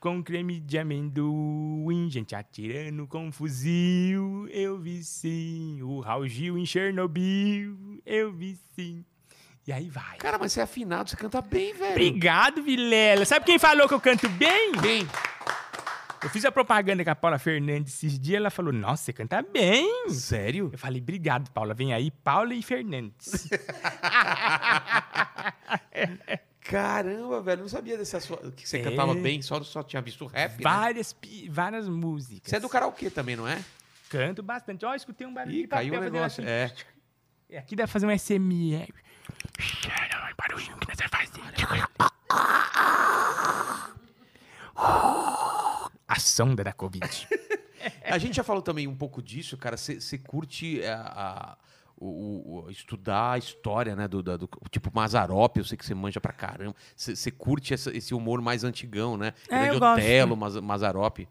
B: com creme de amendoim. Gente atirando com fuzil, eu vi sim. O Raul Gil em Chernobyl, eu vi sim. E aí vai.
A: Cara, mas você é afinado, você canta bem, velho.
B: Obrigado, Vilela. Sabe quem falou que eu canto bem?
A: Bem.
B: Eu fiz a propaganda com a Paula Fernandes esses dias, ela falou, nossa, você canta bem.
A: Sério?
B: Eu falei, obrigado, Paula. Vem aí, Paula e Fernandes.
A: Caramba, velho, não sabia desse assu- que você
B: É.
A: cantava bem, só, só tinha visto rap. né?
B: várias, pi- várias músicas.
A: Você é do karaokê também, não é?
B: Canto bastante. Ó, escutei um barulho
A: Ih,
B: de
A: caiu o
B: papel fazendo
A: negócio.
B: assim.
A: É.
B: E Aqui dá pra fazer um SMR. Olha o barulhinho que nós vamos fazer. A sonda
A: [laughs]
B: da Covid.
A: A gente já falou também um pouco disso, cara. Você você curte é, a- o, o- o- estudar a história, né? Do, da- do- tipo Mazarop, eu sei que você manja pra caramba. Você você curte essa- esse humor mais antigão, né?
B: É,
A: Grande
B: eu gosto.
A: Otelo, Maz, Mazarop.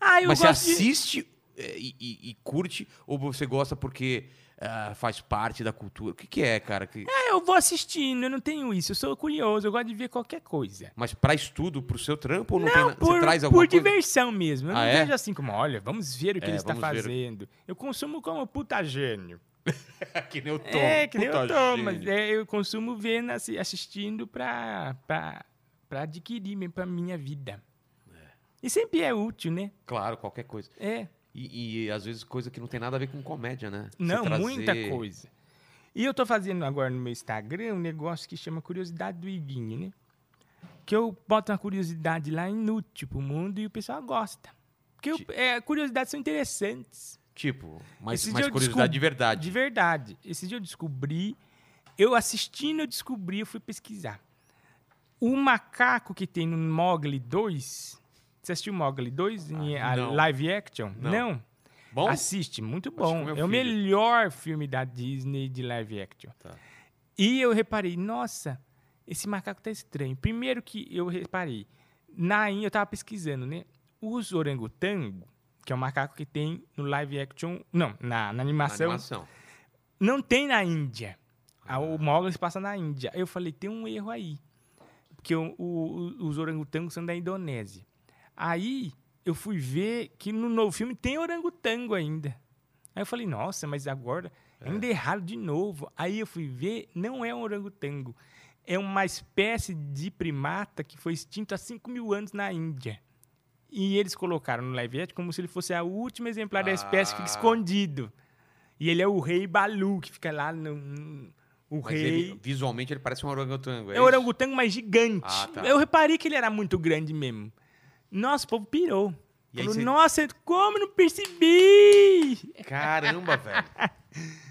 B: Ah, eu
A: Mas você
B: gosto de-
A: assiste é, e, e- e curte, ou você gosta porque ah, faz parte da cultura? O que, que é, cara? Que-
B: Ah, eu vou assistindo, eu não tenho isso. Eu sou curioso, eu gosto de ver qualquer coisa.
A: Mas pra estudo, pro seu trampo, ou não, tem
B: Não,
A: nada?
B: por,
A: você traz
B: por
A: alguma coisa?
B: diversão mesmo. Eu
A: Ah,
B: não
A: é?
B: vejo assim como, olha, vamos ver o que
A: É,
B: ele está
A: vamos ver o-
B: fazendo. Eu consumo como puta gênio.
A: que nem eu tomo.
B: é, que nem eu
A: Puta
B: tô,
A: gênio.
B: mas é, eu consumo vendo, assi- assistindo pra, pra, pra adquirir mesmo pra minha vida. E sempre é útil, né?
A: Claro, qualquer coisa.
B: É.
A: E, e, às vezes coisa que não tem nada a ver com comédia, né? Você
B: Não,
A: trazer-
B: muita coisa. E eu tô fazendo agora no meu Instagram um negócio que chama Curiosidade do Iguinho, né? Que eu boto uma curiosidade lá inútil pro mundo e o pessoal gosta. Porque eu- é, curiosidades são interessantes.
A: Tipo, mas,
B: Esse
A: mas
B: dia eu
A: curiosidade de
B: descobri-
A: verdade.
B: De verdade. Esse dia eu descobri, eu assistindo, eu descobri, eu fui pesquisar. O macaco que tem no Mogli 2. Você assistiu Mogli 2 em
A: Ah,
B: a
A: não.
B: live action?
A: Não.
B: não? Ah,
A: Bom?
B: Assiste, muito
A: Assisti
B: bom.
A: com
B: É
A: meu filho.
B: o melhor filme da Disney de live action.
A: Tá.
B: E eu reparei, nossa, esse macaco tá estranho. Primeiro que eu reparei, na in- eu tava pesquisando, né? Os orangotango, que é o macaco que tem no live action, não, na, na animação,
A: Animação. Ah.
B: não tem na Índia. A- O Mogli se passa na Índia. Aí eu falei, tem um erro aí. Porque o- o- o- os orangotangos são da Indonésia. Aí eu fui ver que no novo filme tem orangotango ainda. Aí eu falei, nossa, mas agora
A: É.
B: ainda erraram de novo. Aí eu fui ver, não é um orangotango. É uma espécie de primata que foi extinto há 5 mil anos na Índia. E eles colocaram no live action como se ele fosse a última exemplar da espécie que fica
A: Ah.
B: escondido. E ele é o rei Balu, que fica lá no- no. O
A: Mas
B: rei.
A: ele, visualmente ele parece um orangotango. É,
B: É um
A: isso?
B: orangotango, mas gigante.
A: Ah, tá.
B: Eu reparei que ele era muito grande mesmo. Nossa, o povo pirou.
A: E aí
B: Falou,
A: cê-
B: nossa, como eu não percebi?
A: Caramba, velho.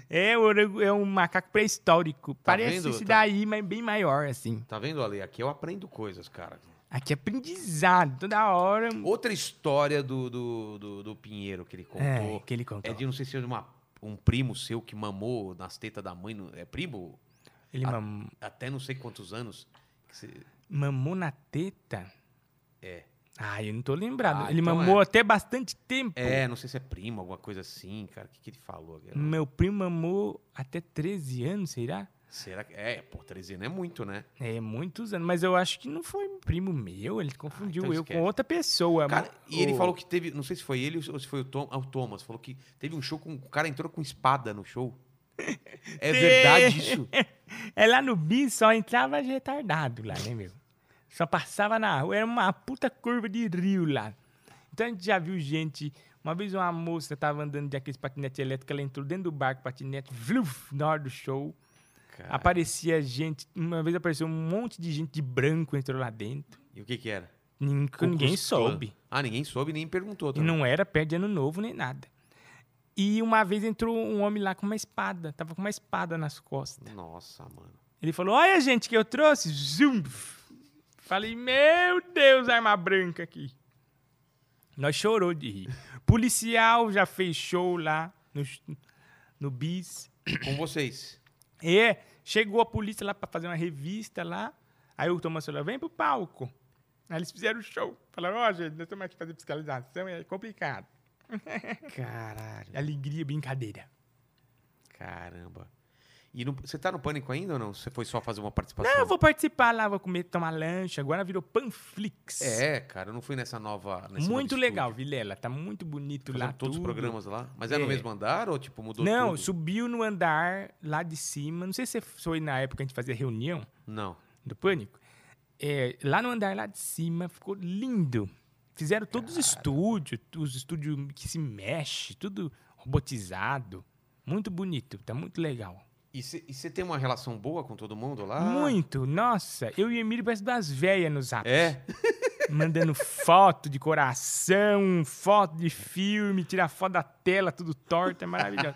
B: É, o orango- é um macaco pré-histórico. Parece
A: vendo?
B: esse
A: Tá-
B: daí, mas bem maior, assim.
A: Tá vendo, Ale? Aqui eu aprendo coisas, cara.
B: Aqui é aprendizado, toda hora. um
A: Outra história do, do, do, do Pinheiro que ele
B: É,
A: contou.
B: que ele contou.
A: É de, não sei se é de uma, um primo seu que mamou nas tetas da mãe. no- É primo?
B: Ele
A: Ah.
B: mam-
A: Até não sei quantos anos. Que você-
B: mamou na teta?
A: É.
B: Ah, eu não tô lembrado.
A: Ah,
B: ele
A: então
B: mamou
A: é.
B: até bastante tempo.
A: É, não sei se é primo, alguma coisa assim, cara. O que, que ele falou? Eu não-
B: Meu primo mamou até 13 anos, será?
A: Será que. É, pô, 13 anos é muito, né?
B: É, muitos anos. Mas eu acho que não foi primo meu. Ele confundiu
A: então
B: eu
A: esquece.
B: com outra pessoa.
A: Cara,
B: mo-
A: e ele
B: o-
A: falou que teve. Não sei se foi ele ou se foi o, Tom, ah, o Thomas. Falou que teve um show com. O cara entrou com espada no
B: [laughs]
A: show. É
B: Sim.
A: verdade isso?
B: É lá no bis só entrava retardado lá, né, meu? Só passava na rua. Era uma puta curva de rio lá. Então a gente já viu gente. Uma vez uma moça tava andando de aqueles patinete elétrico, ela entrou dentro do barco, patinete, vluf, na hora do show.
A: Cara,
B: Aparecia gente, uma vez apareceu um monte de gente de branco entrou lá dentro.
A: E o que que era?
B: Nunca ninguém
E: Cucus Clã.
B: soube.
E: Ah, ninguém soube nem perguntou.
B: E
E: Também.
B: não era perto de ano novo nem nada. E uma vez entrou um homem lá com uma espada. Tava com uma espada nas costas.
E: Nossa, mano.
B: Ele falou: Olha, gente, que eu trouxe. Zum. Falei: Meu Deus, arma branca aqui. Nós chorou de rir. Policial já fez show lá no, no bis.
E: Com vocês.
B: E chegou a polícia lá pra fazer uma revista lá. Aí o Thomas falou: Vem pro palco. Aí eles fizeram o show. Falaram: Ó, gente, nós estamos aqui fazer fiscalização, é complicado.
E: Caralho.
B: Alegria, brincadeira.
E: Caramba. E não- você tá no pânico ainda ou não? Você foi só fazer uma participação?
B: Não, Ah, eu vou participar lá, vou comer, tomar lanche. Agora virou Panflix.
E: É, cara, eu não fui nessa nova. nesse novo
B: Muito
E: estúdio.
B: legal, Vilela. Tá muito bonito
E: Fazendo
B: lá.
E: todos os
B: tudo.
E: programas lá. Mas é, no
B: É.
E: mesmo andar ou tipo mudou
B: Não,
E: tudo?
B: subiu no andar lá de cima. Não sei se foi na época que a gente fazia reunião
E: Não.
B: do Pânico. É, lá no andar lá de cima ficou lindo. Fizeram todos os estúdios, os estúdios que se mexe, tudo robotizado. Muito bonito, tá muito legal.
E: E você tem uma relação boa com todo mundo lá?
B: Muito, nossa. Eu e o Emílio parece duas velhas no zap.
E: É?
B: mandando foto de coração, foto de filme, tirar foto da tela, tudo torto, é
E: [laughs]
B: maravilhoso.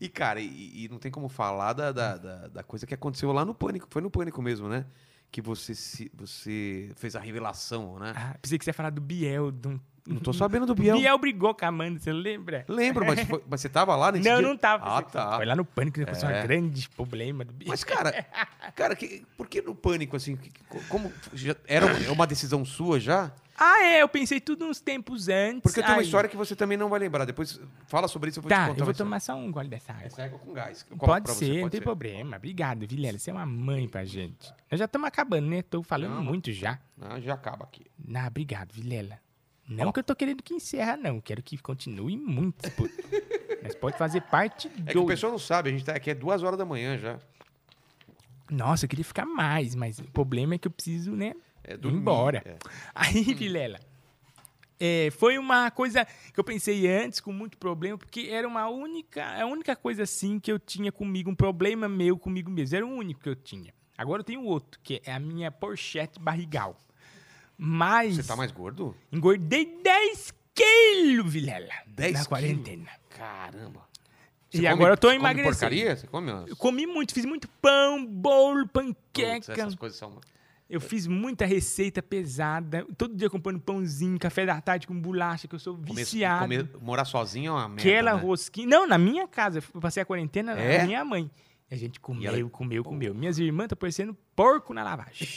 E: E, cara, e, e não tem como falar da, da,
B: Hum.
E: da- da coisa que aconteceu lá no Pânico. Foi no Pânico mesmo, né? Que você, se, você fez a revelação, né?
B: Ah, pensei que você ia falar do Biel. Do... um
E: Não tô sabendo do
B: Biel.
E: Biel.
B: brigou com a Amanda, você lembra?
E: Lembro, mas, foi- mas você tava lá nesse
B: não,
E: dia?
B: não tava.
E: Ah,
B: Pensei que
E: tá.
B: Foi lá no Pânico, aconteceu
E: É.
B: um grande problema do Biel.
E: Mas, cara, cara que, por que no Pânico, assim? que- que- Como, já- era uma- uma decisão sua já?
B: Ah, é, eu pensei tudo uns tempos antes.
E: Porque eu tenho uma
B: aí-
E: história que você também não vai lembrar. Depois fala sobre isso, eu vou te
B: Tá,
E: contar.
B: eu vou
E: uma história.
B: tomar só um gole dessa água.
E: Essa é água com gás. que eu coloco
B: Pode
E: pra
B: ser,
E: você,
B: não
E: pode
B: tem problema. Obrigado, Vilela. Você é uma mãe pra gente. Nós já estamos acabando, né? Tô falando
E: Não.
B: muito já.
E: Ah, já acaba aqui.
B: Ah, obrigado, Vilela. Não que eu tô querendo que encerra, não. Quero que continue muito.
E: [laughs]
B: pô. Mas pode fazer parte
E: É que o
B: 2.
E: pessoal não sabe, a gente tá aqui é duas horas da manhã já.
B: Nossa, eu queria ficar mais, mas o problema é que eu preciso, né?
E: É
B: ir
E: dormir,
B: embora.
E: é.
B: Aí, Vilela, é, foi uma coisa que eu pensei antes com muito problema, porque era uma única, a única coisa assim que eu tinha comigo, um problema meu comigo mesmo. Era o único que eu tinha. Agora eu tenho outro, que é a minha porchete barrigal. Mas.
E: Você tá mais gordo?
B: Engordei 10 quilos, Vilela.
E: 10
B: Na
E: quilos?
B: quarentena.
E: Caramba.
B: E agora eu tô
E: come
B: emagrecendo.
E: porcaria? Você come umas...
B: Eu comi muito, fiz muito pão, bolo, panqueca.
E: Putz, essas coisas são...
B: Eu fiz muita receita pesada. Todo dia comprando pãozinho, café da tarde com bolacha, que eu sou
E: Comer-
B: viciado.
E: comer- morar sozinho é uma merda,
B: Aquela
E: né?
B: rosquinha. Não, na minha casa. Eu passei a quarentena
E: É?
B: na minha mãe. E a gente comeu,
E: ela- é
B: comeu, comeu. Minhas irmãs estão parecendo porco na lavagem.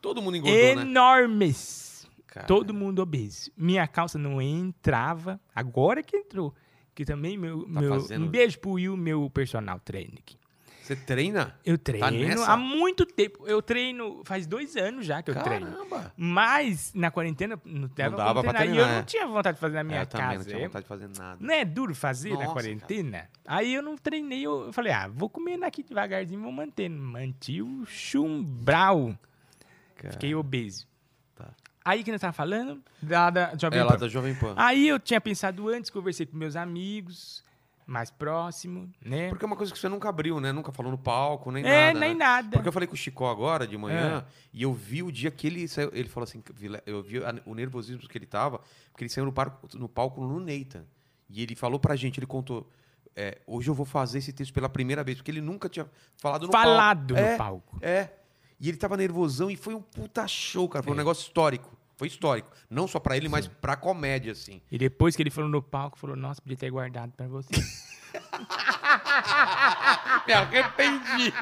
E: Todo mundo [laughs] engordou, né?
B: Enormes.
E: Cara,
B: Todo mundo obeso. Minha calça não entrava, agora que entrou. Que também meu. meu-
E: Tá fazendo-
B: Um beijo pro Will, meu personal trainer. aqui.
E: Você treina?
B: Eu treino
E: Tá nessa?
B: há muito tempo. Eu treino faz dois anos já que eu treino.
E: Caramba.
B: Mas na quarentena não dava,
E: dava pra
B: pra treinar.
E: treinar,
B: E eu
E: é.
B: não tinha vontade de fazer na minha
E: eu também não
B: casa.
E: tinha
B: Eu-
E: vontade de fazer nada.
B: não é duro fazer
E: Nossa,
B: na quarentena? Aí eu não treinei, eu falei, ah, vou comendo aqui devagarzinho, vou mantendo. Manti o chumbral.
E: Cara,
B: Fiquei obeso.
E: Tá.
B: Aí que nós tava falando, da, da Jovem
E: É lá
B: Pan.
E: da Jovem Pan.
B: Aí eu tinha pensado antes, conversei com meus amigos, mais próximo, né?
E: Porque é uma coisa que você nunca abriu, né? Nunca falou no palco, nem
B: é,
E: nada,
B: nem É.
E: né?
B: nada.
E: Porque eu falei com o Chicó agora de manhã e eu vi o dia que ele saiu. Ele falou assim: "Vile- eu vi a- o nervosismo que ele tava, porque ele saiu no, par- no palco no Nathan. E ele falou pra gente: ele contou, é, hoje eu vou fazer esse texto pela primeira vez, porque ele nunca tinha falado no
B: Falado
E: palco.
B: no
E: é,
B: palco.
E: É. E ele tava nervosão e foi um puta show, cara. Foi um
B: É.
E: negócio histórico. Foi histórico. Não só pra ele, mas pra comédia, assim.
B: E depois que ele falou no palco, falou, nossa, podia ter guardado pra
E: [laughs]
B: você.
E: Me arrependi.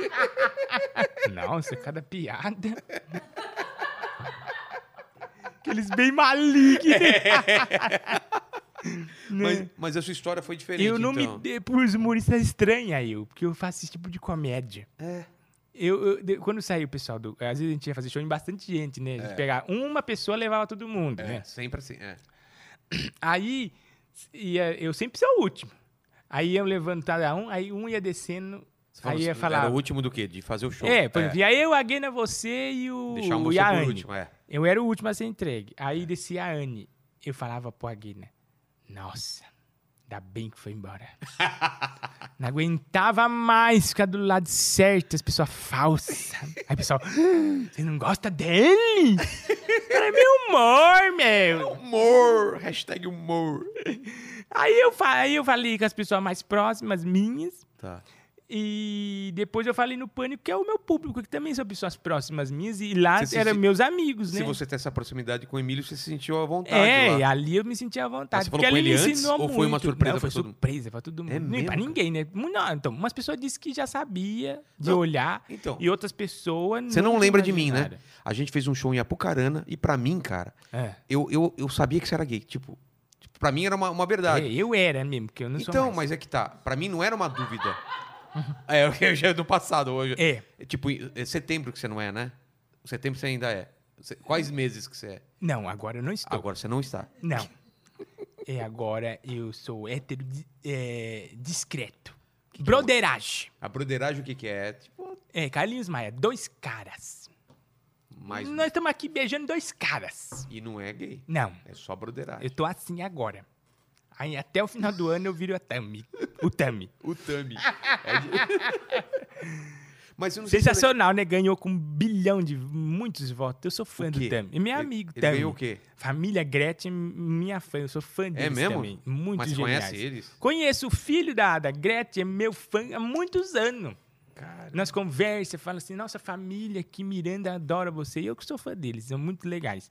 B: nossa, cada
E: [laughs]
B: piada. Aqueles bem malignos. Né?
E: [laughs] mas, mas a sua história foi diferente.
B: É. eu não
E: então.
B: me dei pros humoristas estranha eu, porque eu faço esse tipo de comédia.
E: É.
B: Eu, eu- de- quando saiu o pessoal do. Às vezes a gente ia fazer show em bastante gente, né? A gente pegava uma pessoa levava todo mundo, né?
E: É, sempre assim. É.
B: Aí ia- eu sempre sou o último. Aí eu levantava um, aí um ia descendo.
E: Você falou
B: aí ia
E: assim,
B: falar.
E: Era o último do quê? De fazer o show.
B: É, por exemplo, ia eu, a Guena, você e o.
E: Deixar você
B: e a
E: por
B: Anne.
E: último, é.
B: Eu era o último a ser entregue. Aí descia a Anne.
E: [laughs]
B: Eu falava pro Aguina, nossa, ainda bem que foi embora. Não aguentava mais ficar do lado certo, as pessoas falsas. Aí o pessoal, "Ah, você não gosta
E: [laughs]
B: dele? Era meu humor, meu.
E: Humor, hashtag humor.
B: Aí eu, fa- aí eu falei com as pessoas mais próximas minhas.
E: Tá.
B: E depois eu falei no Pânico, que é o meu público, que também são pessoas próximas minhas. E lá
E: Você se
B: eram
E: se-
B: meus amigos, né?
E: Se você tem essa proximidade com o Emílio, você se sentiu à vontade
B: É,
E: lá.
B: e ali eu me senti à vontade.
E: Mas você
B: porque
E: falou com
B: ele
E: ele
B: me
E: antes,
B: ensinou
E: ou foi uma
B: muito.
E: surpresa
B: Não, foi
E: pra todo mundo?
B: surpresa pra todo mundo.
E: É
B: Nem pra
E: mesmo,
B: ninguém, né? Mu- Não, então, umas pessoas disse que já sabia de
E: Não,
B: olhar
E: Então,
B: e outras pessoas
E: você não
B: nunca
E: lembra de mim, né?
B: imaginaram.
E: A gente fez um show em Apucarana e pra mim, cara,
B: É.
E: eu, eu, eu sabia que você era gay. Tipo, tipo, pra mim era uma, uma verdade.
B: É, eu era mesmo, porque eu não sou
E: então,
B: mais.
E: mas é que tá. Pra mim não era uma dúvida. é, eu [laughs] já é do passado hoje.
B: É,
E: É Tipo, é setembro que você não é, né? Setembro você ainda é. Você- Quais meses que você é?
B: não, agora eu não estou.
E: Agora você não está.
B: Não. É, agora eu sou hétero di- é, discreto. Broderage.
E: A broderagem o que que é? É, Tipo,
B: É, Carlinhos Maia, dois caras.
E: mais... um.
B: Nós estamos aqui beijando dois caras.
E: E não é gay.
B: Não.
E: É só broderagem.
B: Eu tô assim agora. Aí até o final do ano eu viro a Tami. O
E: [laughs]
B: Tami.
E: O Tami. É de-
B: [laughs]
E: Mas eu não sei se eu lembro-
B: Sensacional, né? Ganhou com um bilhão de muitos votos. Eu sou fã
E: O
B: do
E: quê?
B: Tami. E meu
E: Ele-
B: amigo
E: ele
B: Tami.
E: ganhou o quê? É
B: Família Gretchen, minha fã. Eu sou fã deles
E: mesmo?
B: também. Muito
E: Mas você
B: geniais.
E: conhece eles?
B: Conheço o filho da, da Gretchen, é meu fã há muitos anos. Nós conversa, fala assim, nossa família, que Miranda adora você. E eu que sou fã deles, são muito legais.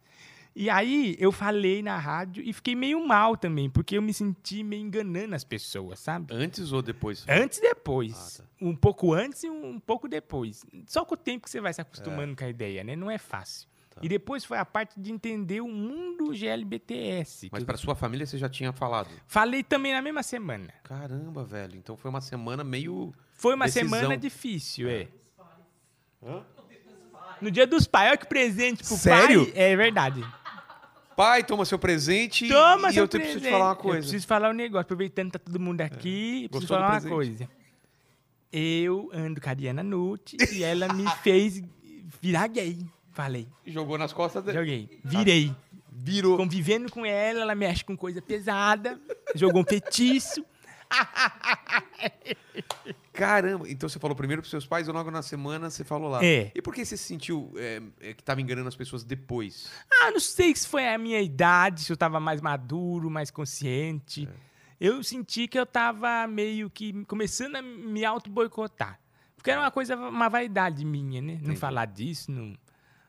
B: E aí eu falei na rádio e fiquei meio mal também, porque eu me senti meio enganando as pessoas, sabe?
E: Antes ou depois?
B: Antes e depois.
E: Ah,
B: Um pouco antes e um pouco depois. Só com o tempo que você vai se acostumando com a ideia, né? Não é fácil.
E: Tá.
B: E depois foi a parte de entender o mundo GLBTS.
E: Mas
B: que
E: pra sua família você já tinha falado.
B: eu Falei também na mesma semana.
E: Caramba, velho. Então foi uma semana meio...
B: Foi uma
E: Decisão.
B: semana difícil, é.
E: Hã?
B: No dia dos pais, olha que presente pro
E: Sério?
B: pai. É verdade.
E: Pai, toma seu presente.
B: Toma
E: e
B: seu
E: eu te- preciso te
B: presente.
E: falar uma
B: Eu
E: coisa. É.
B: preciso falar um negócio, aproveitando que tá todo mundo aqui, eu preciso
E: Gostou do
B: falar uma
E: presente?
B: coisa. Eu ando com a Diana Nucci e ela
E: [laughs]
B: me fez virar gay. Falei,
E: Jogou nas costas dele.
B: joguei, virei.
E: Virou.
B: Convivendo com ela, ela mexe com coisa pesada, jogou um feitiço.
E: Caramba. Então você falou primeiro pros seus pais, ou logo na semana você falou lá.
B: É.
E: E por que você se sentiu é, é, que tava enganando as pessoas depois?
B: Ah, não sei se foi a minha idade, se eu tava mais maduro, mais consciente.
E: É.
B: Eu senti que eu tava meio que começando a me auto-boicotar. Porque era uma coisa, uma vaidade minha, né? Não
E: Entendi.
B: falar disso, não,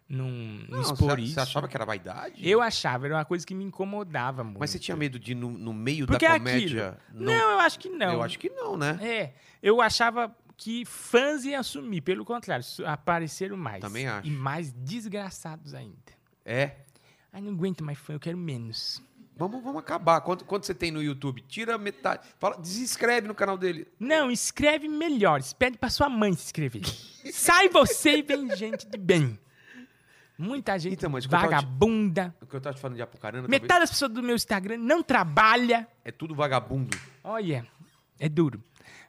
B: não, não
E: você-
B: expor
E: você,
B: isso.
E: achava que era vaidade?
B: Eu achava, era uma coisa que me incomodava muito.
E: Mas você tinha medo de, no, no meio
B: Porque
E: da
B: é
E: comédia...
B: Não, eu acho que não.
E: Eu acho que não, né?
B: É, eu achava que fãs iam assumir. Pelo contrário, su- apareceram mais.
E: Também acho.
B: E mais desgraçados ainda.
E: É.
B: Ai, não aguento mais fã, eu quero menos.
E: Vamos, vamos acabar. Quanto, quanto você tem no YouTube? Tira metade. Fala, desinscreve no canal dele.
B: Não, escreve melhores. Pede pra sua mãe se inscrever. Sai você e vem gente de bem. Muita gente
E: Então, mas o que eu tava te-
B: vagabunda.
E: O que eu tava te falando de Apucarana, talvez,
B: Metade das pessoas do meu Instagram não trabalha.
E: é tudo vagabundo.
B: Olha, é duro.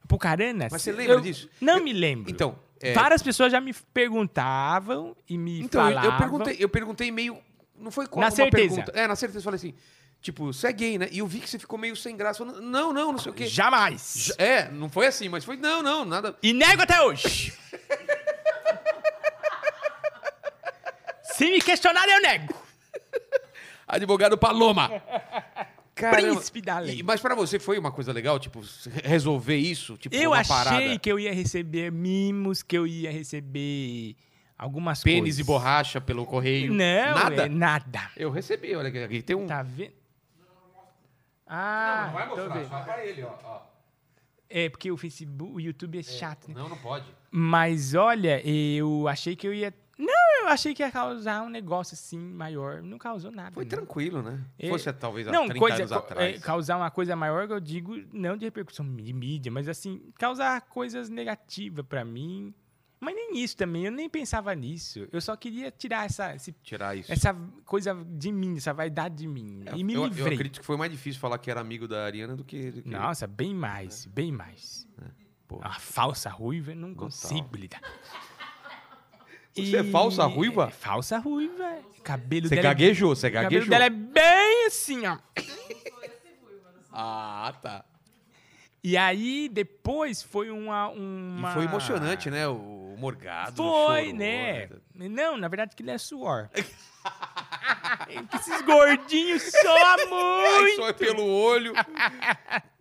B: Pucarana.
E: Mas você lembra
B: eu
E: disso?
B: Não
E: Eu-
B: me lembro.
E: Então, é,
B: Várias pessoas já me perguntavam e me
E: então eu-
B: falavam.
E: eu perguntei, eu perguntei meio. Não foi qual
B: Na
E: uma
B: certeza.
E: pergunta. É, na certeza eu falei assim. Tipo, você é gay, né? E eu vi que você ficou meio sem graça. falando, não, não, não sei o quê.
B: Jamais.
E: J- É, não foi assim, mas foi. Não, não, nada.
B: E nego até hoje. Se me questionarem, eu nego. [laughs]
E: Advogado Paloma. Caramba.
B: Príncipe da lei.
E: E- mas pra você foi uma coisa legal, tipo, resolver isso? Tipo,
B: Eu
E: uma
B: achei
E: parada.
B: que eu ia receber mimos, que eu ia receber algumas
E: Pênis
B: coisas.
E: e borracha pelo correio.
B: Não,
E: Nada?
B: é nada.
E: Eu recebi, olha aqui, aqui tem um.
B: Tá vendo? Ah, tô vendo.
E: só pra ele, ó. ó.
B: É porque o Facebook, o YouTube é chato, né?
E: Não, não pode.
B: Mas olha, eu achei que eu ia. Não, eu achei que ia causar um negócio assim maior. Não causou nada.
E: Foi
B: não.
E: tranquilo, né?
B: É,
E: Fosse talvez há
B: Não,
E: 30
B: coisa,
E: anos
B: co- é,
E: atrás.
B: causar uma coisa maior, eu digo, não de repercussão de mídia, mas assim, causar coisas negativas pra mim. Mas nem isso também, eu nem pensava nisso. Eu só queria tirar essa, esse-
E: Tirar isso.
B: essa coisa de mim, essa vaidade de mim.
E: É,
B: E me
E: eu, eu
B: livrei.
E: acredito que foi mais difícil falar que era amigo da Ariana do que. do que- É.
B: Nossa, bem mais, bem mais.
E: pô.
B: Uma falsa ruiva, eu não
E: Total.
B: consigo lidar.
E: [laughs] Você é falsa ruiva?
B: É, falsa ruiva. Cabelo
E: Você
B: dela é-
E: gaguejou, você
B: O cabelo é
E: gaguejou.
B: dela é bem assim, ó.
E: Ah, tá.
B: E aí, depois foi uma. uma... Ah,
E: E foi emocionante, né? O o morgado.
B: Foi,
E: chorou,
B: né? Não, na verdade, aquilo é suor. [laughs] Porque Esses gordinhos só
E: Ai,
B: muito.
E: só [laughs] é pelo
B: [laughs]
E: olho.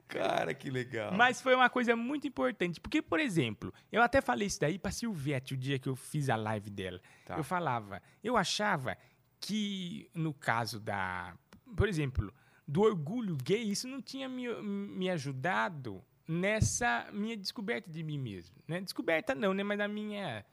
E: Cara, que legal.
B: Mas foi uma coisa muito importante. Porque, por exemplo, eu até falei isso daí pra Silvete o dia que eu fiz a live dela.
E: Tá.
B: Eu falava, eu achava que no caso da. Por exemplo, do orgulho gay, isso não tinha me, me ajudado nessa minha descoberta de mim mesmo. Né? Descoberta não, né? Mas na minha.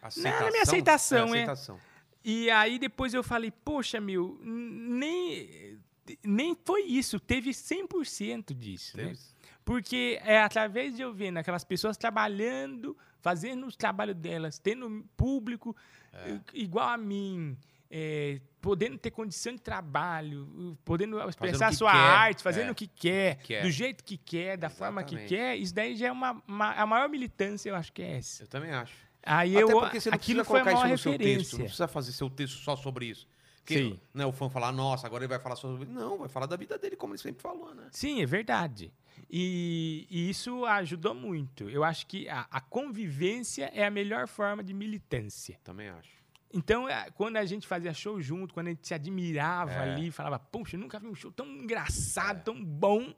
E: Aceitação?
B: na minha aceitação, é.
E: aceitação.
B: E aí depois eu falei, poxa, meu, n- nem, nem foi isso, teve 100% disso, né?
E: Temos-
B: Porque é através de eu vendo aquelas pessoas trabalhando, fazendo os trabalhos delas, tendo público
E: É.
B: eh, igual a mim, eh, podendo ter condição de trabalho, eh, podendo expressar a
E: que
B: sua
E: quer,
B: arte, fazendo
E: é.
B: o que quer,
E: quer.
B: do jeito que quer, da forma que
E: Exatamente.
B: quer, isso daí já é uma, uma- a maior militância, eu acho que é essa.
E: Eu também acho.
B: Aí
E: Até
B: eu
E: porque você não
B: aquilo
E: precisa
B: foi a
E: colocar isso
B: maior
E: no seu texto. Não
B: referência.
E: precisa fazer seu texto só sobre isso. Porque
B: Sim.
E: né, o fã falar, nossa, agora ele vai falar só sobre isso. Não, vai falar da vida dele, como ele sempre falou, né?
B: Sim, é verdade. E, e isso ajudou muito. Eu acho que a, a convivência é a melhor forma de militância.
E: Também acho.
B: Então, é, quando a gente fazia show junto, quando a gente se admirava
E: É.
B: ali, falava, poxa, eu nunca vi um show tão engraçado, tão bom.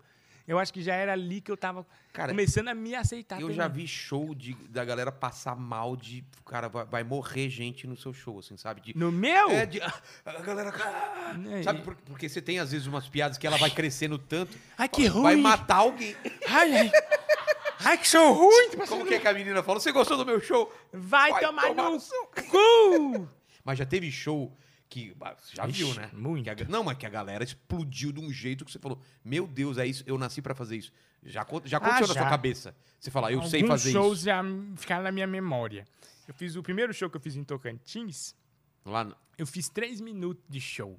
B: Eu acho que já era ali que eu tava
E: Cara,
B: começando a me aceitar.
E: eu
B: também.
E: já vi show de, da galera passar mal de. Cara, vai, vai morrer gente no seu show, assim, sabe? De,
B: No meu?
E: É, de- a galera. ah,
B: Né,
E: Sabe,
B: e-
E: por- porque você tem às vezes umas piadas que ela vai crescendo tanto.
B: Ai, que ruim.
E: Vai matar alguém.
B: Ai, ai. Ai, que show ruim!
E: Como que é que a menina fala? Você gostou do meu show?
B: Vai,
E: Vai
B: tomar,
E: tomar no
B: no cu!
E: Mas já teve show que. bah, Você [laughs] já
B: Ixi,
E: viu, né?
B: muito.
E: Que a ga- não, mas que a galera explodiu de um jeito que você falou: Meu Deus, é isso, eu nasci pra fazer isso. Já, acon- já aconteceu na
B: Ah, já.
E: sua cabeça. Você fala, eu
B: Alguns
E: sei fazer
B: shows
E: isso.
B: já ficaram na minha memória. Eu fiz o primeiro show que eu fiz em Tocantins,
E: Lá no-
B: eu fiz três minutos de show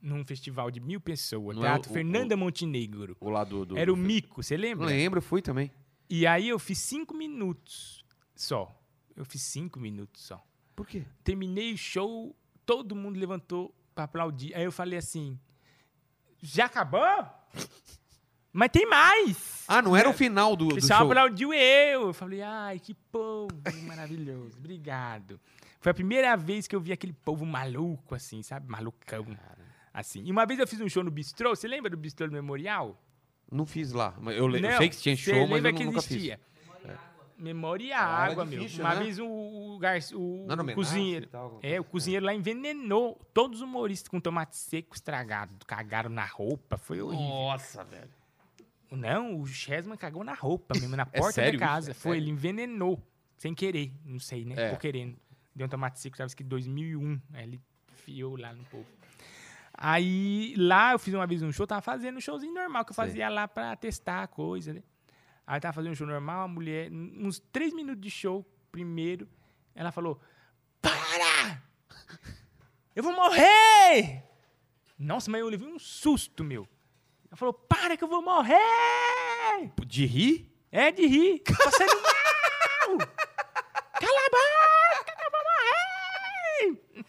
B: num festival de mil pessoas,
E: Não é
B: Teatro
E: o- o-
B: Fernanda Montenegro.
E: o lado do.
B: Era o
E: do-
B: Mico, você lembra?
E: Não lembro, eu fui também.
B: E aí eu fiz cinco minutos só. Eu fiz cinco minutos só.
E: Por quê?
B: Terminei o show, todo mundo levantou pra aplaudir. Aí eu falei assim: já acabou? [laughs] Mas tem mais!
E: Ah, não era o final do,
B: O
E: do
B: pessoal
E: show.
B: aplaudiu um eu. Eu falei, ai, que povo maravilhoso, obrigado. Foi a primeira vez que eu vi aquele povo maluco, assim, sabe? Malucão. Assim. E uma vez eu fiz um show no Bistrô, você lembra do Bistrô do Memorial?
E: Não fiz lá. mas Eu, le- eu
B: Não,
E: sei que tinha
B: você
E: show, mas
B: lembra
E: eu
B: que
E: nunca
B: existia. Memória e
E: Ah, era
B: água,
E: difícil,
B: meu. Uma
E: né?
B: vez o, o, gar- o
E: fiz. Não era homenagem
B: cozinheiro.
E: e tal, alguma
B: É, o
E: coisa?
B: cozinheiro lá envenenou todos os humoristas com tomate seco estragado. Cagaram na roupa, foi horrível.
E: Nossa, velho.
B: Não, o Chesman cagou na roupa mesmo, na
E: [laughs] É
B: porta
E: sério
B: da
E: isso?
B: casa.
E: É
B: Foi,
E: sério?
B: ele envenenou. Sem querer, não sei, né?
E: É.
B: Ficou querendo. Deu um tomate seco, tava escrito 2001. Aí ele fiou lá no povo. Aí, lá eu fiz uma vez um show, tava fazendo um showzinho normal, que eu
E: Sei.
B: fazia lá pra testar a coisa, né? Aí eu tava fazendo um show normal, a mulher, n- uns três minutos de show, primeiro, ela falou, para! Eu vou morrer! Nossa, mas eu levei um susto, meu. Ela falou, para que eu vou morrer!
E: De rir?
B: É de rir. Você não mal. Cala a boca, que eu vou morrer.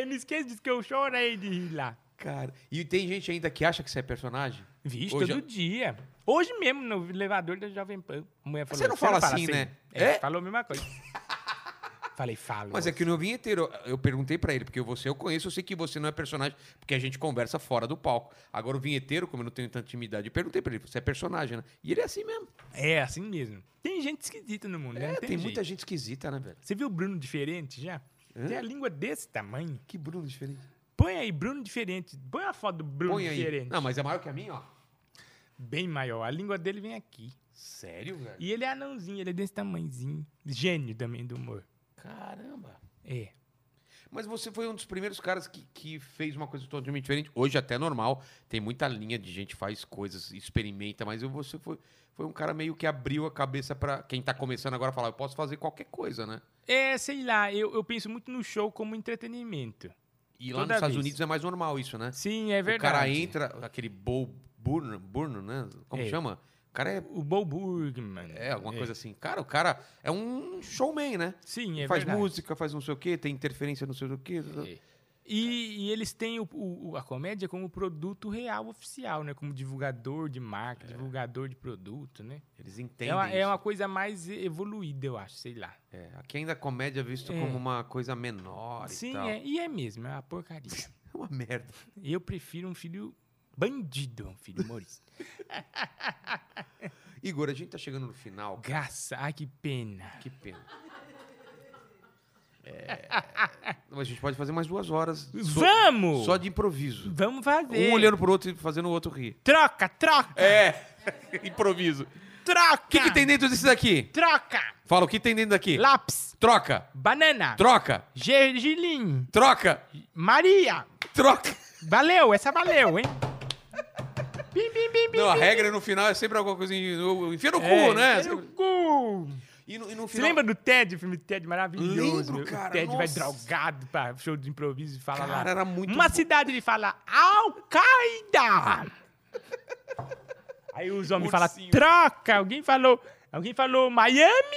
B: Eu não esqueço disso que eu chorei de rir lá.
E: Cara. E tem gente ainda que acha que você é personagem?
B: Vixe,
E: Hoje-
B: todo dia. Hoje mesmo, no elevador da Jovem Pan, a mulher falou...
E: Você não fala assim, né?
B: É,
E: É?
B: falou a mesma coisa. Falei, falo.
E: Mas é que no vinheteiro, eu perguntei pra ele, porque você eu conheço, eu sei que você não é personagem, porque a gente conversa fora do palco. Agora o vinheteiro, como eu não tenho tanta intimidade, eu perguntei pra ele, você é personagem, né? E ele é assim mesmo.
B: É, assim mesmo. Tem gente esquisita no mundo, né?
E: É,
B: Não
E: tem
B: jeito.
E: muita gente esquisita, né, velho?
B: Você viu o Bruno diferente já?
E: Hã?
B: Tem a língua desse tamanho.
E: Que Bruno diferente.
B: Põe aí, Bruno diferente. Põe a foto do Bruno
E: Põe aí.
B: Hum, diferente.
E: Não, mas é maior que a minha, ó.
B: Bem maior. A língua dele vem aqui.
E: Sério, velho?
B: E ele é anãozinho, ele é desse tamanhozinho. Gênio também do humor.
E: Caramba.
B: É.
E: Mas você foi um dos primeiros caras que, que fez uma coisa totalmente diferente. Hoje até é normal, tem muita linha de gente faz coisas, experimenta, mas eu- você foi, foi um cara meio que abriu a cabeça pra quem tá começando agora falar, eu posso fazer qualquer coisa, né?
B: É, sei lá, eu, eu penso muito no show como entretenimento.
E: E lá
B: Toda
E: nos Estados
B: vez.
E: Unidos é mais normal isso, né?
B: Sim, é
E: o
B: verdade.
E: cara entra, aquele Bo Burno, Burno né? Como
B: É.
E: chama? O cara é,
B: O Bo Burgman.
E: é alguma coisa assim. Cara, o cara é um showman, né?
B: Sim, é
E: faz
B: verdade.
E: música, faz não sei o quê, tem interferência não sei do quê.
B: É. E, e eles têm o- o- o- a comédia como produto real oficial, né? Como divulgador de marca, divulgador de produto, né?
E: Eles entendem.
B: É uma, é
E: É. isso.
B: uma coisa mais evoluída, eu acho, sei lá.
E: É, aqui ainda a comédia é visto
B: É.
E: como uma coisa menor e
B: Sim,
E: tal.
B: é, e é mesmo, é uma porcaria.
E: É uma merda.
B: Eu prefiro um filho bandido, a um filho humorista.
E: [laughs] Igor, a gente tá chegando no final. cara.
B: Graça, ai que pena.
E: Que pena.
B: [laughs]
E: É... Mas a gente pode fazer mais duas horas. só-
B: Vamos!
E: Só de improviso.
B: Vamos fazer.
E: Um olhando pro outro e fazendo o outro rir.
B: Troca, troca,
E: É, [laughs] improviso.
B: troca.
E: O que, que tem dentro desse daqui?
B: Troca.
E: Fala, o que tem dentro daqui?
B: Lápis,
E: Troca,
B: banana,
E: troca,
B: gergelim,
E: troca,
B: Maria.
E: troca.
B: Valeu, essa valeu, hein? Bim, bim, bim, bim.
E: Não, a regra no final é sempre alguma coisa. em- no- Enfia no cu,
B: É,
E: né?
B: pelo cu.
E: E no, e no
B: Você
E: final.
B: lembra do Ted, o filme Ted maravilhoso?
E: Lembro,
B: meu?
E: cara,
B: o Ted vai
E: nossa.
B: drogado pra show de improviso e fala
E: Cara,
B: lá.
E: era muito
B: Uma
E: bom.
B: cidade ele fala [laughs] Al-Qaeda! Aí os homens falam,
E: Ursinho.
B: troca! Alguém falou, alguém falou Miami?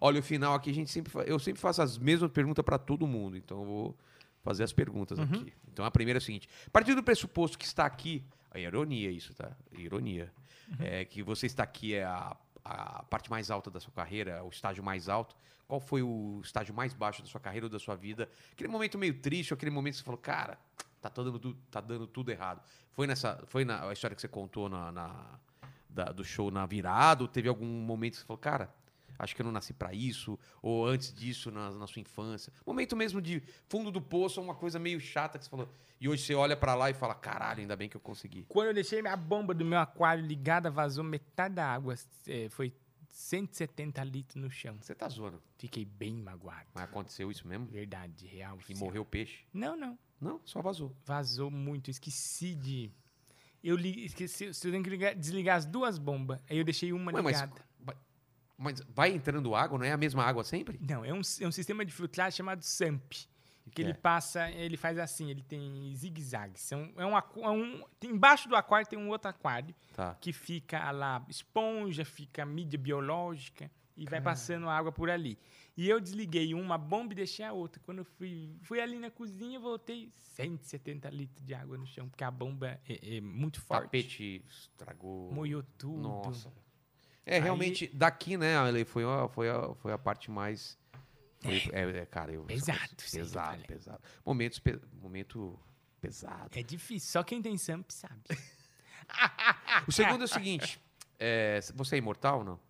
E: Olha, o final aqui a gente sempre. fa- Eu sempre faço as mesmas perguntas pra todo mundo, então eu vou fazer as perguntas aqui. Então a primeira é a seguinte: a partir do pressuposto que está aqui. É ironia isso, tá? Ironia. É que você está aqui é a, a parte mais alta da sua carreira, o estágio mais alto. Qual foi o estágio mais baixo da sua carreira ou da sua vida? Aquele momento meio triste, ou aquele momento que você falou, cara, tá dando, tu- tá dando tudo errado. Foi nessa, foi na a história que você contou na, na- da- do show na virada? Ou teve algum momento que você falou, cara, acho que eu não nasci pra isso? Ou antes disso, na, na sua infância? Momento mesmo de fundo do poço, uma coisa meio chata que você falou. E hoje você olha pra lá e fala, caralho, ainda bem que eu consegui.
B: Quando eu deixei a bomba do meu aquário ligada, vazou metade da água. eh, Foi 170 litros no chão.
E: Você tá zoando.
B: Fiquei bem magoado.
E: Mas aconteceu isso mesmo?
B: Verdade, real.
E: E
B: oficial.
E: morreu o peixe?
B: Não, não.
E: Não, só vazou.
B: Vazou muito, esqueci de. Eu li, esqueci, eu tenho que ligar- desligar as duas bombas. Aí eu deixei uma
E: Ué, mas,
B: ligada.
E: vai- mas vai entrando água, não é a mesma água sempre?
B: Não, é um, si- é um sistema de filtragem chamado SAMP. Que,
E: que
B: ele
E: é?
B: passa, ele faz assim, ele tem zigue-zague. São, é um, aqua- é um, tem, embaixo do aquário tem um outro aquário
E: Tá.
B: que fica a lá esponja, fica mídia biológica e vai passando água por ali. E eu desliguei uma bomba e deixei a outra. Quando eu fui, fui ali na cozinha, voltei 170 litros de água no chão, porque a bomba é, é muito forte.
E: Tapete estragou.
B: Moiou tudo.
E: Nossa. É, realmente, daqui, né, Ale, foi a, foi a, foi a parte mais. foi- é, é, cara, eu.
B: Pesado, sim,
E: Pesado,
B: vale.
E: pesado. Momentos pe- momento pesado.
B: É difícil, só quem tem SAMP sabe.
E: O segundo é o seguinte: é, você é imortal ou não?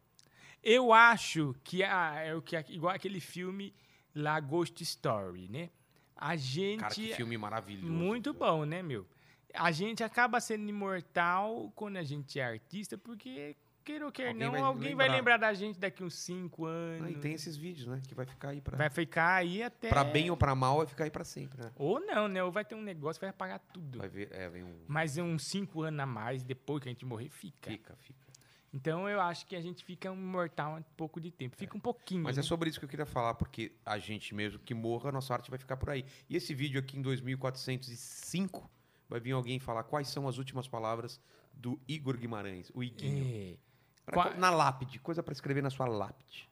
B: Eu acho que a- é o que igual aquele filme lá Ghost Story, né? A gente é
E: Cara, que filme maravilhoso.
B: muito
E: velho.
B: bom, né, meu? A gente acaba sendo imortal quando a gente é artista, porque quer ou quer
E: Alguém
B: não,
E: vai
B: alguém vai
E: lembrar.
B: lembrar da gente daqui uns cinco anos.
E: Ah, e tem esses vídeos, né? Que vai ficar aí pra.
B: Vai é. ficar aí até
E: Pra bem ou pra mal, vai ficar aí pra sempre, né?
B: ou não, né? Ou vai ter um negócio vai apagar tudo.
E: Vai ver. É, vem um.
B: Mas é uns cinco anos a mais depois que a gente morrer fica.
E: Fica, fica.
B: Então eu acho que a gente fica imortal há pouco de tempo, fica um pouquinho.
E: Mas
B: né?
E: é sobre isso que eu queria falar, porque a gente mesmo que morra, a nossa arte vai ficar por aí. E esse vídeo aqui em 2405 vai vir alguém falar quais são as últimas palavras do Igor Guimarães, o Iguinho.
B: É.
E: Pra-
B: Qua-
E: Na lápide, coisa pra escrever na sua lápide.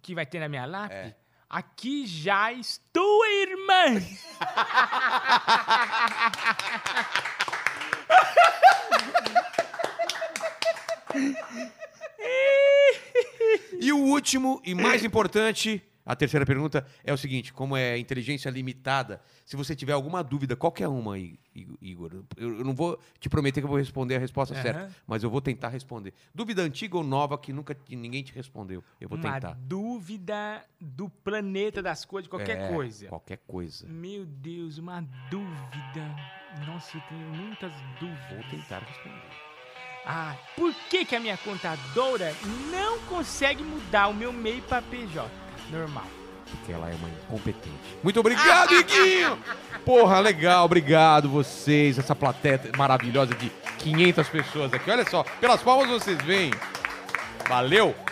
B: que vai ter na minha
E: É.
B: lápide? Aqui já estou, irmã!
E: E o último e mais importante, a terceira pergunta é o seguinte: como é inteligência limitada, se você tiver alguma dúvida, qualquer uma, I- I- Igor, eu eu não vou te prometer que eu vou responder a resposta
B: Aham.
E: certa, mas eu vou tentar responder. Dúvida antiga ou nova que nunca te- ninguém te respondeu, eu vou
B: Uma
E: tentar.
B: dúvida do planeta das coisas, de qualquer
E: É,
B: coisa.
E: Qualquer coisa.
B: Meu Deus, uma dúvida. Nossa, eu tenho muitas
E: Vou
B: dúvidas.
E: tentar responder.
B: Ah, por que, que a minha contadora não consegue mudar o meu MEI para PJ? Normal.
E: Porque ela é uma incompetente. Muito obrigado, Iguinho! Porra, legal, obrigado vocês, essa plateia maravilhosa de 500 pessoas aqui. Olha só, pelas palmas vocês veem. Valeu!